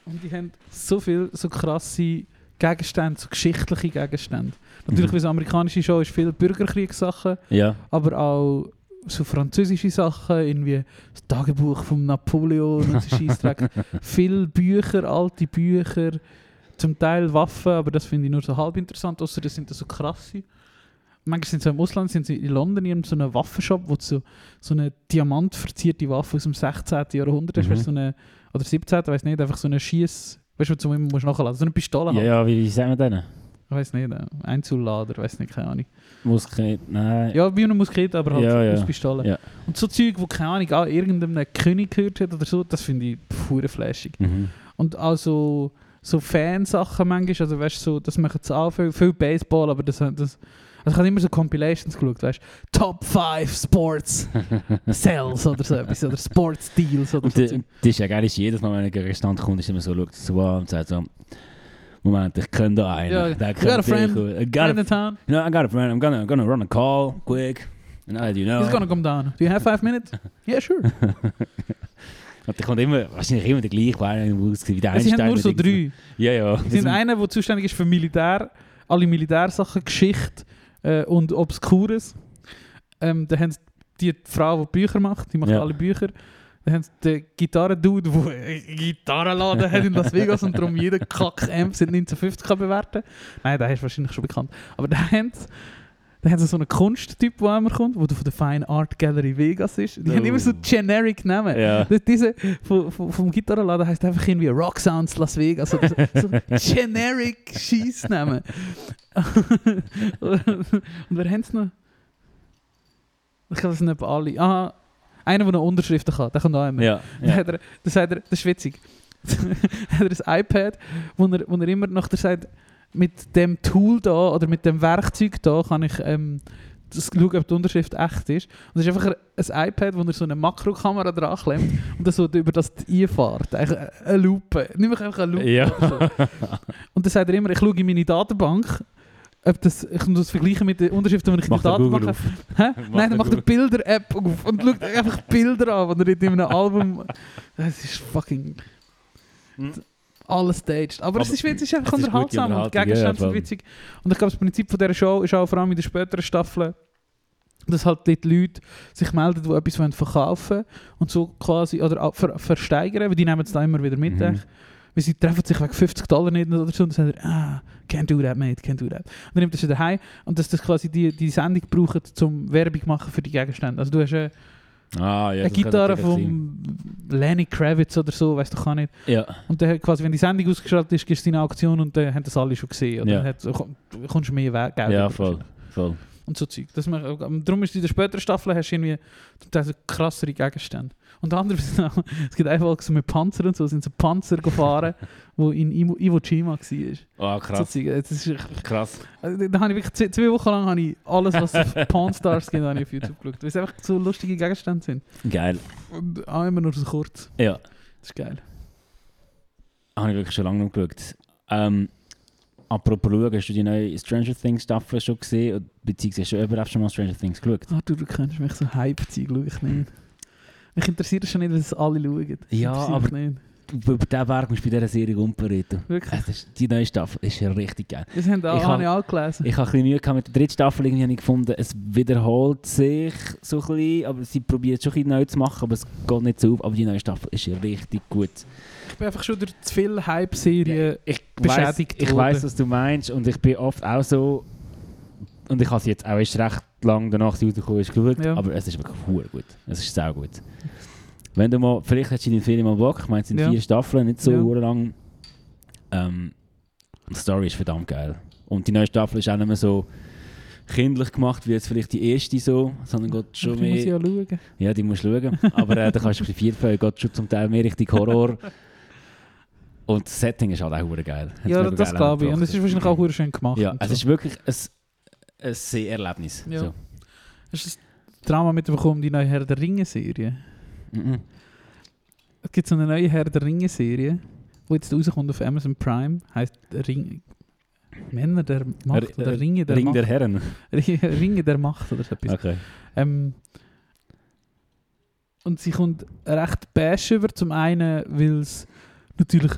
Speaker 3: Und die haben so viel so krasse Gegenstände, so geschichtliche Gegenstände. Natürlich,
Speaker 2: Mhm.
Speaker 3: weil es eine amerikanische Show ist, viel Bürgerkriegssachen
Speaker 2: Ja.
Speaker 3: aber auch so französische Sachen, irgendwie das Tagebuch von Napoleon und so Scheissdreck. Viele Bücher, alte Bücher, zum Teil Waffen, aber das finde ich nur so halb interessant, außer das sind so krasse. Manchmal sind sie im Ausland, sind sie in London in so einem Waffenshop, wo du so, so eine diamantverzierte Waffe aus dem 16. Jahrhundert hast,
Speaker 2: Mhm.
Speaker 3: weißt du, so eine, oder 17., weiß nicht, einfach so eine Schieß, weißt du, wo du immer musst nachladen, so eine Pistole
Speaker 2: Ja,
Speaker 3: halt.
Speaker 2: ja, wie, wie sagen wir denen?
Speaker 3: Ich weiß nicht, äh, Einzellader, weiß nicht, keine Ahnung.
Speaker 2: Muskel. Nein.
Speaker 3: Ja, wie eine Muskete, aber halt
Speaker 2: Ja, ja.
Speaker 3: aus Pistolen.
Speaker 2: Ja.
Speaker 3: Und so Zeug, wo keine Ahnung, auch irgendeinem König gehört hat oder so, das finde ich pure flashig.
Speaker 2: Mhm.
Speaker 3: Und auch so, so Fansachen manchmal, also weißt du, so, das machen sie auch viel, viel Baseball, aber das, das Also ich habe immer so Compilations geschaut, weißt du? Top 5 Sports Sales oder so etwas. Oder Sports Deals oder
Speaker 2: Und
Speaker 3: so.
Speaker 2: das ist ja geil, ist jedes Mal, wenn ein Restaurant kommt, ist immer so, schaut so an und sagt so, Moment, ich kenne da einen.
Speaker 3: Ja,
Speaker 2: der
Speaker 3: I
Speaker 2: kennt
Speaker 3: got a
Speaker 2: dich.
Speaker 3: friend.
Speaker 2: I got a,
Speaker 3: Chinatown. town.
Speaker 2: you know, I got a friend. I'm gonna, gonna run a call, quick. And I let you know.
Speaker 3: He's gonna come down. Do you have 5 minutes? Yeah, sure.
Speaker 2: Und da kommt immer, wahrscheinlich immer der gleiche, weil er aussieht wie der
Speaker 3: Es sind
Speaker 2: Einstein.
Speaker 3: nur so
Speaker 2: der denkt
Speaker 3: drei.
Speaker 2: so, Ja, ja.
Speaker 3: Es sind einer, der zuständig ist für Militär, alle Militärsachen, Geschichte äh, und Obskures. Ähm, dann haben sie die Frau, die Bücher macht, die macht
Speaker 2: Ja.
Speaker 3: alle Bücher. Dann haben sie den Gitarrendude, der einen Gitarrenladen hat in Las Vegas und darum jeden Kack-Amp seit 1950 kann bewerten Nein, der ist wahrscheinlich schon bekannt. Aber dann haben sie, dann haben sie so einen Kunsttyp, der immer kommt, der von der Fine Art Gallery Vegas ist. Die haben immer so
Speaker 2: Oh.
Speaker 3: generic Namen.
Speaker 2: Ja.
Speaker 3: Das, diese vom, vom, vom Gitarrenladen heißt einfach irgendwie Rock Sounds Las Vegas oder so, so generic Schießnamen. und wer haben noch? Ich glaube, das sind etwa alle. Ah, einer, der noch Unterschriften kann, der kommt auch immer.
Speaker 2: Ja,
Speaker 3: Dann
Speaker 2: ja.
Speaker 3: hat er, dann sagt er, das ist witzig. hat er ein iPad, wo er, wo er immer noch der sagt, mit dem Tool da oder mit dem Werkzeug da kann ich ähm, das schauen, ob die Unterschrift echt ist. Und es ist einfach ein iPad, wo er so eine Makrokamera dran klemmt und das so über das einfahrt. Eigentlich Eine Lupe. Nimm einfach eine Lupe.
Speaker 2: ja.
Speaker 3: Und dann sagt er immer, ich schaue in meine Datenbank, ob das, ich muss das vergleichen mit den Unterschriften, die ich in
Speaker 2: Mach
Speaker 3: der
Speaker 2: den
Speaker 3: Datenbank
Speaker 2: Google
Speaker 3: habe.
Speaker 2: auf.
Speaker 3: Hä?
Speaker 2: Macht
Speaker 3: Nein,
Speaker 2: er
Speaker 3: dann macht er
Speaker 2: gut.
Speaker 3: Bilder-App auf und schaut einfach Bilder an, wenn er in einem Album. Das ist fucking.
Speaker 2: Hm.
Speaker 3: Alles staged. Aber, es
Speaker 2: Aber
Speaker 3: ist witzig, es ist einfach
Speaker 2: es ist gute
Speaker 3: unterhaltsam und die
Speaker 2: Unterhaltung,
Speaker 3: Gegenstände
Speaker 2: ja, ja,
Speaker 3: sind
Speaker 2: voll.
Speaker 3: witzig. Und ich glaube, das Prinzip von dieser Show ist auch vor allem in den späteren Staffeln, dass halt dort Leute sich melden, die etwas wollen verkaufen wollen und so quasi, oder auch ver versteigern, weil die nehmen es da immer wieder mit.
Speaker 2: Mhm.
Speaker 3: denke ich. Weil sie treffen sich wegen 50 Dollar nicht oder so und dann sagen, ah, can't do that, mate, can't do that. Und dann nimmt er sie daheim und dass das quasi die, die Sendung brauchen, um Werbung machen für die Gegenstände. Also du hast eine,
Speaker 2: Ah, ja.
Speaker 3: eine
Speaker 2: das kann
Speaker 3: Gitarre
Speaker 2: natürlich sein.
Speaker 3: von Lenny Kravitz oder so, weißt du, kann nicht.
Speaker 2: Ja,
Speaker 3: Und dann quasi, wenn die Sendung ausgeschaltet ist, gibst du deine Auktion und dann haben das alle schon gesehen. Oder
Speaker 2: Ja.
Speaker 3: dann hat, komm- kommst du mehr We- Geld.
Speaker 2: ja,
Speaker 3: über.
Speaker 2: voll. voll.
Speaker 3: Und so Zeug. Das man, ähm, darum ist in der späteren Staffel hast du irgendwie zum Teil so krassere Gegenstände. Unter anderem sind auch, es gibt einfach so mit Panzer und so, sind so Panzer gefahren, wo in Iwo, Iwo Jima war. So
Speaker 2: Ah, krass.
Speaker 3: Zeug. Das ist echt-
Speaker 2: Krass.
Speaker 3: also, da habe ich wirklich zwei, zwei Wochen lang habe ich alles, was auf Pawn Stars gibt, habe ich auf YouTube geschaut. Weil es einfach so lustige Gegenstände sind.
Speaker 2: Geil.
Speaker 3: Und auch immer nur so kurz.
Speaker 2: Ja.
Speaker 3: Das ist geil.
Speaker 2: Habe ich wirklich schon lange nicht geschaut. Ähm, apropos schauen, hast du die neue Stranger Things Staffel schon gesehen? Oder Beziehungsweise hast du überhaupt schon mal Stranger Things geschaut?
Speaker 3: Ah, du, du kennst mich so hype zeug schaue ich nicht. Mich interessiert es schon nicht, dass es alle schauen. Das
Speaker 2: Ja,
Speaker 3: interessiert mich Nicht.
Speaker 2: Über diesen Berg musst du bei dieser Serie umbereden.
Speaker 3: Wirklich.
Speaker 2: Es ist, die neue Staffel ist ja richtig geil.
Speaker 3: Das haben alle,
Speaker 2: Ich
Speaker 3: ich
Speaker 2: hab-
Speaker 3: habe ich auch gelesen.
Speaker 2: Ich habe ein bisschen Mühe gehabt mit der dritten Staffel. Irgendwie habe ich gefunden, es wiederholt sich so ein bisschen. Aber sie probiert es schon ein bisschen neu zu machen, aber es geht nicht so auf. Aber die neue Staffel ist ja richtig gut.
Speaker 3: Ich bin einfach schon durch zu viel Hype-Serien.
Speaker 2: ich
Speaker 3: beschädigt
Speaker 2: weiss, Ich
Speaker 3: worden.
Speaker 2: weiß, was du meinst und ich bin oft auch so und ich habe sie jetzt auch erst recht lang danach sie rausgekommen ist geschaut,
Speaker 3: Ja.
Speaker 2: aber es ist wirklich hure gut. Es ist sehr gut. Wenn du mal, vielleicht hättest du den Film mal Bock, ich meine, es sind
Speaker 3: Ja.
Speaker 2: vier Staffeln, nicht so
Speaker 3: Ja.
Speaker 2: hure lang. Ähm, die Story ist verdammt geil. Und die neue Staffel ist auch nicht mehr so kindlich gemacht, wie jetzt vielleicht die erste so, sondern geht schon
Speaker 3: ich muss
Speaker 2: mehr...
Speaker 3: ja schauen.
Speaker 2: Ja, die musst du schauen. Aber äh, da kannst du auf die Viertfälle, geht schon zum Teil mehr richtig Horror. Und das Setting ist halt auch hure geil. Hat's
Speaker 3: Ja,
Speaker 2: mega
Speaker 3: das
Speaker 2: geil
Speaker 3: glaube ich.
Speaker 2: angebracht.
Speaker 3: Und es ist wahrscheinlich auch sehr schön gemacht.
Speaker 2: Ja, also
Speaker 3: und
Speaker 2: es
Speaker 3: so.
Speaker 2: ist wirklich ein, ein Seherlebnis.
Speaker 3: Ja.
Speaker 2: So.
Speaker 3: Hast du das Drama mitbekommen, die nou neue Herr der Ringe-Serie?
Speaker 2: Mhm.
Speaker 3: Es gibt so eine neue Herr der Ringe-Serie, die jetzt rauskommt auf Amazon Prime. Heißt Ring... Männer der Macht
Speaker 2: R-
Speaker 3: oder
Speaker 2: äh,
Speaker 3: Ringe der
Speaker 2: Ring
Speaker 3: Macht.
Speaker 2: der Herren.
Speaker 3: Ringe der Macht oder so etwas.
Speaker 2: Okay.
Speaker 3: Ähm, und sie kommt recht bash über. Zum einen, weil es natürlich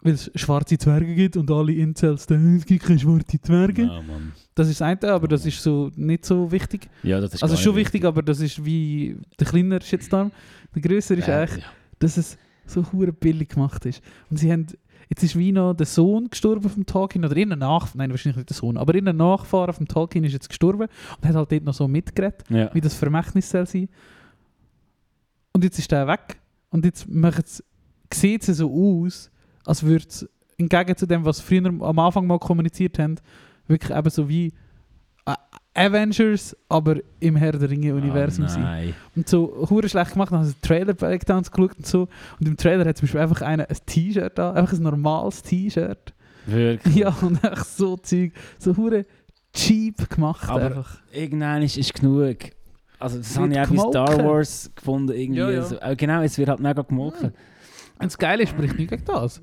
Speaker 3: weil's schwarze Zwerge gibt und alle Incels denken, es gibt keine schwarze Zwerge.
Speaker 2: Ah, Mann.
Speaker 3: Das ist das eine, aber das ist so nicht so wichtig.
Speaker 2: Ja, das ist
Speaker 3: also
Speaker 2: gar
Speaker 3: schon
Speaker 2: nicht
Speaker 3: wichtig, aber das ist wie der kleinere Shitstorm. Der größere ist
Speaker 2: Äh,
Speaker 3: eigentlich, dass es so hure billig gemacht ist. Und sie haben, jetzt ist wie noch der Sohn gestorben vom Tolkien, oder ihren Nach, nein, wahrscheinlich nicht der Sohn, aber ihren Nachfahren vom Tolkien ist jetzt gestorben und hat halt dort noch so mitgeredet
Speaker 2: Ja.
Speaker 3: wie das Vermächtnis soll sein. Und jetzt ist der weg. Und jetzt macht's- sieht es so aus, als würde es entgegen zu dem, was früher am Anfang mal kommuniziert haben, wirklich eben so wie äh, Avengers, aber im Herr der Ringe-Universum
Speaker 2: Ah,
Speaker 3: sein.
Speaker 2: nein.
Speaker 3: Und so hure schlecht gemacht, dann haben sie Trailer-Breakdowns geschaut und so. Und im Trailer hat zum Beispiel einfach einer ein T-Shirt an, einfach ein normales T-Shirt.
Speaker 2: Wirklich.
Speaker 3: Ja, und echt so Zeug. So hure cheap gemacht.
Speaker 2: Aber
Speaker 3: einfach.
Speaker 2: Irgendwann ist, ist genug. Also das
Speaker 3: Es
Speaker 2: habe
Speaker 3: wird
Speaker 2: ich auch bei Star
Speaker 3: gemolken.
Speaker 2: Wars gefunden. Irgendwie
Speaker 3: Ja, ja.
Speaker 2: So, äh, genau, es wird halt mega gemolken.
Speaker 3: Und das Geile ist, spricht nichts gegen das.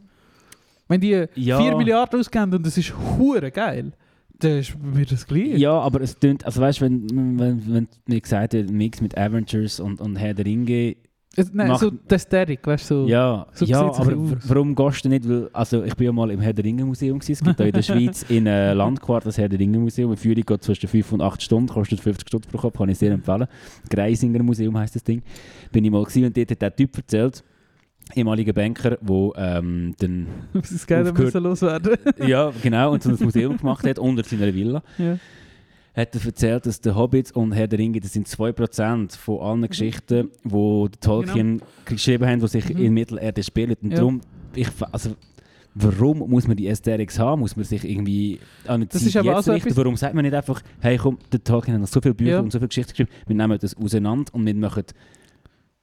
Speaker 3: Wenn die
Speaker 2: Ja.
Speaker 3: 4 Milliarden ausgeben und das ist hure geil, dann ist mir das gleich.
Speaker 2: Ja, aber es tönt, also weißt du, wenn, wenn, wenn mir gesagt wird, Mix mit Avengers und, und Herr der Ringe,
Speaker 3: Es- Nein,
Speaker 2: Mach-
Speaker 3: so die Ästhetik, weißt du, so
Speaker 2: ja,
Speaker 3: so
Speaker 2: ja,
Speaker 3: sieht's ein
Speaker 2: aber
Speaker 3: bisschen
Speaker 2: w-
Speaker 3: aus.
Speaker 2: warum gehst du nicht, weil, also ich bin ja mal im Herr der Ringe Museum gewesen, es gibt hier in der Schweiz in äh, Landquart das Herr der Ringe Museum, eine Führung geht zwischen 5 und 8 Stunden, kostet 50 Stunden pro Kopf, kann ich sehr empfehlen. Greisinger Museum heisst das Ding, bin ich mal gewesen und dort hat der Typ erzählt, ehemaliger Banker, der ähm, den,
Speaker 3: was das Geld
Speaker 2: Aufgehört.
Speaker 3: müssen loswerden.
Speaker 2: ja genau, und so ein Museum gemacht hat, unter seiner Villa.
Speaker 3: ja.
Speaker 2: hat er erzählt, dass der Hobbit und Herr der Ringe, das sind 2% von allen Geschichten, die der Tolkien geschrieben haben, die sich
Speaker 3: Genau. Mhm.
Speaker 2: in Mittelerde spielen. Und
Speaker 3: Ja.
Speaker 2: darum, ich, fa- also, warum muss man die Ästhetics haben? Muss man sich irgendwie an eine
Speaker 3: Das
Speaker 2: Zeit
Speaker 3: ist aber auch
Speaker 2: jetzt
Speaker 3: so
Speaker 2: richten?
Speaker 3: etwas-
Speaker 2: Warum sagt man nicht einfach, hey komm, der Tolkien hat noch so viele Bücher
Speaker 3: Ja.
Speaker 2: und so viele Geschichten geschrieben, wir nehmen das auseinander und wir machen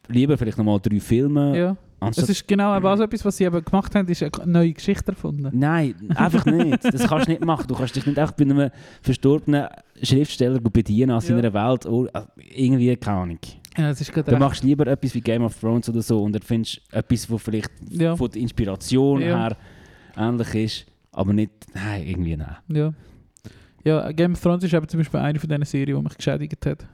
Speaker 2: lieber vielleicht nochmal drei Filme,
Speaker 3: ja. Es
Speaker 2: anstatt...
Speaker 3: ist genau eben auch so etwas, was sie eben gemacht haben, ist eine neue Geschichte erfunden.
Speaker 2: Nein, einfach nicht. Das kannst du nicht machen. Du kannst dich nicht einfach bei einem verstorbenen Schriftsteller bedienen an
Speaker 3: Ja.
Speaker 2: seiner Welt. Oh, also irgendwie, keine Ahnung.
Speaker 3: Ja, es ist gerade
Speaker 2: Dann
Speaker 3: recht.
Speaker 2: machst du lieber etwas wie Game of Thrones oder so und erfindest etwas, wo vielleicht
Speaker 3: Ja,
Speaker 2: von der Inspiration
Speaker 3: Ja.
Speaker 2: her ähnlich ist, aber nicht, nein, irgendwie nein.
Speaker 3: ja. ja, Game of Thrones ist eben zum Beispiel eine von diesen Serien, die mich geschädigt hat.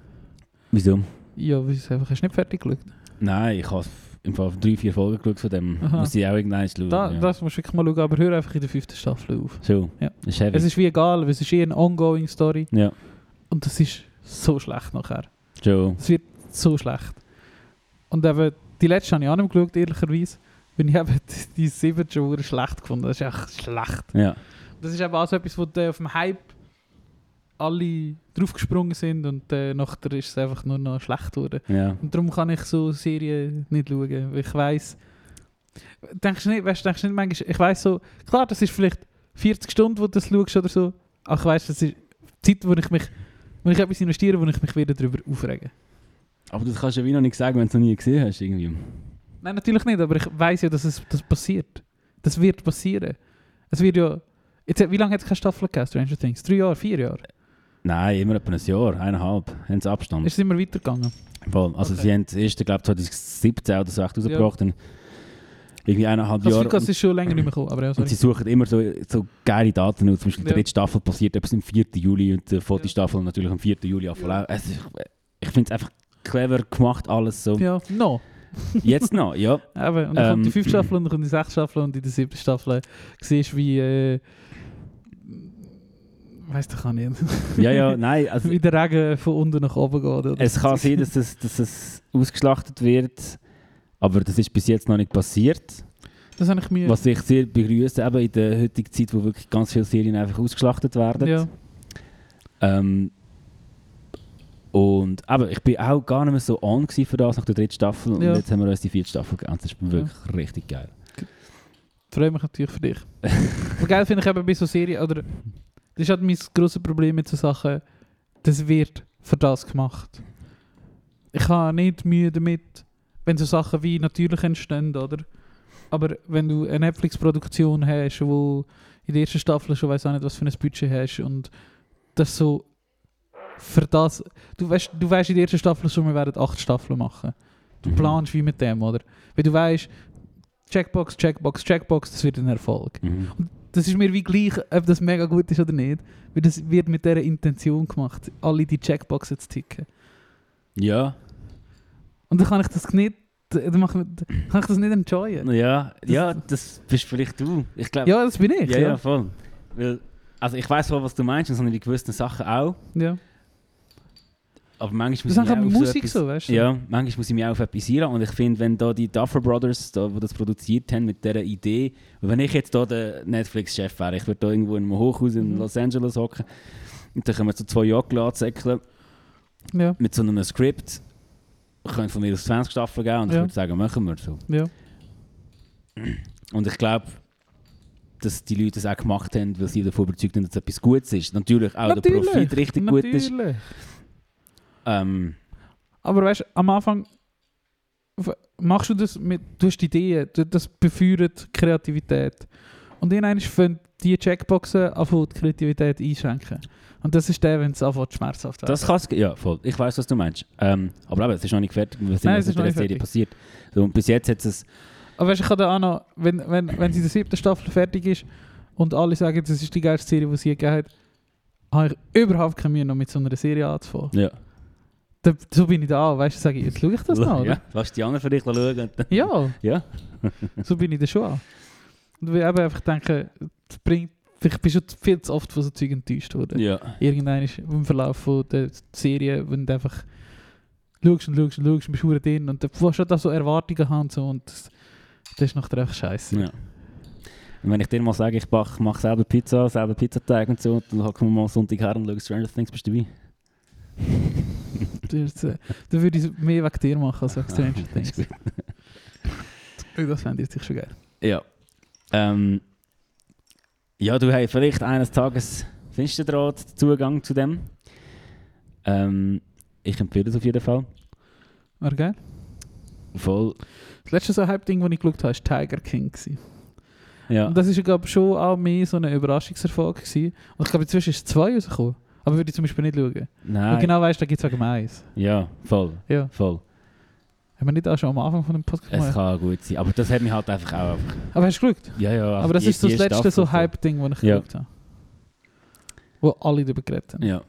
Speaker 2: Wieso?
Speaker 3: Ja, weil es einfach hast du nicht fertig geschaut.
Speaker 2: Nein, ich habe im Fall drei, vier Folgen geschaut von dem.
Speaker 3: Aha.
Speaker 2: Muss ich auch irgendwann schauen.
Speaker 3: Da,
Speaker 2: ja.
Speaker 3: Das musst du wirklich mal schauen, aber hör einfach in der fünften Staffel auf.
Speaker 2: So,
Speaker 3: Ja.
Speaker 2: das ist heavy.
Speaker 3: Es ist wie egal, weil es ist eh eine ongoing Story
Speaker 2: ja,
Speaker 3: und das ist so schlecht nachher.
Speaker 2: so.
Speaker 3: Es wird so schlecht. Und eben, die letzte habe ich auch nicht mehr geschaut, ehrlicherweise. Weil ich eben die- die siebte schon verdammt schlecht gefunden Das ist echt schlecht.
Speaker 2: Ja.
Speaker 3: Das ist eben auch so etwas, wo dann auf dem Hype alle draufgesprungen sind und äh, nachher ist es einfach nur noch schlecht geworden.
Speaker 2: ja.
Speaker 3: Und darum kann ich so Serien nicht schauen, weil ich weiss. Denkst du nicht, weißt, du, denkst du nicht manchmal, ich weiss so, klar, das ist vielleicht 40 Stunden, wo du das schaust oder so, aber ich weiss, das ist die Zeit, wo ich mich, wo ich etwas investiere, wo ich mich wieder darüber aufrege.
Speaker 2: Aber das kannst du ja wie noch nicht sagen, wenn du es noch nie gesehen hast. Irgendwie.
Speaker 3: Nein, natürlich nicht, aber ich weiß ja, dass es das passiert. Das wird passieren. Es wird ja. Jetzt, hat- wie lange hat es keine Staffel gegeben, Stranger Things? Drei Jahre, vier Jahre?
Speaker 2: Nein, immer etwa ein Jahr, eineinhalb, haben sie Abstand.
Speaker 3: Ist es immer weitergegangen?
Speaker 2: Voll. Also
Speaker 3: Okay.
Speaker 2: sie haben das erste, glaube ich, 2017 oder so echt rausgebracht. und Irgendwie eineinhalb
Speaker 3: Das
Speaker 2: Jahre.
Speaker 3: Gefühl, es
Speaker 2: Und,
Speaker 3: ist schon länger nicht mehr gekommen, aber ja,
Speaker 2: und sie
Speaker 3: sorry.
Speaker 2: suchen immer so, so geile Daten aus. Zum Beispiel die
Speaker 3: Ja.
Speaker 2: dritte Staffel passiert etwas am 4. Juli und die vierte
Speaker 3: Ja.
Speaker 2: Staffel natürlich am 4. Juli. auch voll
Speaker 3: Ja.
Speaker 2: auch. Also, ich ich finde es einfach clever gemacht alles so.
Speaker 3: Ja, no.
Speaker 2: Jetzt noch, ja.
Speaker 3: Eben, und dann kommt die
Speaker 2: Ähm,
Speaker 3: fünfte Staffel und dann kommt die sechste Staffel und in der siebten Staffel siehst du, wie. Äh, weißt du, kann ich nicht.
Speaker 2: Ja, ja, nein. Also,
Speaker 3: Wie der Regen von unten nach oben geht. Oder?
Speaker 2: es kann sein, dass es, dass es ausgeschlachtet wird, aber das ist bis jetzt noch nicht passiert.
Speaker 3: das habe ich mir.
Speaker 2: Was ich sehr begrüße, eben in der heutigen Zeit, wo wirklich ganz viele Serien einfach ausgeschlachtet werden.
Speaker 3: ja.
Speaker 2: Ähm, und aber ich bin auch gar nicht mehr so on gsi für das nach der dritten Staffel und
Speaker 3: Ja.
Speaker 2: jetzt haben wir uns die vierte Staffel gegeben. Das ist wirklich richtig geil.
Speaker 3: freue mich natürlich für dich. Aber geil finde ich eben bei so Serien, oder das ist halt mein grosses Problem mit so Sachen, das wird für das gemacht. Ich habe nicht Mühe damit, wenn so Sachen wie natürlich entstehen, oder? Aber wenn du eine Netflix-Produktion hast, wo in der ersten Staffel schon weiß auch nicht, was für ein Budget hast und das so für das, du weißt, du weißt in der ersten Staffel schon, wir werden acht Staffeln machen. Du
Speaker 2: Mhm.
Speaker 3: planst wie mit dem, oder? Weil du weißt, Checkbox, Checkbox, Checkbox, das wird ein Erfolg.
Speaker 2: Mhm.
Speaker 3: Das ist mir wie gleich, ob das mega gut ist oder nicht, weil das wird mit dieser Intention gemacht, alle die Checkboxen zu ticken.
Speaker 2: Ja,
Speaker 3: Und dann kann ich das nicht, dann mach- kann ich das nicht enjoyen.
Speaker 2: ja, ja, das bist vielleicht du. Ich glaube,
Speaker 3: Ja, das bin ich.
Speaker 2: ja, ja,
Speaker 3: Ja,
Speaker 2: voll. Weil, also ich weiß voll, was du meinst und so in gewissen Sachen auch,
Speaker 3: ja.
Speaker 2: aber manchmal muss
Speaker 3: Das ist
Speaker 2: ich
Speaker 3: auch
Speaker 2: auch auf
Speaker 3: Musik
Speaker 2: genau etwas-
Speaker 3: so, weißt du?
Speaker 2: Ja, manchmal muss ich mich auch auf etwas einlassen. Und ich finde, wenn da die Duffer Brothers, da, die das produziert haben, mit dieser Idee, und wenn ich jetzt hier der Netflix-Chef wäre, ich würde da irgendwo in einem Hochhaus in
Speaker 3: Mhm.
Speaker 2: Los Angeles hocken und dann können wir so zwei Jahre anzäckeln
Speaker 3: Ja,
Speaker 2: mit so einem Skript. Ich könnte von mir aus 20 Staffeln geben und ich
Speaker 3: Ja.
Speaker 2: würde sagen, machen wir so.
Speaker 3: ja.
Speaker 2: Und ich glaube, dass die Leute das auch gemacht haben, weil sie davon überzeugt sind, dass es etwas Gutes ist. Natürlich auch
Speaker 3: Natürlich,
Speaker 2: der Profit richtig gut ist.
Speaker 3: Natürlich.
Speaker 2: Ähm,
Speaker 3: Aber weißt du, am Anfang w- machst du das mit, du hast Ideen, du- das befeuert Kreativität. Und irgendwann fängt die Checkboxen anfangen, die Kreativität einschränken. Und das ist der, wenn es anfängt, schmerzhaft wird.
Speaker 2: Das kann's, ge- ja, voll. Ich weiß, was du meinst. Ähm, aber eben, es ist noch nicht fertig, was in
Speaker 3: Nein,
Speaker 2: der
Speaker 3: es ist noch nicht
Speaker 2: Serie
Speaker 3: fertig.
Speaker 2: passiert. So, und bis jetzt hat es.
Speaker 3: Aber weißt, du, ich kann da auch noch, wenn, wenn, wenn sie in der siebten Staffel fertig ist und alle sagen, das ist die geilste Serie, die sie je gegeben hat, habe ich überhaupt keine Mühe, noch mit so einer Serie anzufangen.
Speaker 2: Ja.
Speaker 3: Da, so bin ich da, weißt du, sage ich, jetzt schaue ich das noch,
Speaker 2: ja.
Speaker 3: oder?
Speaker 2: Lass die anderen für dich schauen. und dann-
Speaker 3: Ja,
Speaker 2: Ja.
Speaker 3: so bin ich da schon auch. Und weil ich eben einfach denke, es bringt, ich bin schon viel zu oft von so Zeug enttäuscht worden.
Speaker 2: Ja.
Speaker 3: Irgendwann ist im Verlauf von der Serie, wenn du einfach schaust und schaust und schaust und bist verdammt drin und dann fährst du da so Erwartungen haben und so und das, das ist nachher einfach scheiße.
Speaker 2: ja. Und wenn ich dir mal sage, ich bach- mache selber Pizza, selber Pizzateig und so, und dann hocken wir mal Sonntag her und schauen Stranger Things, bist du dabei?
Speaker 3: Das, äh, da würde ich mehr wegen dir machen als
Speaker 2: Ah,
Speaker 3: wegen Stranger Things. das fände ich jetzt schon geil.
Speaker 2: Ja. Ähm, ja, du hast vielleicht eines Tages findest du den Draht, den Zugang zu dem. Ähm, ich empfehle es auf jeden Fall.
Speaker 3: War geil?
Speaker 2: Voll.
Speaker 3: Das letzte so Hype-Ding, das ich geschaut habe, war Tiger King. Gewesen.
Speaker 2: Ja.
Speaker 3: Und das war, glaube ich, schon auch mehr so ein Überraschungserfolg. Gewesen. Und ich glaube, inzwischen ist zwei rausgekommen. Aber würde ich zum Beispiel nicht schauen. Weil
Speaker 2: Nein.
Speaker 3: du genau weißt, da gibt es wegen dem Eis.
Speaker 2: Ja, voll.
Speaker 3: Ja.
Speaker 2: Voll.
Speaker 3: Haben wir nicht auch schon am Anfang von dem Podcast
Speaker 2: Es
Speaker 3: gemacht?
Speaker 2: kann gut sein. Aber das hat mich halt einfach auch. Einfach,
Speaker 3: Aber hast du geschaut?
Speaker 2: ja, ja. einfach
Speaker 3: Aber das
Speaker 2: die-
Speaker 3: ist so
Speaker 2: die
Speaker 3: das letzte
Speaker 2: Staffel
Speaker 3: so Hype-Ding, das ich
Speaker 2: Ja.
Speaker 3: geschaut habe. Wo alle darüber geredet haben.
Speaker 2: Ja.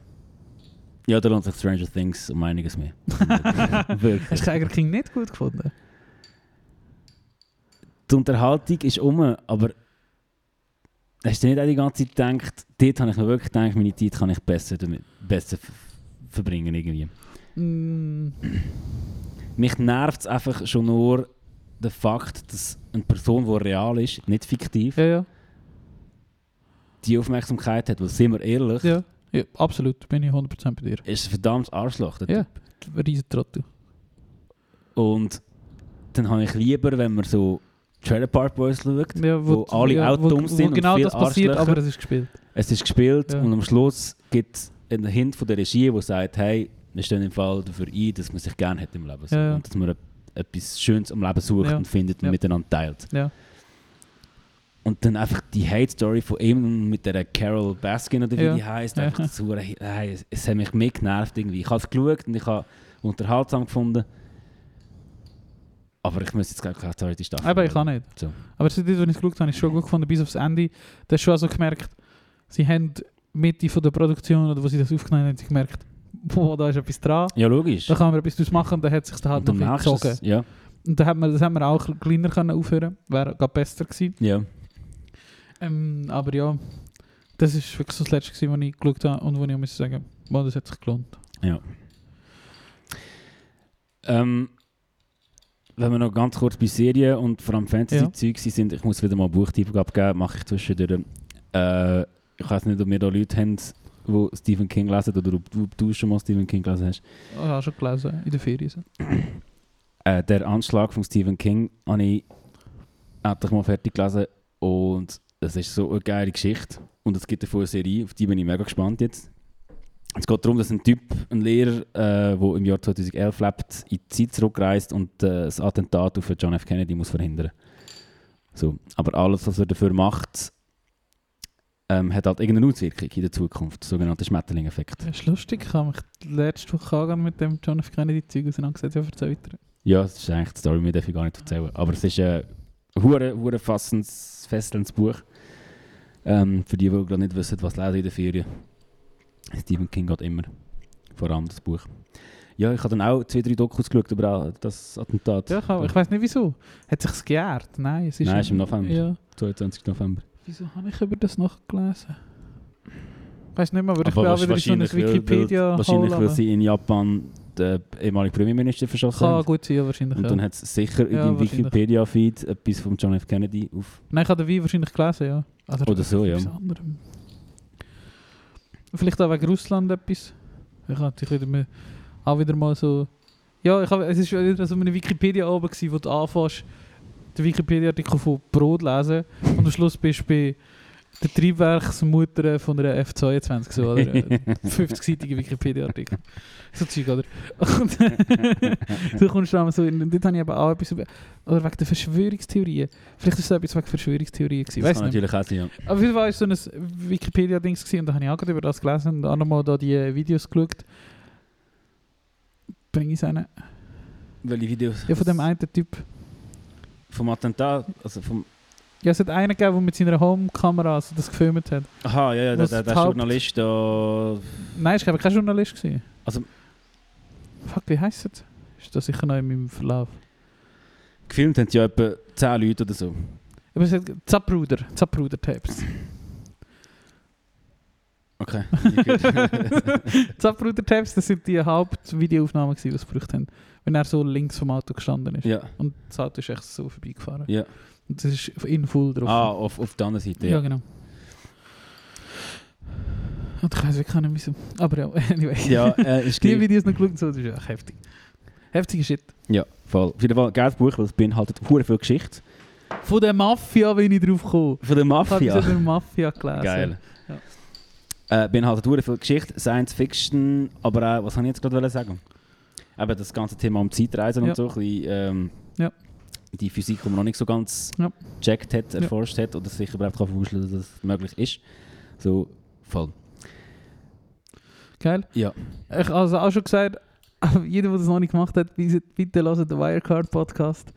Speaker 2: Ja, da lohnt sich Stranger Things um einiges mehr.
Speaker 3: Hast du
Speaker 2: Wirklich.
Speaker 3: Tiger King nicht gut gefunden?
Speaker 2: Die Unterhaltung ist um, aber hast du nicht auch die ganze Zeit gedacht, dort habe ich mir wirklich gedacht, meine Zeit kann ich besser, damit, besser ver- verbringen irgendwie.
Speaker 3: Mm,
Speaker 2: Mich nervt es einfach schon nur der Fakt, dass eine Person, die real ist, nicht fiktiv,
Speaker 3: ja, ja.
Speaker 2: die Aufmerksamkeit hat, weil sind wir ehrlich,
Speaker 3: Ja, ja absolut. Bin ich 100% bei dir.
Speaker 2: ist ein verdammtes Arschloch. der
Speaker 3: Ja, riesen Trottel.
Speaker 2: Und dann habe ich lieber, wenn man so Trailer Park Boys schaut,
Speaker 3: Ja,
Speaker 2: Wo alle auch dumm sind
Speaker 3: Wo
Speaker 2: und
Speaker 3: genau
Speaker 2: viel
Speaker 3: das passiert,
Speaker 2: Arschlöcher.
Speaker 3: aber es ist gespielt.
Speaker 2: es ist gespielt
Speaker 3: Ja.
Speaker 2: und am Schluss gibt es einen Hint von der Regie, der sagt, hey, wir stehen im Fall dafür ein, dass man sich gerne hat im Leben. So.
Speaker 3: Ja, ja.
Speaker 2: Und dass man e- etwas Schönes am Leben sucht
Speaker 3: Ja.
Speaker 2: und findet und
Speaker 3: Ja.
Speaker 2: miteinander teilt.
Speaker 3: Ja.
Speaker 2: Und dann einfach die Hate-Story von ihm mit der Carol Baskin oder wie
Speaker 3: Ja.
Speaker 2: die heisst,
Speaker 3: Ja.
Speaker 2: einfach das hure- hey, es- es hat mich mehr genervt irgendwie. Ich habe es geschaut und ich habe unterhaltsam gefunden. Aber ich müsste jetzt gar keine zweite Staffel
Speaker 3: Aber ich
Speaker 2: schauen.
Speaker 3: kann nicht.
Speaker 2: So.
Speaker 3: Aber seit ich es geschaut habe, ist schon gut gefunden, bis aufs Ende. Da hast du schon also gemerkt, sie haben Mitte von der Produktion, oder wo sie das aufgenommen haben, sie gemerkt, boah, da ist etwas dran.
Speaker 2: Ja, logisch.
Speaker 3: Da kann man etwas draus machen, da hat sich dann halt
Speaker 2: und dann
Speaker 3: noch ein
Speaker 2: merkst
Speaker 3: bisschen
Speaker 2: du
Speaker 3: gezogen.
Speaker 2: es. Ja,
Speaker 3: Und da hat man, das haben wir auch kleiner können aufhören wäre gerade besser gewesen.
Speaker 2: ja.
Speaker 3: Ähm, aber ja, das ist wirklich so das Letzte, gewesen, was ich geschaut habe und wo ich auch muss sagen, boah, das hat sich gelohnt.
Speaker 2: Ähm, wenn wir noch ganz kurz bei Serien und vor allem
Speaker 3: Ja.
Speaker 2: Fantasy-Zeug sind, ich muss wieder mal einen Buchtipp abgeben, mache ich zwischendurch. Äh, ich weiß nicht, ob wir da Leute haben, die Stephen King lesen oder ob du, ob du schon mal Stephen King gelesen hast.
Speaker 3: Oh, ja, schon gelesen, in der Ferien. so.
Speaker 2: Äh, der Anschlag von Stephen King habe ich endlich mal fertig gelesen und das ist so eine geile Geschichte. Und es gibt davon eine Serie, auf die bin ich mega gespannt jetzt. Es geht darum, dass ein Typ, ein Lehrer, der im Jahr 2011 lebt, in die Zeit zurückreist und äh, das Attentat auf John F. Kennedy muss verhindern so. Aber alles, was er dafür macht, ähm, hat halt irgendeine Auswirkung in der Zukunft, sogenannter Schmetterling-Effekt.
Speaker 3: Das ist lustig, ich habe mich letzte Woche angegangen mit dem John F. Kennedy-Zeug auseinandergesetzt. Ja, erzähl weiter.
Speaker 2: Ja, das ist eigentlich die Story, mir darf ich gar nicht erzählen. Aber es ist ein hure, hure fassendes, fesselndes Buch. Ähm, für die, die gerade nicht wissen, was lesen in der Ferien. Stephen King geht immer. Vor allem das Buch. Ja, ich habe dann auch zwei, drei Dokus geschaut über all das Attentat.
Speaker 3: Ja, ich, habe- ich weiß nicht wieso. Hat sich's geehrt? Nein, es ist,
Speaker 2: Nein, ist im November.
Speaker 3: Ja.
Speaker 2: 22. November.
Speaker 3: Wieso habe ich über das noch gelesen? Ich weiß nicht mehr, aber, ich bin
Speaker 2: Aber
Speaker 3: auch wieder in so einer
Speaker 2: wahrscheinlich, weil- weil-
Speaker 3: wikipedia
Speaker 2: Wahrscheinlich, weil
Speaker 3: Hole,
Speaker 2: sie in Japan den ehemaligen Premierminister
Speaker 3: aber-
Speaker 2: verschossen
Speaker 3: Kann
Speaker 2: haben.
Speaker 3: gut sein, ja, wahrscheinlich.
Speaker 2: Und
Speaker 3: ja.
Speaker 2: dann hat es sicher in
Speaker 3: Ja,
Speaker 2: deinem
Speaker 3: wahrscheinlich.
Speaker 2: Wikipedia-Feed etwas von John F. Kennedy auf.
Speaker 3: Nein, ich habe den Wein wahrscheinlich gelesen, ja. Also,
Speaker 2: Oder so, ja.
Speaker 3: etwas anderem. Vielleicht auch wegen Russland etwas. Ich habe natürlich wieder mal, auch wieder mal so... Ja, ich habe, es ist wieder so eine Wikipedia oben gewesen, wo du anfängst, den Wikipedia-Artikel von Brot lesen und am Schluss bist du bei der Triebwerksmutter von der F22, so, oder? 50-seitige Wikipedia-Artikel. So Zeug, oder? Und du kommst dann so in, dort habe ich eben auch etwas, über- oder wegen der Verschwörungstheorien. Vielleicht ist es etwas wegen Verschwörungstheorien gewesen,
Speaker 2: Das
Speaker 3: weiss
Speaker 2: kann
Speaker 3: nicht.
Speaker 2: natürlich auch sein, ja.
Speaker 3: Auf jeden Fall war es so ein Wikipedia-Ding gewesen und da habe ich auch gerade über das gelesen und auch nochmal da die äh, Videos geschaut. Bring ich einen?
Speaker 2: Welche Videos?
Speaker 3: Ja, von dem einen Typ.
Speaker 2: Vom Attentat, also vom...
Speaker 3: Ja, es hat einen gegeben, der mit seiner Home-Kamera also das gefilmt hat.
Speaker 2: Aha, ja, ja, der,
Speaker 3: Was
Speaker 2: der, der
Speaker 3: taugt?
Speaker 2: Journalist da...
Speaker 3: Nein, es war kein Journalist. Gewesen.
Speaker 2: Also-
Speaker 3: Fuck, wie heisst es? Ist das sicher noch in meinem Verlauf?
Speaker 2: Gefilmt haben sie ja etwa 10 Leute oder so.
Speaker 3: Aber es hat Zappruder, Zappruder-Tapes.
Speaker 2: Okay.
Speaker 3: Zappruder-Tapes, das sind die Hauptvideoaufnahmen, gewesen, die sie gebraucht haben. Wenn er so links vom Auto gestanden ist.
Speaker 2: ja.
Speaker 3: Und das Auto ist echt so vorbeigefahren.
Speaker 2: Ja.
Speaker 3: Und das ist in full drauf.
Speaker 2: Ah, auf, auf der anderen Seite,
Speaker 3: ja.
Speaker 2: ja.
Speaker 3: genau. Und ich weiß wirklich auch nicht, wieso. Aber ja, anyway.
Speaker 2: Ja, äh, ist
Speaker 3: Die
Speaker 2: gleich.
Speaker 3: Videos noch geschaut, und so, das ist echt heftig. Heftige Shit.
Speaker 2: Ja, voll. Auf jeden Fall, geiles Buch, weil es beinhaltet hure viel Geschichte.
Speaker 3: Von der Mafia bin ich drauf gekommen.
Speaker 2: Von der
Speaker 3: Ich habe
Speaker 2: Mafia.
Speaker 3: über Mafia gelesen.
Speaker 2: Geil. Äh, beinhaltet hure viel Geschichte, Science Fiction, aber auch, was wollte ich jetzt gerade wollen sagen? Eben das ganze Thema um Zeitreisen
Speaker 3: Ja.
Speaker 2: und so, ein bisschen, ähm,
Speaker 3: Ja.
Speaker 2: die Physik, die man noch nicht so ganz
Speaker 3: Ja.
Speaker 2: gecheckt hat,
Speaker 3: Ja.
Speaker 2: erforscht hat oder sich überhaupt kann vorstellen dass das möglich ist. So, voll.
Speaker 3: Geil.
Speaker 2: Ja.
Speaker 3: Ich habe also auch schon gesagt, jeder, der das noch nicht gemacht hat, bitte, bitte hört den Wirecard-Podcast.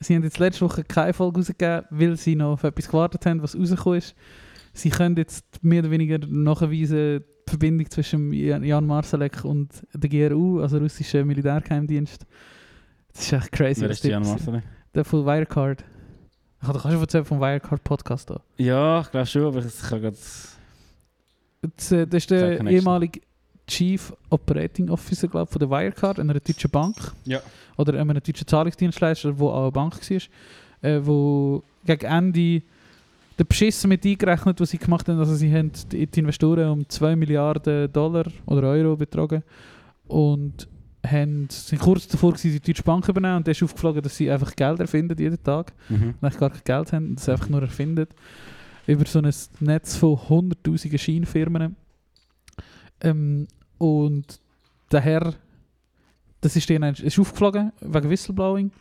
Speaker 3: Sie haben jetzt letzte Woche keine Folge rausgegeben, weil sie noch auf etwas gewartet haben, was rausgekommen ist. Sie können jetzt mehr oder weniger nachweisen, die Verbindung zwischen Jan Jan Marsalek und der GRU, also russischen Militärgeheimdienst. Das ist echt crazy.
Speaker 2: Wer
Speaker 3: was
Speaker 2: ist Jan
Speaker 3: dort-
Speaker 2: Marcel?
Speaker 3: Der von Wirecard. Ich habe doch auch schon erzählt vom Wirecard-Podcast da.
Speaker 2: Ja, ich glaube schon, aber ich kann gerade...
Speaker 3: Das, äh, das ist
Speaker 2: Keine
Speaker 3: der
Speaker 2: Connection.
Speaker 3: ehemalige Chief Operating Officer, glaube von der Wirecard, einer deutschen Bank.
Speaker 2: Ja.
Speaker 3: Oder einem deutschen Zahlungsdienstleister, der auch eine Bank war, äh, wo gegen Ende der Beschiss mit eingerechnet, was sie gemacht haben. Also sie haben die die Investoren um 2 Milliarden Dollar oder Euro betrogen und haben, sind kurz davor gewesen, die deutsche Bank übernehmen und dann ist aufgeflogen, dass sie einfach Geld erfinden jeden Tag
Speaker 2: Mhm.
Speaker 3: und eigentlich gar kein Geld haben und das einfach nur erfindet, über so ein Netz von hunderttausenden Scheinfirmen. Ähm, und der Herr, das ist denen ist aufgeflogen wegen Whistleblowing.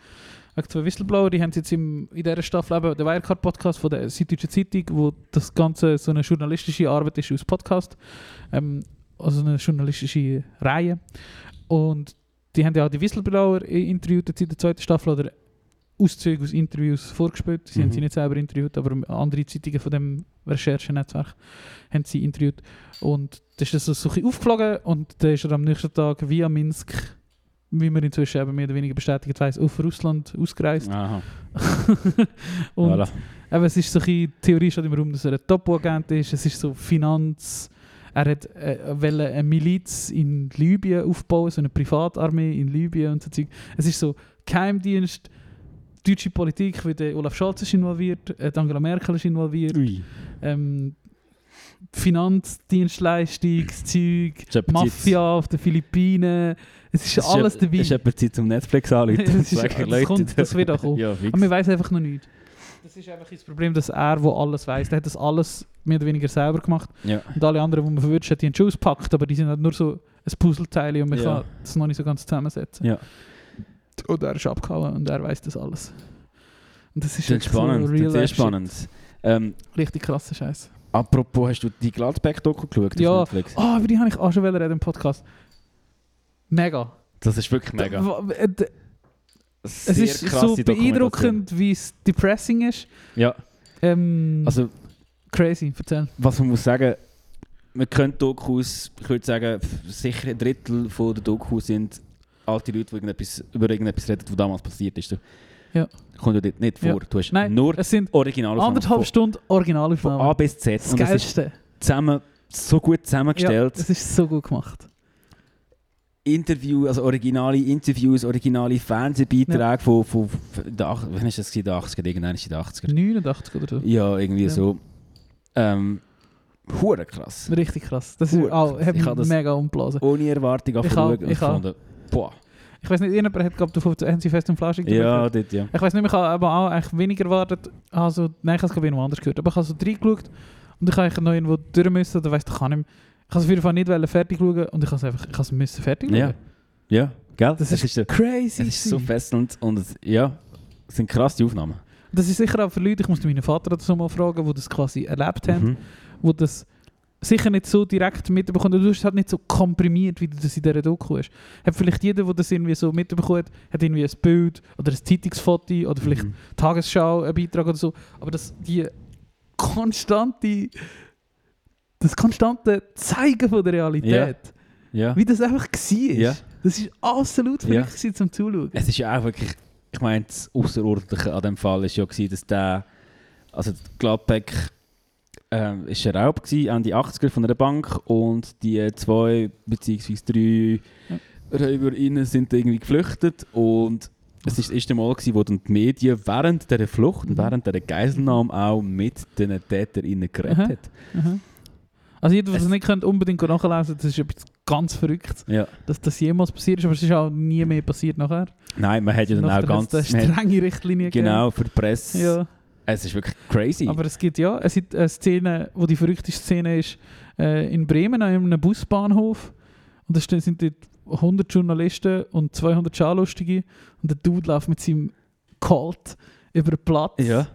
Speaker 3: Wegen zwei Whistleblower, die haben jetzt im, in dieser Staffel eben den Wirecard-Podcast von der Süddeutschen Zeitung, wo das Ganze so eine journalistische Arbeit ist aus Podcast, ähm, also eine journalistische Reihe. Und die haben ja auch die Whistleblower i- interviewt jetzt in der zweiten Staffel oder Auszüge aus Interviews vorgespielt. Sie haben
Speaker 2: Mhm.
Speaker 3: sie nicht selber interviewt, aber andere Zeitungen von dem Recherchenetzwerk haben sie interviewt. Und das ist das so ein bisschen aufgeflogen und dann ist er am nächsten Tag via Minsk, wie man inzwischen eben mehr oder weniger bestätigt weiß, auf Russland ausgereist.
Speaker 2: Aha,
Speaker 3: und
Speaker 2: voilà.
Speaker 3: aber es ist so ein bisschen, die Theorie steht im Raum, dass er ein Top-Agent ist. Es ist so Finanz. Er hat äh, wollte eine Miliz in Libyen aufbauen, so eine Privatarmee in Libyen und so Zeug. Es ist so Geheimdienst, deutsche Politik, wie der Olaf Scholz ist involviert, äh, die Angela Merkel ist involviert,
Speaker 2: Ui.
Speaker 3: ähm, Finanzdienstleistungszeug,
Speaker 2: Ist etwa Zeit-
Speaker 3: Mafia auf den Philippinen. Es ist,
Speaker 2: ist
Speaker 3: alles
Speaker 2: ja-
Speaker 3: dabei.
Speaker 2: Ist etwa Zeit zum Netflix anrufen.
Speaker 3: Das ist-
Speaker 2: und sagen,
Speaker 3: das
Speaker 2: Leute,
Speaker 3: kommt, das wird auch kommen.
Speaker 2: Ja, fix.
Speaker 3: Aber man weiß einfach noch nicht. Das ist einfach das Problem, dass er, wo alles weiß, der hat das alles mehr oder weniger selber gemacht.
Speaker 2: Ja.
Speaker 3: Und alle anderen, die man verwünscht hat, die haben schon ausgepackt, aber die sind halt nur so ein Puzzleteil und man
Speaker 2: Ja.
Speaker 3: kann das noch nicht so ganz zusammensetzen.
Speaker 2: Ja.
Speaker 3: Und er ist abgehauen und er weiß das alles. Und das ist
Speaker 2: Das ist
Speaker 3: echt so
Speaker 2: spannend,
Speaker 3: real
Speaker 2: das ist sehr
Speaker 3: life
Speaker 2: spannend. Ähm,
Speaker 3: Shit. Richtig krasser Scheiß.
Speaker 2: apropos, hast du die Gladback-Doku geschaut
Speaker 3: Ja.
Speaker 2: auf Netflix?
Speaker 3: Ah, über die habe ich auch schon wieder reden im Podcast. Mega.
Speaker 2: Das ist wirklich mega.
Speaker 3: Da- w- äh, d-
Speaker 2: Sehr
Speaker 3: Es ist so
Speaker 2: krasse Dokumentation.
Speaker 3: beeindruckend, wie es depressing ist.
Speaker 2: Ja,
Speaker 3: Ähm,
Speaker 2: also
Speaker 3: crazy, erzähl.
Speaker 2: was man muss sagen, man könnte Dokus, ich würde sagen, f- sicher ein Drittel von der Doku sind alte Leute, die irgendetwas, über irgendetwas reden, was damals passiert ist.
Speaker 3: Ja.
Speaker 2: Kommt ja dort nicht
Speaker 3: Ja.
Speaker 2: vor. Du hast
Speaker 3: Nein,
Speaker 2: nur
Speaker 3: es sind
Speaker 2: Original
Speaker 3: Anderthalb
Speaker 2: von,
Speaker 3: Stunden
Speaker 2: von
Speaker 3: Originalaufnahme.
Speaker 2: A bis Z.
Speaker 3: das
Speaker 2: und es ist
Speaker 3: Geilste.
Speaker 2: zusammen, so gut
Speaker 3: Ja,
Speaker 2: zusammengestellt.
Speaker 3: das ist so gut gemacht.
Speaker 2: Interview, also originale Interviews, originale Fernsehbeiträge von, von, von den 80 wann ist das gewesen? 80er, irgendwann ist die 80er.
Speaker 3: 89 oder so.
Speaker 2: Ja, irgendwie
Speaker 3: Ja.
Speaker 2: so. Ähm, hure krass.
Speaker 3: Richtig krass. Das ist
Speaker 2: Gut.
Speaker 3: auch, hat
Speaker 2: Ich
Speaker 3: mich
Speaker 2: kann das-
Speaker 3: mega umblasen.
Speaker 2: Ohne Erwartung auf
Speaker 3: Ich
Speaker 2: Ruhe
Speaker 3: auch,
Speaker 2: und
Speaker 3: ich auch.
Speaker 2: gefunden. Boah.
Speaker 3: Ich weiß nicht, irgendjemand hat glaubt, auf haben sie fest und flauschig
Speaker 2: Ja,
Speaker 3: gemacht.
Speaker 2: dort, ja.
Speaker 3: ah, Ich weiß nicht, ich habe aber auch eigentlich weniger erwartet. Also, nein, ich habe es glaube ich noch anders gehört. Aber ich habe so reingeschaut Und ich habe eigentlich noch irgendwo durch müssen, oder weiss, ich kann nicht mehr. Ich habe es auf jeden Fall nicht wollen fertig schauen und ich habe es einfach, ich habe es müssen fertig schauen.
Speaker 2: Ja. Ja, gell?
Speaker 3: Das
Speaker 2: es
Speaker 3: ist,
Speaker 2: ist, äh,
Speaker 3: crazy.
Speaker 2: es ist so
Speaker 3: gewesen.
Speaker 2: fesselnd und es, ja, es sind krass die Aufnahmen.
Speaker 3: das ist sicher auch für Leute, ich musste meinen Vater dazu mal fragen, wo das quasi erlebt haben,
Speaker 2: Mhm.
Speaker 3: wo das sicher nicht so direkt mitbekommt. Du hast es halt nicht so komprimiert, wie du das in dieser Doku hast. Hat vielleicht jeder, der das irgendwie so mitbekommt, hat irgendwie ein Bild oder ein Zeitungsfoto oder vielleicht
Speaker 2: Mhm.
Speaker 3: Tagesschau, ein Beitrag oder so. Aber das, die konstante, das konstante Zeigen von der Realität,
Speaker 2: Ja.
Speaker 3: wie das einfach war,
Speaker 2: Ja.
Speaker 3: das ist absolut
Speaker 2: Ja.
Speaker 3: verrückt gewesen zum Zuschauen.
Speaker 2: Es ist ja auch wirklich, ich meine, das Außerordentliche an dem Fall war ja, gewesen, dass der, also Gladbeck ähm, ist erlaubt gewesen, Ende 80er von einer Bank und die zwei bzw. drei RäuberInnen sind irgendwie geflüchtet und es ist das erste Mal, gewesen, wo dann die Medien während dieser Flucht und
Speaker 3: Mhm.
Speaker 2: während dieser Geiselnahme auch mit den TäterInnen geredet
Speaker 3: Aha.
Speaker 2: hat.
Speaker 3: Aha. Also jeder, der
Speaker 2: Es-
Speaker 3: das nicht könnt, unbedingt nachlesen, das ist etwas ganz verrückt,
Speaker 2: Ja.
Speaker 3: dass das jemals passiert ist, aber es ist auch nie mehr passiert nachher.
Speaker 2: Nein, man hat ja dann
Speaker 3: Nachher
Speaker 2: auch
Speaker 3: hat's
Speaker 2: ganz...
Speaker 3: da
Speaker 2: man hat-
Speaker 3: strenge Richtlinie
Speaker 2: Genau, für die Presse.
Speaker 3: gegeben.
Speaker 2: Es ist wirklich
Speaker 3: Ja,
Speaker 2: crazy.
Speaker 3: aber es gibt ja es gibt eine Szene, wo die verrückteste Szene ist, äh, in Bremen an einem Busbahnhof und da stehen- sind dort 100 Journalisten und 200 Schaulustige und der Dude läuft mit seinem Colt über den Platz,
Speaker 2: ja.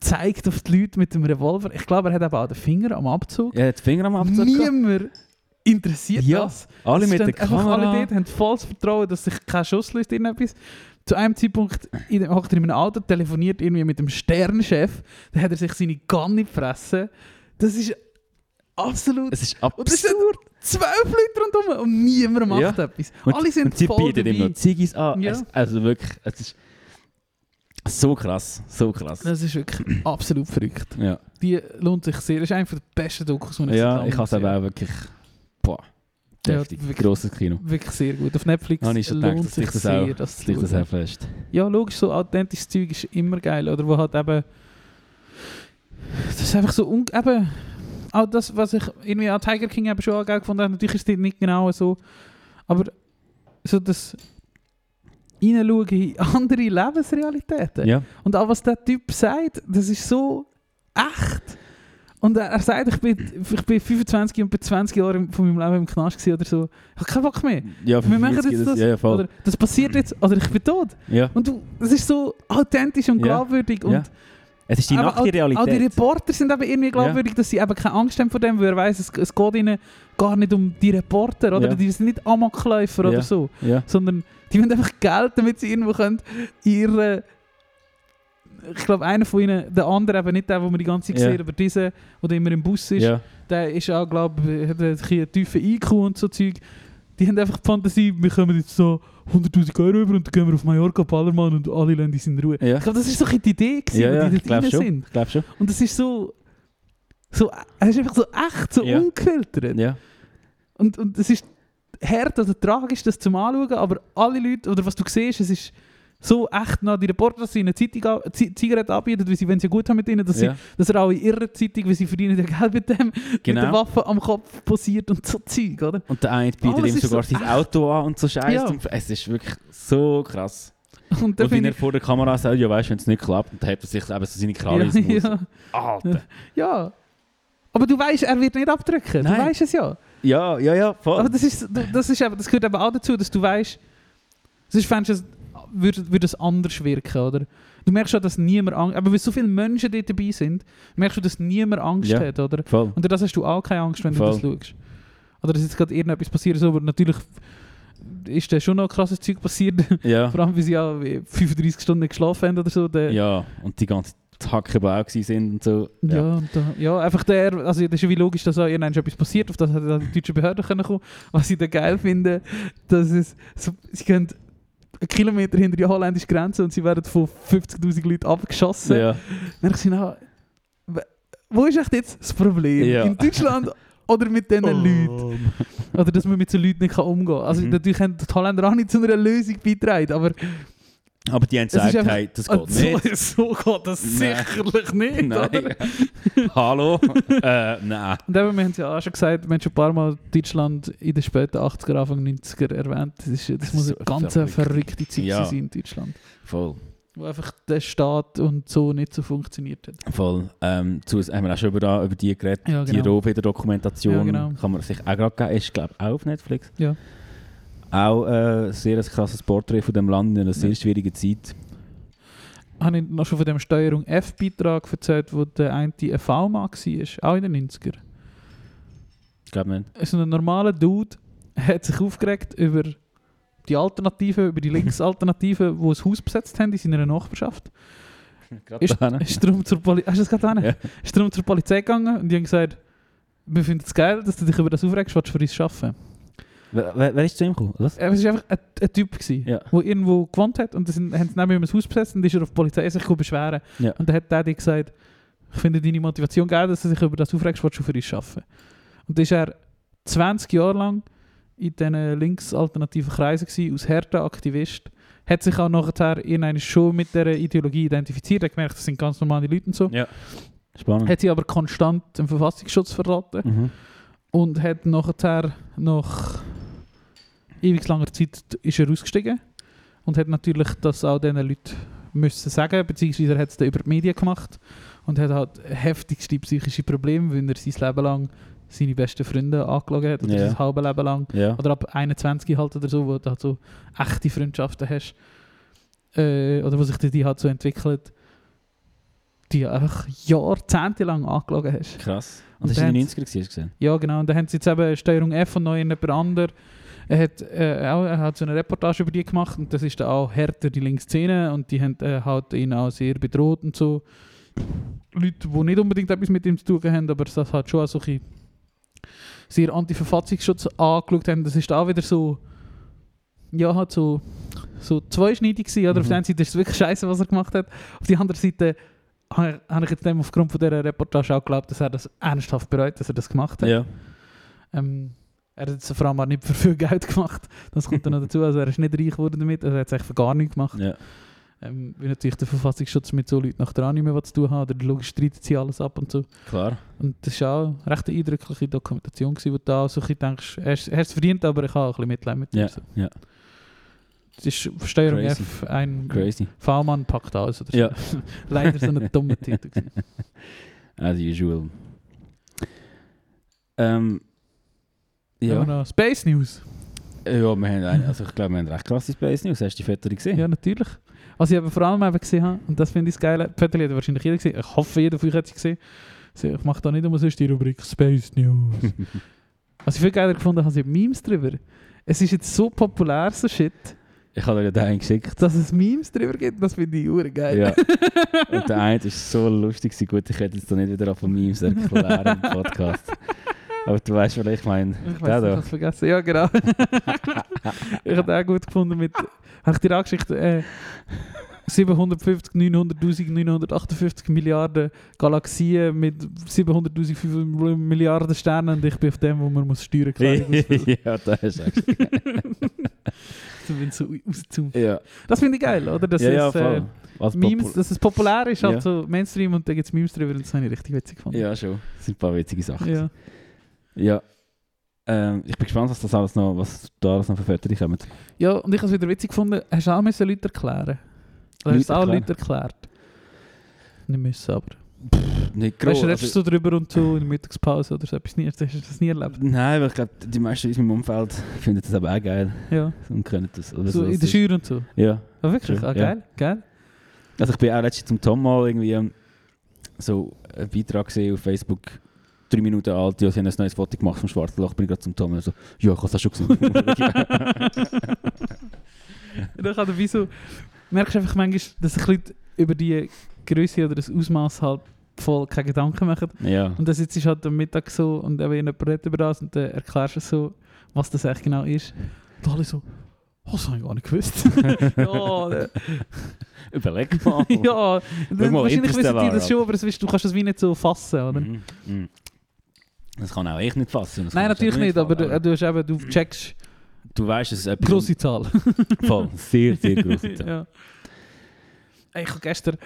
Speaker 3: zeigt auf die Leute mit dem Revolver. Ich glaube, er hat eben auch den Finger am Abzug.
Speaker 2: Er hat die Finger am Abzug gehabt.
Speaker 3: Niemand interessiert
Speaker 2: Ja.
Speaker 3: das.
Speaker 2: Alle
Speaker 3: Es
Speaker 2: mit der
Speaker 3: stehen einfach
Speaker 2: Kamera.
Speaker 3: Alle dort haben volles Vertrauen, dass sich kein Schuss löst in etwas. Zu einem Zeitpunkt in- hockt er in einem Auto, telefoniert irgendwie mit dem Sternchef, dann hat er sich seine Gun in die Fresse. Das ist absolut...
Speaker 2: es ist
Speaker 3: Und es sind nur zwölf Leute rundherum und niemand macht
Speaker 2: Ja.
Speaker 3: etwas.
Speaker 2: Und-
Speaker 3: alle sind
Speaker 2: Und sie
Speaker 3: voll
Speaker 2: bieten ihm noch
Speaker 3: dabei.
Speaker 2: Ziggis an.
Speaker 3: Ja.
Speaker 2: Es, also wirklich, es ist so krass, so krass.
Speaker 3: Das ist wirklich absolut verrückt.
Speaker 2: Ja,
Speaker 3: Die lohnt sich sehr. Das ist einer der besten Dokus, die ich seit
Speaker 2: ja
Speaker 3: langem
Speaker 2: ich habe es
Speaker 3: gesehen
Speaker 2: aber auch wirklich, boah,
Speaker 3: Ja,
Speaker 2: heftig,
Speaker 3: wirklich.
Speaker 2: grosses Kino.
Speaker 3: Wirklich sehr gut. Auf Netflix
Speaker 2: Habe ich schon gedacht,
Speaker 3: lohnt
Speaker 2: dass
Speaker 3: sich
Speaker 2: dich das
Speaker 3: sehr,
Speaker 2: auch-
Speaker 3: das
Speaker 2: Das
Speaker 3: zu
Speaker 2: liegt das
Speaker 3: schauen.
Speaker 2: auch fest.
Speaker 3: Ja, logisch, so authentisches Zeug ist immer geil. Oder wo halt eben. Das ist einfach so. Un eben, auch das, was ich irgendwie an Tiger King eben schon auch geil gefunden habe. Natürlich ist das nicht genau so. Aber so das. Hineinschauen in andere Lebensrealitäten.
Speaker 2: Ja,
Speaker 3: Und auch was der Typ sagt, das ist so echt. Und er, er sagt, ich bin, ich bin 25 und bin 20 Jahre im- von meinem Leben im Knast gewesen oder so. Ich habe keinen Bock mehr.
Speaker 2: ja für
Speaker 3: Wir machen
Speaker 2: 40
Speaker 3: jetzt
Speaker 2: das,
Speaker 3: das.
Speaker 2: Ja, ja, voll.
Speaker 3: Oder das passiert jetzt, oder ich bin tot.
Speaker 2: ja.
Speaker 3: Und du, es ist so authentisch und
Speaker 2: Ja.
Speaker 3: glaubwürdig. Und
Speaker 2: Ja. Es ist die
Speaker 3: eben auch-
Speaker 2: nackte
Speaker 3: Auch die
Speaker 2: Realität.
Speaker 3: Reporter sind eben irgendwie glaubwürdig, dass sie eben keine Angst haben vor dem, weil er weiss, es, es geht ihnen gar nicht um die Reporter, oder?
Speaker 2: Ja.
Speaker 3: Die sind nicht Amokläufer
Speaker 2: Ja.
Speaker 3: oder so,
Speaker 2: ja.
Speaker 3: sondern die wollen einfach Geld, damit sie irgendwo können ihre... Ich glaube, einer von ihnen, der andere eben nicht der, den wir die ganze Zeit
Speaker 2: Ja.
Speaker 3: sehen, aber dieser, der immer im Bus ist,
Speaker 2: ja.
Speaker 3: der ist auch, glaube ich, hat ein bisschen einen tiefen IQ und so Zeug. Die haben einfach die Fantasie, wir kommen jetzt so 100'000 Euro rüber und dann gehen wir auf Mallorca, Ballermann und alle lassen uns in Ruhe.
Speaker 2: Ja.
Speaker 3: Ich glaube, das ist so ein bisschen die Idee, gewesen,
Speaker 2: Ja, ja,
Speaker 3: die
Speaker 2: ich
Speaker 3: da
Speaker 2: glaube
Speaker 3: drin
Speaker 2: schon.
Speaker 3: sind.
Speaker 2: Ich glaube schon.
Speaker 3: Und das ist so... so es ist einfach so echt, so
Speaker 2: Ja.
Speaker 3: ungefiltert.
Speaker 2: Ja.
Speaker 3: Und, und es ist hart oder tragisch, das zum Anschauen, aber alle Leute, oder was du siehst, es ist so echt nach die Reporter, dass sie ihnen Zeitung, an- Zi- Zigaretten anbieten, weil sie, wenn sie gut haben mit ihnen, dass sie
Speaker 2: Ja.
Speaker 3: dass er auch in ihrer Zeitung, weil sie verdienen ja Geld mit dem, mit der
Speaker 2: Genau.
Speaker 3: Waffe am Kopf posiert und so Zeug, oder?
Speaker 2: Und der eine bietet
Speaker 3: Alles
Speaker 2: ihm
Speaker 3: ist
Speaker 2: sogar
Speaker 3: so
Speaker 2: sein
Speaker 3: echt.
Speaker 2: Auto an und so Scheiß.
Speaker 3: Ja.
Speaker 2: Und Es ist wirklich so krass.
Speaker 3: Und dann
Speaker 2: und wenn
Speaker 3: finde
Speaker 2: er
Speaker 3: ich...
Speaker 2: vor der Kamera sagt, ja weißt, wenn es nicht klappt, dann hat er sich eben so seine Kralle ins Maul.
Speaker 3: Ja,
Speaker 2: Alter.
Speaker 3: ja, ja. Aber du weißt, er wird nicht abdrücken,
Speaker 2: Nein.
Speaker 3: du weißt es ja.
Speaker 2: Ja, ja, ja, voll.
Speaker 3: Aber das, ist, das, ist eben, das gehört eben auch dazu, dass du weißt, sonst fändest du es, würde, würde es anders wirken, oder? Du merkst schon, dass niemand Angst... Aber weil so viele Menschen dort dabei sind, merkst du, dass niemand Angst
Speaker 2: Ja.
Speaker 3: hat, oder?
Speaker 2: voll.
Speaker 3: Und durch das hast du auch keine Angst, wenn
Speaker 2: Voll.
Speaker 3: du das schaust. Oder dass jetzt gerade irgendetwas passiert ist, aber natürlich ist da schon noch krasses Zeug passiert.
Speaker 2: Ja.
Speaker 3: Vor allem, weil sie ja wie 35 Stunden geschlafen haben oder so. Der,
Speaker 2: ja, und die ganze Hackenbau sind und so.
Speaker 3: ja. und da, ja, einfach der, also das ist ja wie logisch, dass auch irgendwann schon etwas passiert, auf das hätten dann die deutschen Behörden können kommen Was ich dann geil finde, dass es, so, sie gehen einen Kilometer hinter die holländische Grenze und sie werden von 50'000 Leuten abgeschossen.
Speaker 2: ja.
Speaker 3: Dann dachte ich, na, w- wo ist echt jetzt das Problem?
Speaker 2: Ja. Oh,
Speaker 3: In Deutschland oder mit diesen Leuten? Oder dass man mit so Leuten nicht kann umgehen kann. Also
Speaker 2: Mhm.
Speaker 3: natürlich haben die Holländer auch nicht zu einer Lösung beitragen, aber
Speaker 2: Aber die haben
Speaker 3: ist
Speaker 2: gesagt,
Speaker 3: einfach-
Speaker 2: hey, das
Speaker 3: so,
Speaker 2: geht nicht.
Speaker 3: so geht das
Speaker 2: Nein.
Speaker 3: sicherlich nicht, oder?
Speaker 2: Nein. Hallo? äh, nein.
Speaker 3: Und eben, wir haben es ja auch schon gesagt, wir haben schon ein paar Mal Deutschland in den späten 80er, Anfang 90er erwähnt. Das, ist, das,
Speaker 2: Das
Speaker 3: muss
Speaker 2: ist
Speaker 3: eine
Speaker 2: so
Speaker 3: ganz
Speaker 2: verrückt.
Speaker 3: verrückte Zeit
Speaker 2: Ja.
Speaker 3: sein in Deutschland.
Speaker 2: Voll.
Speaker 3: wo einfach der Staat und so nicht so funktioniert hat.
Speaker 2: Voll. Ähm, zu, haben wir auch schon über, da, über die geredet.
Speaker 3: Ja,
Speaker 2: Die
Speaker 3: genau.
Speaker 2: Rohfeder-Dokumentation
Speaker 3: Ja, genau.
Speaker 2: kann man sich auch gerade geben. Ist, glaube ich, auch auf Netflix.
Speaker 3: Ja.
Speaker 2: Auch äh, sehr ein krasses Porträt von dem Land in einer sehr
Speaker 3: Ja.
Speaker 2: schwierigen Zeit.
Speaker 3: Habe ich noch schon von dem Steuerung F-Beitrag erzählt, wo der eine ein V-Mann war, auch in den 90er.
Speaker 2: Ich glaube nicht.
Speaker 3: So ein normaler Dude hat sich aufgeregt über die Alternativen, über die Linksalternativen, die ein Haus besetzt haben in seiner Nachbarschaft.
Speaker 2: Gerade
Speaker 3: Ist,
Speaker 2: dahin.
Speaker 3: ist darum zur Polizei. Hast du das gerade hin?
Speaker 2: Ne? Ja.
Speaker 3: Ist darum zur Polizei gegangen und die haben gesagt, wir finden es geil, dass du dich über das aufregst, was du für uns arbeiten.
Speaker 2: Wer, wer wer ist zu ihm gekommen? Was?
Speaker 3: Er war einfach ein, ein Typ, gewesen,
Speaker 2: Ja.
Speaker 3: der irgendwo gewohnt hat und dann sind- haben sie neben ihm ein Haus besetzt und ist er auf die Polizei sich gekommen beschweren.
Speaker 2: Ja.
Speaker 3: Und dann hat der dir gesagt, ich finde deine Motivation geil, dass du dich über das aufregst, was du für uns arbeiten. Und dann ist er 20 Jahre lang in diesen linksalternativen Kreisen gewesen, als härter Aktivist. Hat sich auch nachher irgendwann schon mit dieser Ideologie identifiziert, hat gemerkt, das sind ganz normale Leute und so.
Speaker 2: Ja. Spannend.
Speaker 3: Hat sie aber konstant dem Verfassungsschutz verraten
Speaker 2: Mhm.
Speaker 3: und hat nachher nach ewig langer Zeit ist er ausgestiegen und hat natürlich das auch diesen Leuten müssen sagen, beziehungsweise er hat es dann über die Medien gemacht und hat halt heftigste psychische Probleme, weil er sein Leben lang seine besten Freunde angelogen hat, oder
Speaker 2: Ja.
Speaker 3: sein halbes Leben lang,
Speaker 2: Ja.
Speaker 3: oder ab 21 halt oder so, wo du halt so echte Freundschaften hast, äh, oder wo sich die, die halt so entwickelt, die einfach jahrzehntelang angelogen hast.
Speaker 2: Krass. Und
Speaker 3: Und
Speaker 2: das war in
Speaker 3: dann-
Speaker 2: den 90er gewesen, hast du gesehen?
Speaker 3: Ja, genau. Und da haben sie jetzt eben Steuerung F und noch jemand anderem. Er hat, äh, auch, er hat so eine Reportage über die gemacht und das ist dann auch härter, die Linksszene. Und die haben äh, halt ihn auch sehr bedroht und so. Leute, die nicht unbedingt etwas mit ihm zu tun haben, aber das hat schon auch so ein bisschen sehr Anti-Verfassungsschutz angeschaut haben. Das ist dann auch wieder so, ja, halt so, so zweischneidig gewesen. Oder auf
Speaker 2: Mhm.
Speaker 3: der einen Seite ist es wirklich scheiße, was er gemacht hat. Auf der anderen Seite habe ich- habe ich jetzt dem aufgrund von dieser Reportage auch geglaubt, dass er das ernsthaft bereut, dass er das gemacht hat.
Speaker 2: Ja.
Speaker 3: Ähm, er hat es vor allem auch nicht für viel Geld gemacht. Das kommt dann noch dazu. Also er ist nicht reich geworden damit. Also er hat es eigentlich für gar nichts gemacht.
Speaker 2: ja.
Speaker 3: Ähm, weil natürlich der Verfassungsschutz mit so Leuten nach dran nicht mehr was zu tun hat. Oder logisch streitet sie alles ab und so.
Speaker 2: Klar.
Speaker 3: Und das war auch eine recht eindrückliche Dokumentation, gewesen, wo du da so ein bisschen denkst, er ist- er hat es verdient, aber ich habe auch ein bisschen Mitleid mit ihm.
Speaker 2: Ja.
Speaker 3: So.
Speaker 2: ja.
Speaker 3: Das ist Steuerung
Speaker 2: Crazy.
Speaker 3: F, ein
Speaker 2: Crazy.
Speaker 3: V-Mann packt aus. Oder so.
Speaker 2: Ja.
Speaker 3: Leider so ein dummer Titel. gewesen.
Speaker 2: As usual. Ähm,
Speaker 3: Haben
Speaker 2: ja.
Speaker 3: wir noch eh, Space News.
Speaker 2: Ja, wir haben ein, also ich glaube, wir haben recht krasse Space News. Hast du die Vettere gesehen?
Speaker 3: Ja, natürlich. Was ich aber vor allem eben gesehen habe, und das finde ich das Geile, Pötteli hat wahrscheinlich jeder gesehen, ich hoffe, jeder von euch hat sie gesehen. Also Ich mache da nicht umsonst die Rubrik Space News. Was ich viel geiler gefunden habe, sind Memes drüber. Es ist jetzt so populär, so Shit,
Speaker 2: Ich habe dir den einen geschickt.
Speaker 3: dass es Memes drüber gibt, das finde ich hure geil.
Speaker 2: Ja. Und der eine ist so lustig. gewesen. Gut, ich hätte jetzt da nicht wieder auf von Memes erklären im Podcast. Aber du weißt, was ich meine.
Speaker 3: Ich
Speaker 2: Der
Speaker 3: weiß nicht, ich
Speaker 2: da.
Speaker 3: hab's vergessen. Ja, genau. ich habe auch gut gefunden mit. Habe ich dir angeschickt? Äh, 750, 900.000, 958 Milliarden Galaxien mit 700.000 Milliarden Sternen und ich bin auf dem, wo man muss steuern kann.
Speaker 2: ja, das ist echt.
Speaker 3: Zumindest um so auszoomen.
Speaker 2: Ja,
Speaker 3: Das finde ich geil, oder? Dass
Speaker 2: ja, ja,
Speaker 3: es, äh,
Speaker 2: voll. Als
Speaker 3: Memes,
Speaker 2: Popul-
Speaker 3: dass es populär ist, halt
Speaker 2: Ja.
Speaker 3: so Mainstream und da gibt es Memes drüber und das habe ich richtig witzig gefunden.
Speaker 2: ja, schon. Das sind ein paar witzige Sachen.
Speaker 3: Ja.
Speaker 2: Ja. Ähm, ich bin gespannt, was das alles noch, was da alles nou noch für Väter kommen.
Speaker 3: Ja, und ich habe es wieder witzig gefunden, hast du auch müssen Leute erklären Oder hast du
Speaker 2: Leute
Speaker 3: auch
Speaker 2: erklären?
Speaker 3: Leute erklärt? Nicht müssen, aber...
Speaker 2: Nicht also
Speaker 3: weißt du, redest du so drüber und so in der Mittagspause oder so etwas? Nie, hast du das nie erlebt?
Speaker 2: Nein, weil ich glaube, die meisten in meinem Umfeld finden das aber auch geil
Speaker 3: Ja,
Speaker 2: und können das. oder
Speaker 3: so
Speaker 2: so,
Speaker 3: in
Speaker 2: das
Speaker 3: der
Speaker 2: ist-
Speaker 3: Schür und so.
Speaker 2: Ja.
Speaker 3: Ah, wirklich?
Speaker 2: Schön,
Speaker 3: Ah,
Speaker 2: ja.
Speaker 3: geil, geil.
Speaker 2: Also ich bin auch letztens zum Tom mal irgendwie ähm, so einen Beitrag gesehen auf Facebook, drei Minuten alt, ja, sie haben ein neues Foto gemacht vom Schwarzen Loch, bin ich gerade zum Tom und er so, ja, ich habe das schon gesehen.
Speaker 3: Und dann kann dabei so... Merkst du einfach manchmal, dass sich Leute über die Größe oder das Ausmaß halt voll keine Gedanken machen.
Speaker 2: ja,
Speaker 3: Und dann sitzt du halt am Mittag so und eben jemand redet über das und dann erklärst du so, was das eigentlich genau ist. Und alle so... Oh, das habe ich gar nicht gewusst.
Speaker 2: Oh.
Speaker 3: ja, äh,
Speaker 2: überleg mal.
Speaker 3: ja,
Speaker 2: mal,
Speaker 3: wahrscheinlich wissen die
Speaker 2: Interstellar,
Speaker 3: das schon, aber das weißt, du kannst das wie nicht so fassen, oder?
Speaker 2: Mhm, mhm. Das kann auch ich nicht fassen. das
Speaker 3: Nein,
Speaker 2: kann
Speaker 3: natürlich
Speaker 2: schon
Speaker 3: nicht, aber du,
Speaker 2: fallen,
Speaker 3: du, hast eben, du checkst
Speaker 2: du weißt, es ist etwas...
Speaker 3: grosse Zahl.
Speaker 2: Voll, sehr, sehr grosse Zahl.
Speaker 3: ja. Ey, Ich habe gestern...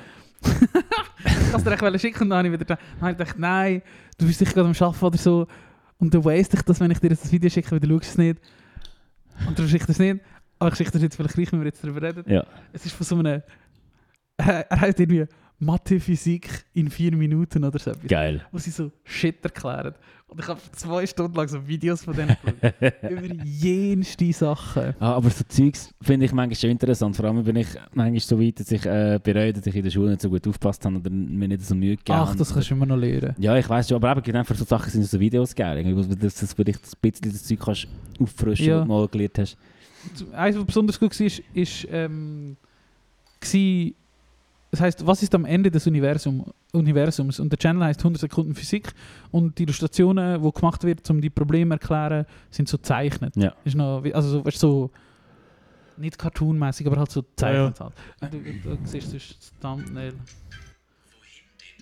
Speaker 3: ich wollte es dir echt schicken und dann habe ich wieder gedacht, dann habe ich gedacht, nein, du bist sicher gerade am Arbeiten oder so und dann weiss ich das, wenn ich dir jetzt das Video schicke, weil du schaust es nicht und darum schicke ich es nicht. Aber ich schicke dir es jetzt vielleicht gleich, wenn wir jetzt darüber reden.
Speaker 2: Ja.
Speaker 3: Es ist von so einem äh, er heißt irgendwie Mathe, Physik in vier Minuten oder so etwas.
Speaker 2: Geil.
Speaker 3: Wo sie so Shit erklären. Und ich habe zwei Stunden lang so Videos von denen geschaut. über jenste Sachen.
Speaker 2: Ah, aber so Zeugs finde ich manchmal schon interessant. Vor allem bin ich manchmal so weit, dass ich äh, bereue, dass ich in der Schule nicht so gut aufgepasst habe oder mir nicht so Mühe gegeben
Speaker 3: Ach, das
Speaker 2: habe.
Speaker 3: kannst du immer noch lernen.
Speaker 2: Ja, ich weiß schon, aber eben genau für so Sachen sind so Videos geil. Irgendwie, Dass dass du vielleicht ein bisschen das Zeug kannst auffrischen,
Speaker 3: Ja.
Speaker 2: was du mal gelernt hast.
Speaker 3: Eins, was besonders gut war, ist, ähm, gsi- das heißt, was ist am Ende des Universum, Universums? Und der Channel heißt 100 Sekunden Physik und die Illustrationen, die gemacht wird, um die Probleme zu erklären, sind so gezeichnet.
Speaker 2: Ja.
Speaker 3: Ist noch, wie- also so, weißt, du, so nicht cartoonmäßig, aber halt so gezeichnet. Halt. Du, du, du siehst sonst das Thumbnail.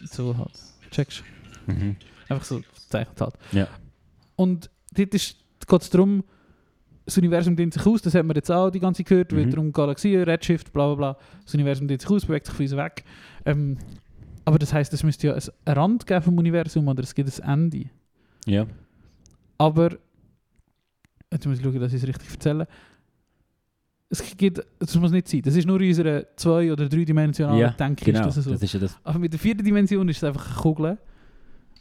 Speaker 3: So halt. Checkst
Speaker 2: Mhm.
Speaker 3: Einfach so gezeichnet halt.
Speaker 2: Ja.
Speaker 3: Und dort ist- geht es darum, das Universum dehnt sich aus, das haben wir jetzt auch die ganze Zeit gehört,
Speaker 2: Mhm.
Speaker 3: wieder um Galaxien, Redshift, bla bla bla. Das Universum dehnt sich aus, bewegt sich von uns weg. Ähm, aber das heißt, es müsste ja ein Rand geben vom Universum oder es gibt ein Ende.
Speaker 2: Ja.
Speaker 3: Aber, jetzt muss ich schauen, dass ich es richtig erzähle. Es gibt, das muss nicht sein, das ist nur in unserer zwei- oder dreidimensionalen
Speaker 2: ja,
Speaker 3: Denke,
Speaker 2: genau.
Speaker 3: ist das also? so.
Speaker 2: Das ist ja das.
Speaker 3: Aber mit der vierten Dimension ist es einfach eine Kugel,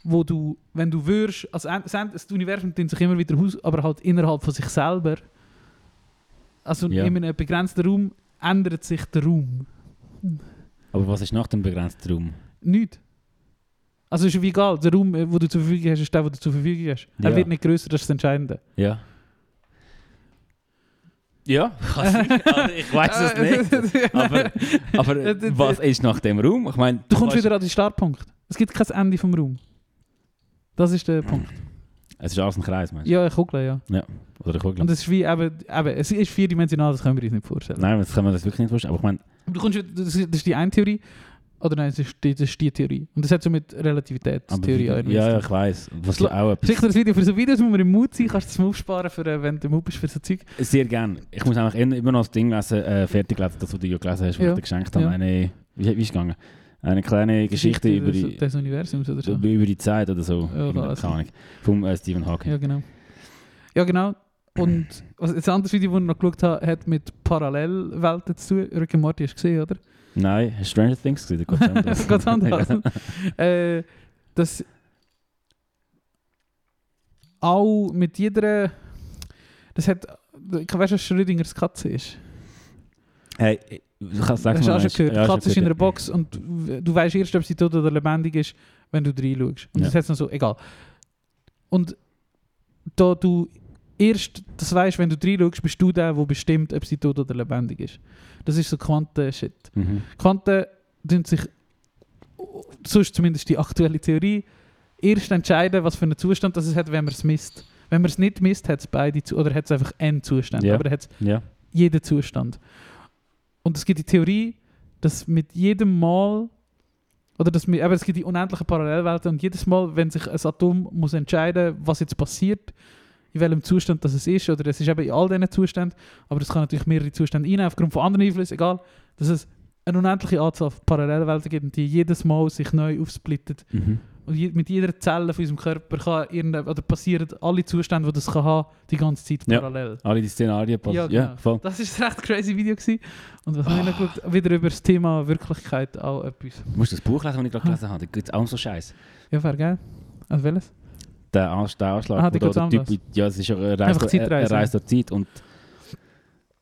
Speaker 3: wo du, wenn du würdest, also en- das Ende- das Universum dient sich immer wieder aus, aber halt innerhalb von sich selber, also
Speaker 2: Ja.
Speaker 3: in einem begrenzten Raum, ändert sich der Raum.
Speaker 2: Aber was ist nach dem begrenzten Raum?
Speaker 3: Nicht. Also ist wie egal, der Raum, den du zur Verfügung hast, ist der, den du zur Verfügung hast.
Speaker 2: Ja.
Speaker 3: Er wird nicht größer, das ist das Entscheidende.
Speaker 2: Ja. Ja, Also, ich Ah, weiß es nicht. Aber, aber was ist nach dem Raum? Ich meine,
Speaker 3: du kommst
Speaker 2: weißt-
Speaker 3: wieder an den Startpunkt. Es gibt kein Ende vom Raum. Das ist der Punkt.
Speaker 2: Es ist alles ein Kreis, meinst du?
Speaker 3: Ja, eine Kugel, ja.
Speaker 2: Oder ich
Speaker 3: Und
Speaker 2: glaube,
Speaker 3: es ist wie, eben, eben, es ist vierdimensional, das können wir uns nicht vorstellen.
Speaker 2: Nein, das kann man das wirklich nicht vorstellen. Aber ich meine,
Speaker 3: Du kommst, wieder- das, ist- das ist die eine Theorie. Oder nein, das ist die, das ist die Theorie. Und das hat so mit
Speaker 2: aber
Speaker 3: Relativitätstheorie
Speaker 2: wie-
Speaker 3: auch
Speaker 2: ja, ja,
Speaker 3: ja.
Speaker 2: ich weiß. Was
Speaker 3: Schla-
Speaker 2: auch etwas.
Speaker 3: Schick dir das Video für so Videos, muss man im Mut sein, kannst du das mal aufsparen, für, äh, wenn du Mut bist für so Zeug.
Speaker 2: Sehr gerne. Ich muss einfach immer noch das Ding lesen, äh, fertig lesen, das, was du ja gelesen hast, was
Speaker 3: Ja.
Speaker 2: ich dir geschenkt habe.
Speaker 3: Ja.
Speaker 2: Eine, wie, wie ist es gegangen? Eine kleine Geschichte über
Speaker 3: des,
Speaker 2: die,
Speaker 3: äh, des Universums oder so.
Speaker 2: über die Zeit oder so.
Speaker 3: Ja,
Speaker 2: Irgendeine-
Speaker 3: also.
Speaker 2: Keine Ahnung. Vom äh, Stephen Hawking.
Speaker 3: Ja, genau. Ja, genau. Und was, ein anderes Video, das ich noch geschaut habe, hat mit Parallelwelten zu tun. Rick and Morty hast du gesehen, oder?
Speaker 2: Nein, hast du Stranger Things gesehen? Gott sei Dank.
Speaker 3: Ganz anders. äh, das auch mit jeder. Das hat. Ich weiß, was Schrödingers Katze ist.
Speaker 2: Hey, ich- sag
Speaker 3: Das hast
Speaker 2: mal
Speaker 3: du auch schon
Speaker 2: eins.
Speaker 3: gehört.
Speaker 2: Ja,
Speaker 3: die Katze ist in
Speaker 2: gehört,
Speaker 3: einer Box und w- du weißt erst, ob sie tot oder lebendig ist, wenn du reinschaust. Und
Speaker 2: Ja.
Speaker 3: das hat noch so, egal. Und da du erst das weißt, wenn du reinschaust, bist du der, der bestimmt, ob sie tot oder lebendig ist. Das ist so Quanten-Shit.
Speaker 2: ja. Mhm.
Speaker 3: Quanten tun sich, so ist zumindest die aktuelle Theorie, erst entscheiden, was für einen Zustand das es hat, wenn man es misst. Wenn man es nicht misst, hat es beide, Zu- oder hat es einfach einen Zustand,
Speaker 2: Ja.
Speaker 3: aber dann hat es
Speaker 2: Ja.
Speaker 3: jeden Zustand. Und es gibt die Theorie, dass mit jedem Mal, oder dass mit, aber es gibt die unendlichen Parallelwelten und jedes Mal, wenn sich ein Atom muss entscheiden, was jetzt passiert, in welchem Zustand das es ist, oder es ist eben in all diesen Zuständen, aber es kann natürlich mehrere Zustände rein, aufgrund von anderen Einflüssen, egal, dass es eine unendliche Anzahl von Parallelwelten gibt und die jedes Mal sich neu aufsplittet
Speaker 2: Mhm.
Speaker 3: und je, mit jeder Zelle von unserem Körper kann irgendein, oder passieren alle Zustände, die das kann haben, die ganze Zeit
Speaker 2: Ja.
Speaker 3: parallel.
Speaker 2: Alle die Szenarien passen. Ja,
Speaker 3: Ja, genau.
Speaker 2: voll. Ah.
Speaker 3: Das ist ein recht crazy Video gewesen. Und was haben wir noch geschaut? Wieder über das Thema Wirklichkeit auch etwas.
Speaker 2: Du musst das Buch lesen, das ich gerade gelesen habe. Da gibt es auch um so Scheiß.
Speaker 3: Ja, wäre geil. Also welches?
Speaker 2: Der, Ans der Anschlag,
Speaker 3: Ah,
Speaker 2: wo
Speaker 3: die
Speaker 2: da
Speaker 3: geht's
Speaker 2: der Typ,
Speaker 3: anders.
Speaker 2: mit- ja, es ist ja eine
Speaker 3: Einfach
Speaker 2: Reise, eine
Speaker 3: Zeitreise.
Speaker 2: Reise der Zeit und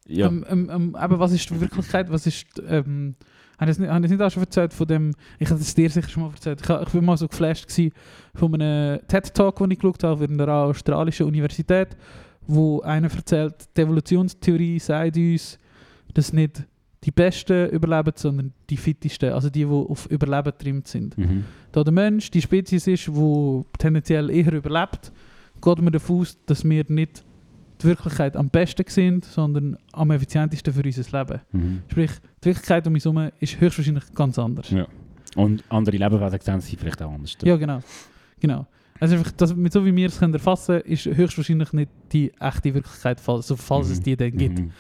Speaker 2: ja,
Speaker 3: Ähm, ähm, ähm, aber was ist die Wirklichkeit? Was ist. Ähm, habe ich das nicht, habe ich das nicht auch schon erzählt von dem. Ich habe es dir sicher schon mal erzählt. Ich, ha- ich bin mal so geflasht gewesen von einem TED-Talk, den ich geschaut habe, von einer australischen Universität, wo einer erzählt, die Evolutionstheorie sagt uns, dass nicht die Besten überleben, sondern die Fittesten, also die, die auf Überleben getrimmt sind.
Speaker 2: mhm.
Speaker 3: Da der Mensch die Spezies ist, die tendenziell eher überlebt, geht man davon aus, dass wir nicht die Wirklichkeit am besten sind, sondern am effizientesten für unser Leben.
Speaker 2: Mhm.
Speaker 3: Sprich, die Wirklichkeit um uns herum ist höchstwahrscheinlich ganz anders.
Speaker 2: Ja. und andere Lebenswesen sind vielleicht auch anders.
Speaker 3: Ja, genau. genau. Also einfach, dass, mit so wie wir es können erfassen können, ist höchstwahrscheinlich nicht die echte Wirklichkeit, falls, so falls es
Speaker 2: Mhm.
Speaker 3: die dann gibt.
Speaker 2: Mhm.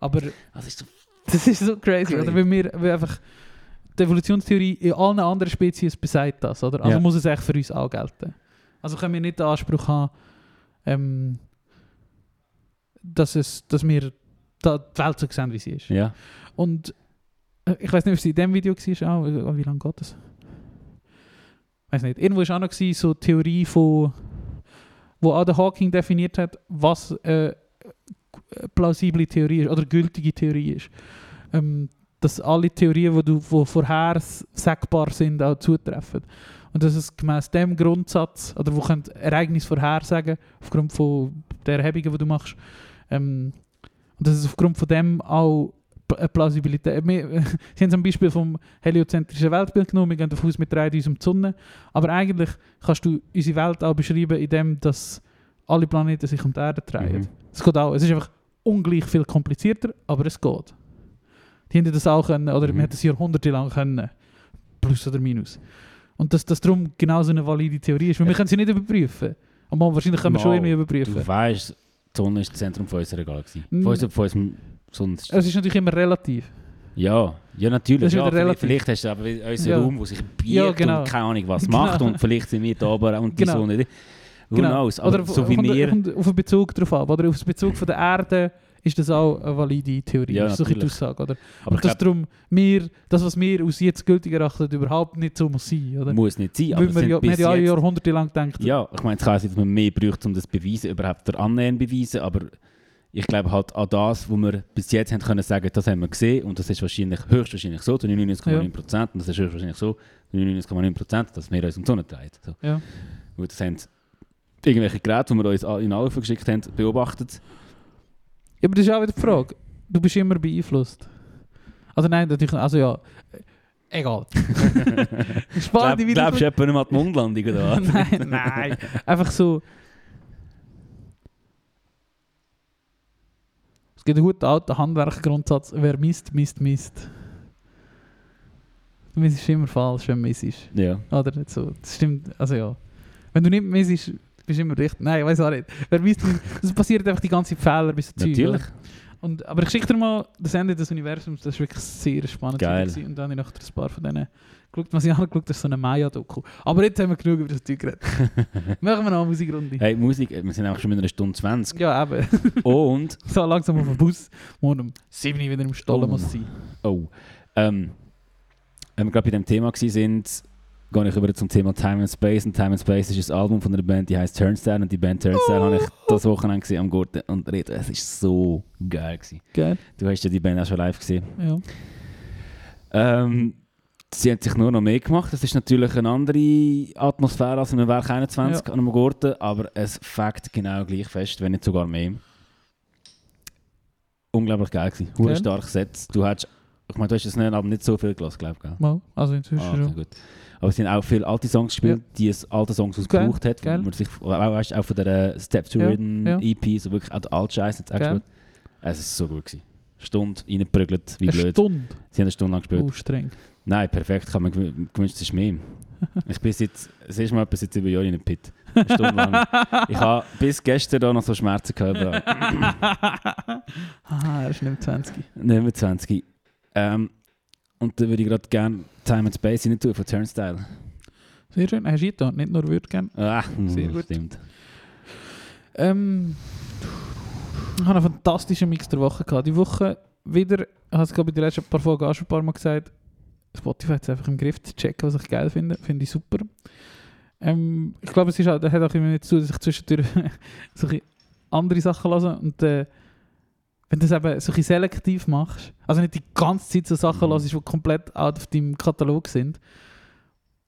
Speaker 3: Aber
Speaker 2: Das ist so
Speaker 3: das ist so crazy,
Speaker 2: Crazy.
Speaker 3: oder? Weil wir weil einfach die Evolutionstheorie in allen anderen Spezies besagt das, oder? Also
Speaker 2: Ja.
Speaker 3: muss es echt für uns auch gelten. Also können wir nicht den Anspruch haben, ähm, dass, es, dass wir da die Welt so sehen, wie sie ist.
Speaker 2: ja.
Speaker 3: Und äh, Ich weiß nicht, ob es in diesem Video war, auch, äh, wie lange geht das? Weiß nicht. Irgendwo war auch noch gewesen, so die Theorie von, wo Adam Hawking definiert hat, was äh, plausible Theorie ist oder gültige Theorie ist. Ähm, dass alle Theorien, die du wo vorhersagbar sind, auch zutreffen. Und dass es gemäß dem Grundsatz, oder wo könnt Ereignis vorhersagen, aufgrund von der Erhebungen, die du machst, ähm, und dass es aufgrund von dem auch Pl- äh, Plausibilität. Wir, Sie haben zum Beispiel vom heliozentrischen Weltbild genommen, wir gehen davon aus, wir drehen uns um die Sonne. Aber eigentlich kannst du unsere Welt auch beschreiben, indem dass alle Planeten sich um die Erde drehen.
Speaker 2: Mhm.
Speaker 3: Es geht auch. Es ist einfach ungleich viel komplizierter, aber es geht. Die hätten das auch können, oder
Speaker 2: Mhm.
Speaker 3: man hätte es jahrhundertelang können. Plus oder minus. Und dass das darum genau so eine valide Theorie ist. Weil wir können sie nicht überprüfen. Aber wahrscheinlich können wir schon
Speaker 2: Äh, Mal.
Speaker 3: irgendwie überprüfen.
Speaker 2: Du weißt, die Sonne ist das Zentrum von unserer Galaxie. Von,
Speaker 3: Mm.
Speaker 2: unser, von unserem Sonnensystem.
Speaker 3: Also, Es ist natürlich immer relativ.
Speaker 2: Ja, ja natürlich.
Speaker 3: Das ist
Speaker 2: Ja,
Speaker 3: wieder
Speaker 2: vielleicht,
Speaker 3: relativ.
Speaker 2: vielleicht hast du aber unseren
Speaker 3: Ja.
Speaker 2: Raum, der sich biegt
Speaker 3: Ja, genau.
Speaker 2: und keine Ahnung was
Speaker 3: Genau.
Speaker 2: macht und vielleicht sind wir da oben und die
Speaker 3: Genau.
Speaker 2: Sonne. Who knows? Aber
Speaker 3: Oder
Speaker 2: so wie
Speaker 3: kommt-
Speaker 2: wir...
Speaker 3: kommt auf den Bezug drauf an. Oder auf den Bezug von der Erde ist das auch eine valide Theorie.
Speaker 2: Ja,
Speaker 3: das ist so ein bisschen die
Speaker 2: natürlich.
Speaker 3: Aussage. Oder?
Speaker 2: Aber ich
Speaker 3: Und
Speaker 2: glaub,
Speaker 3: dass darum wir, das, was wir aus jetzt gültig erachten, überhaupt nicht so muss sein. Oder?
Speaker 2: muss nicht sein. Aber
Speaker 3: Weil
Speaker 2: es
Speaker 3: wir
Speaker 2: sind
Speaker 3: ja, wir
Speaker 2: bis
Speaker 3: haben ja
Speaker 2: jetzt...
Speaker 3: jahrhundertelang gedacht,
Speaker 2: Ja, ich meine, es kann sein, dass man mehr braucht, um das zu beweisen, überhaupt der Annähern beweisen, aber ich glaube halt an das, wo wir bis jetzt haben können sagen, das haben wir gesehen und das ist wahrscheinlich, höchstwahrscheinlich so, zu 99,9 Prozent, und das ist höchstwahrscheinlich so, zu 99,9 Prozent, dass wir uns um die Sonne drehen. So.
Speaker 3: Ja.
Speaker 2: Und das haben irgendwelche Geräte, die wir uns in Anruf geschickt haben, beobachtet.
Speaker 3: Ja, aber das ist auch wieder die Frage. Du bist immer beeinflusst. Also nein, natürlich, also ja. äh, Egal. Spar
Speaker 2: Glaub,
Speaker 3: die wieder.
Speaker 2: glaubst du etwa nicht mal die Mondlandung oder was?
Speaker 3: nein, nein. Einfach so. Es gibt einen guten alten Handwerkgrundsatz. Wer misst, misst, misst. Du misst immer falsch, wenn du misst.
Speaker 2: Ja.
Speaker 3: Oder nicht so. Das stimmt. Also ja. Wenn du nicht misst, bist du immer richtig. Nein, ich weiß auch nicht. Wer misst, misst. Das passiert einfach die ganze Zeit Fehler bis zu Zeug, oder?
Speaker 2: Natürlich.
Speaker 3: Und, aber ich schicke dir mal das Ende des Universums, das war wirklich sehr spannend.
Speaker 2: Geil.
Speaker 3: gewesen. Und dann habe ich noch ein paar von denen geschaut, was ich angeschaut habe, ist so eine Maya-Doku. Aber jetzt haben wir genug über das Zeug geredet. Machen wir noch eine Musikrunde.
Speaker 2: Hey, Musik, äh, wir sind einfach schon mit einer Stunde 20.
Speaker 3: Ja, eben.
Speaker 2: Und,
Speaker 3: so langsam auf den Bus. Morgen um 7 Uhr wieder im Stollen
Speaker 2: Oh.
Speaker 3: muss sein.
Speaker 2: oh, ähm, wenn wir gerade bei dem Thema gewesen sind, gehe ich über zum Thema Time and Space. Und Time and Space ist ein Album von einer Band, die heißt Turnstile. Und die Band Turnstile habe ich das Wochenende gesehen am Gurten und Reto, es ist so geil gewesen.
Speaker 3: Geil.
Speaker 2: Du hast ja die Band auch schon live gesehen.
Speaker 3: Ja.
Speaker 2: Ähm, sie haben sich nur noch mehr gemacht. Es ist natürlich eine andere Atmosphäre als in einem Werk 21 an einem Garten, aber es fängt genau gleich fest, wenn nicht sogar mehr. Unglaublich geil gewesen. Hure
Speaker 3: Gell?
Speaker 2: stark gesetzt. Du hast, ich meine, du hast es nicht, aber nicht so viel gelassen, glaube ich. gell?
Speaker 3: Mal. Also inzwischen
Speaker 2: Ah,
Speaker 3: schon.
Speaker 2: okay, gut. Aber es sind auch viele alte Songs gespielt, die es alte Songs
Speaker 3: Geil,
Speaker 2: ausgebraucht hat.
Speaker 3: geil.
Speaker 2: Weil man sich, auch, weißt, auch von der Step to
Speaker 3: Ja,
Speaker 2: Rhythm
Speaker 3: ja.
Speaker 2: EP, so wirklich auch der alte Scheiß jetzt auch
Speaker 3: Geil.
Speaker 2: gespielt. Es ist so gut gewesen. Stunde reingeprügelt, wie
Speaker 3: Eine
Speaker 2: blöd.
Speaker 3: Stunde.
Speaker 2: Sie haben eine Stunde lang gespielt.
Speaker 3: Oh, streng.
Speaker 2: Nein, perfekt. Ich habe mir gew- gewünscht, es ist mehr. Ich bin seit, das erste Mal etwa seit sieben Jahren in einem Pit. Eine Stunde lang. Ich habe bis gestern da noch so Schmerzen gehabt. überall.
Speaker 3: Aha, er ist nicht 20.
Speaker 2: Nicht mehr 20. Ähm, und da würde ich gerade gerne Time and Space nicht tun von Turnstile.
Speaker 3: Sehr schön. Hast du getan. Nicht nur Würde gern.
Speaker 2: Ah,
Speaker 3: Sehr gut.
Speaker 2: Stimmt.
Speaker 3: Ähm, ich habe einen fantastischen Mix der Woche gehabt. Die Woche wieder, ich habe es glaube ich in den letzten paar Folgen auch schon ein paar Mal gesagt, Spotify hat es einfach im Griff zu checken, was ich geil finde. Finde ich super. Ähm, ich glaube, es ist auch, das hat auch immer nicht zu, dass ich zwischendurch so ein bisschen andere Sachen lasse. Und äh, wenn du das eben so ein bisschen selektiv machst, also nicht die ganze Zeit so Sachen
Speaker 2: Mhm.
Speaker 3: mhm. die komplett out of deinem Katalog sind,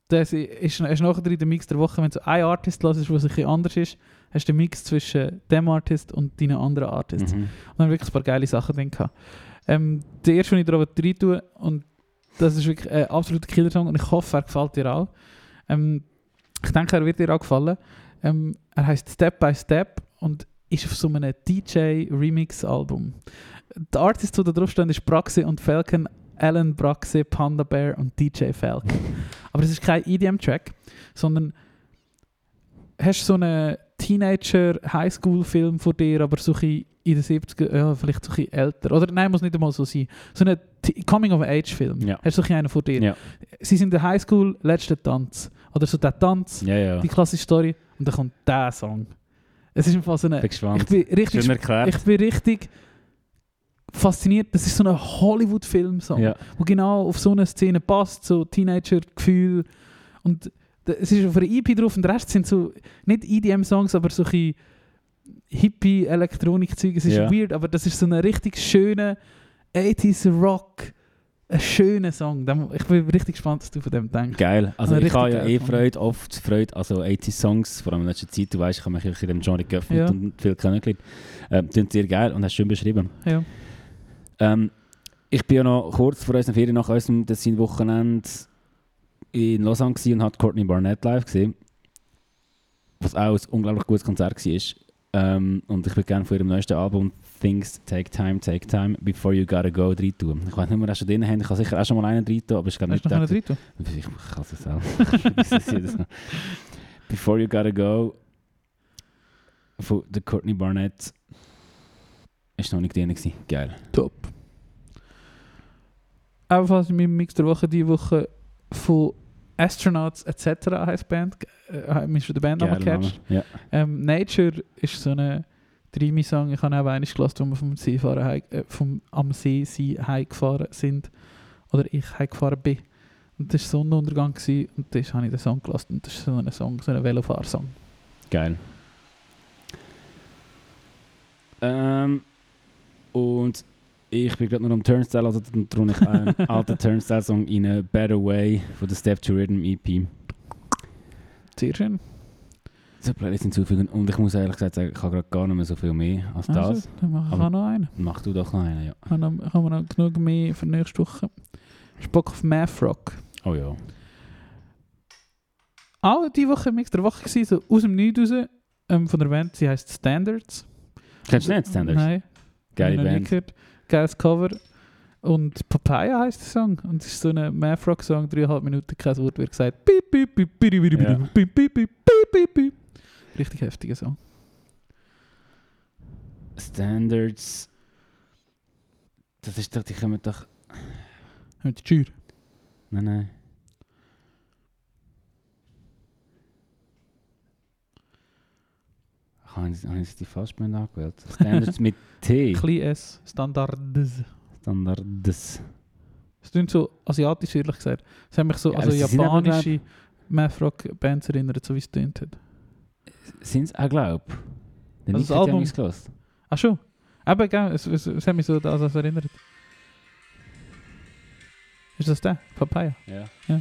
Speaker 3: das ist, ist nachher in der Mix der Woche, wenn du so einen Artist hörst, der ein bisschen anders ist, hast du den Mix zwischen dem Artist und deinen anderen Artists.
Speaker 2: Mhm.
Speaker 3: Und dann wirklich ein paar geile Sachen drin gehabt. Ähm, der erste, den ich da rein tue, und das ist wirklich ein absoluter Killer-Song und ich hoffe, er gefällt dir auch. Ähm, ich denke, er wird dir auch gefallen. Ähm, er heißt Step by Step und ist auf so einem DJ-Remix-Album. Die Artists, die da draufstehen, ist Praxe und Falcon, Alan Praxe, Panda Bear und DJ Falcon. Aber es ist kein EDM-Track, sondern hast du so einen Teenager-Highschool-Film vor dir, aber so ein bisschen in den 70er, ja, vielleicht so ein bisschen älter. Oder nein, muss nicht einmal so sein. So einen T- Coming-of-Age-Film.
Speaker 2: Ja.
Speaker 3: Hast du so ein bisschen einen vor dir.
Speaker 2: Ja.
Speaker 3: Sie sind in der Highschool, letzter Tanz. Oder so der Tanz,
Speaker 2: Ja, ja.
Speaker 3: die klassische Story. Und dann kommt der Song. Es ist im Fall so eine...
Speaker 2: bin gespannt.
Speaker 3: Ich bin richtig
Speaker 2: Schön erklärt.
Speaker 3: ich bin richtig fasziniert. Das ist so ein Hollywood-Film-Song,
Speaker 2: Ja.
Speaker 3: wo genau auf so eine Szene passt, so Teenager-Gefühl. Und d- es ist auf einer EP drauf und der Rest sind so, nicht EDM-Songs, aber so ein Hippie-Elektronik-Zeug. Es ist
Speaker 2: Ja.
Speaker 3: weird, aber das ist so ein richtig schöner 80s-Rock, ein schöner Song. Dem- Ich bin richtig gespannt, was du von dem denkst.
Speaker 2: Geil. Also
Speaker 3: Ah,
Speaker 2: ich
Speaker 3: richtig
Speaker 2: habe ja
Speaker 3: geil
Speaker 2: eh
Speaker 3: gefunden.
Speaker 2: Freude, oft Freude, also 80 Songs, vor allem in letzter Zeit, du weißt, ich habe mich in dem Genre geöffnet
Speaker 3: Ja.
Speaker 2: und viel kennengelernt. Ähm, klingt sehr geil und hast schön beschrieben.
Speaker 3: Ja.
Speaker 2: Ähm, ich bin ja noch kurz vor unseren Ferien nach unserem Dessin-Wochenende in Lausanne gewesen und habe Courtney Barnett live gesehen. Was auch ein unglaublich gutes Konzert war. Ähm, und ich würde gerne von ihrem neuesten Album Things Take Time, Take Time, Before You Gotta Go rein tun. Ich weiß nicht, ob wir das schon drin haben. Ich kann sicher auch schon mal einen rein tun, aber ich kann nicht
Speaker 3: Hast du noch einen
Speaker 2: gedacht,
Speaker 3: dritten?
Speaker 2: ich kann es auch. Ich weiß es jedes Mal. Before You Gotta Go von der Courtney Barnett ist noch nicht drin. gewesen. Geil.
Speaker 3: Top. Ebenfalls in meinem Mix der Woche die eh, Woche von Astronauts etc. heisst die Band. Äh, hat mich schon der Bandname
Speaker 2: Geiler Name.
Speaker 3: gecatcht.
Speaker 2: Ja.
Speaker 3: Ähm, Nature eh, ist so eine Dreamy-Song. Ich habe auch einmal gelassen, wo wir vom See fahren, heim- äh, vom, am See sie heimgefahren sind. Oder ich heimgefahren bin. Und das war Sonnenuntergang gewesen, und das habe ich den Song gelassen. Und das ist so ein Song, so ein Velofahr-Song.
Speaker 2: Geil. Ähm, und ich bin gerade noch am Turnstile, also dann tue ich einen alten Turnstile-Song in a Better Way von der Step to Rhythm E EP.
Speaker 3: Sehr schön.
Speaker 2: So Playlist hinzufügen und ich muss ehrlich gesagt sagen, ich habe gerade gar nicht mehr Ah, so viel mehr als das.
Speaker 3: Also, dann mache ich
Speaker 2: Aber-
Speaker 3: auch noch einen.
Speaker 2: Mach du doch noch einen, ja.
Speaker 3: Haben wir- haben wir noch genug mehr für nächste Woche? Hast du Bock auf Math Rock?
Speaker 2: Oh ja.
Speaker 3: Auch diese Woche im Mix der Woche gewesen, so aus dem Nichts raus, ähm, von der Band, sie heißt Standards.
Speaker 2: Kennst du nicht Standards?
Speaker 3: Nein,
Speaker 2: Geile
Speaker 3: noch nie
Speaker 2: Band.
Speaker 3: gehört. Geiles Cover. Und Papaya heißt der Song. Und es ist so ein Math Rock Song, dreieinhalb Minuten, kein Wort wird gesagt. Piep, piep, piep, piep, piep, piep,
Speaker 2: Ja.
Speaker 3: piep, piep, piep, piep, piep, piep. Richtig heftiger Song.
Speaker 2: Standards. Das ist doch, die kommen doch.
Speaker 3: Hört die Tür.
Speaker 2: Nein, nein. Habe ich, habe ich die Fassband angewählt? Standards mit T.
Speaker 3: Klein S, Standards.
Speaker 2: Standards.
Speaker 3: Es klingt so asiatisch, ehrlich gesagt. Es haben mich so
Speaker 2: Ja,
Speaker 3: also
Speaker 2: aber sie sind eben,
Speaker 3: japanische Math-Rock-Bands erinnert, so wie es tönt hat.
Speaker 2: Sind es auch, glaube ich. Der
Speaker 3: Also
Speaker 2: Nick hat
Speaker 3: das
Speaker 2: ja
Speaker 3: Album-
Speaker 2: nichts gehört.
Speaker 3: Ach schon. Eben, gell, es, es, es hat mich so an das erinnert. Ist das der? Papaya?
Speaker 2: Ja.
Speaker 3: Ja.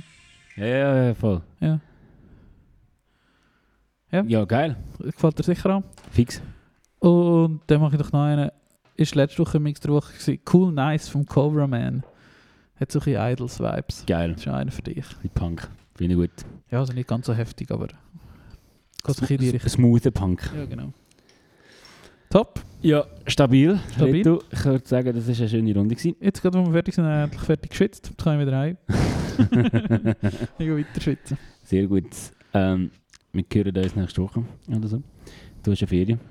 Speaker 2: Ja, ja, ja, voll.
Speaker 3: Ja. Ja.
Speaker 2: Ja, geil.
Speaker 3: Gefällt dir sicher an.
Speaker 2: Fix.
Speaker 3: Und dann mache ich doch noch einen. Ist letzte Woche im Mix der Woche gewesen. Cool Nice vom Cobra Man. Hat so ein bisschen Idols-Vibes.
Speaker 2: Geil.
Speaker 3: Ist ja einer für dich.
Speaker 2: Die Punk. Finde ich gut.
Speaker 3: Ja, also nicht ganz so heftig, aber... Geht so ein bisschen in die Richtung.
Speaker 2: Smoother Punk.
Speaker 3: Ja, genau. Top.
Speaker 2: Ja, stabil.
Speaker 3: Stabil.
Speaker 2: Reto, ich würde sagen, das war eine schöne Runde. Gewesen.
Speaker 3: Jetzt gerade, wo wir fertig sind, haben wir endlich fertig geschwitzt. Jetzt kann ich wieder heim. Ich gehe weiter schwitzen.
Speaker 2: Sehr gut. Ähm, wir hören uns nächste Woche oder so. Du hast eine Ferien. Äh,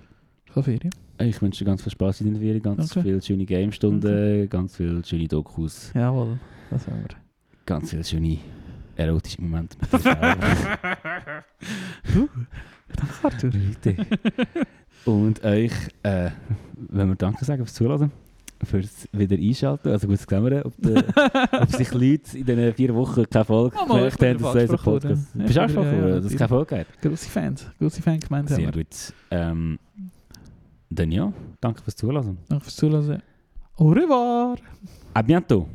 Speaker 3: Ich habe Ferien.
Speaker 2: Ich wünsche dir ganz viel Spaß in deiner Ferien, ganz
Speaker 3: Danke.
Speaker 2: viele schöne Game-Stunden, ganz viele schöne Dokus,
Speaker 3: Jawohl, das haben wir.
Speaker 2: ganz viele schöne erotische Momente. mit der Frau.
Speaker 3: Danke, Arthur.
Speaker 2: Leute. Und euch, äh, wenn wir Danke sagen fürs Zuladen, fürs wieder einschalten, also gut zu klammern, ob, der, ob sich Leute in diesen vier Wochen keine Folge
Speaker 3: Oh, mal, ich
Speaker 2: gemerkt
Speaker 3: bin
Speaker 2: haben, dass
Speaker 3: wieder
Speaker 2: unser
Speaker 3: angesprochen worden.
Speaker 2: Podcast...
Speaker 3: Ja,
Speaker 2: Bist du
Speaker 3: ja,
Speaker 2: auch schon
Speaker 3: ja,
Speaker 2: dass es keine Folge hat?
Speaker 3: Grosse Fans, grosse Fangemeinde haben
Speaker 2: Sehr
Speaker 3: wir.
Speaker 2: gut. Ähm, dann ja, danke fürs Zuhören.
Speaker 3: Danke fürs Zuhören. Au revoir!
Speaker 2: À bientôt.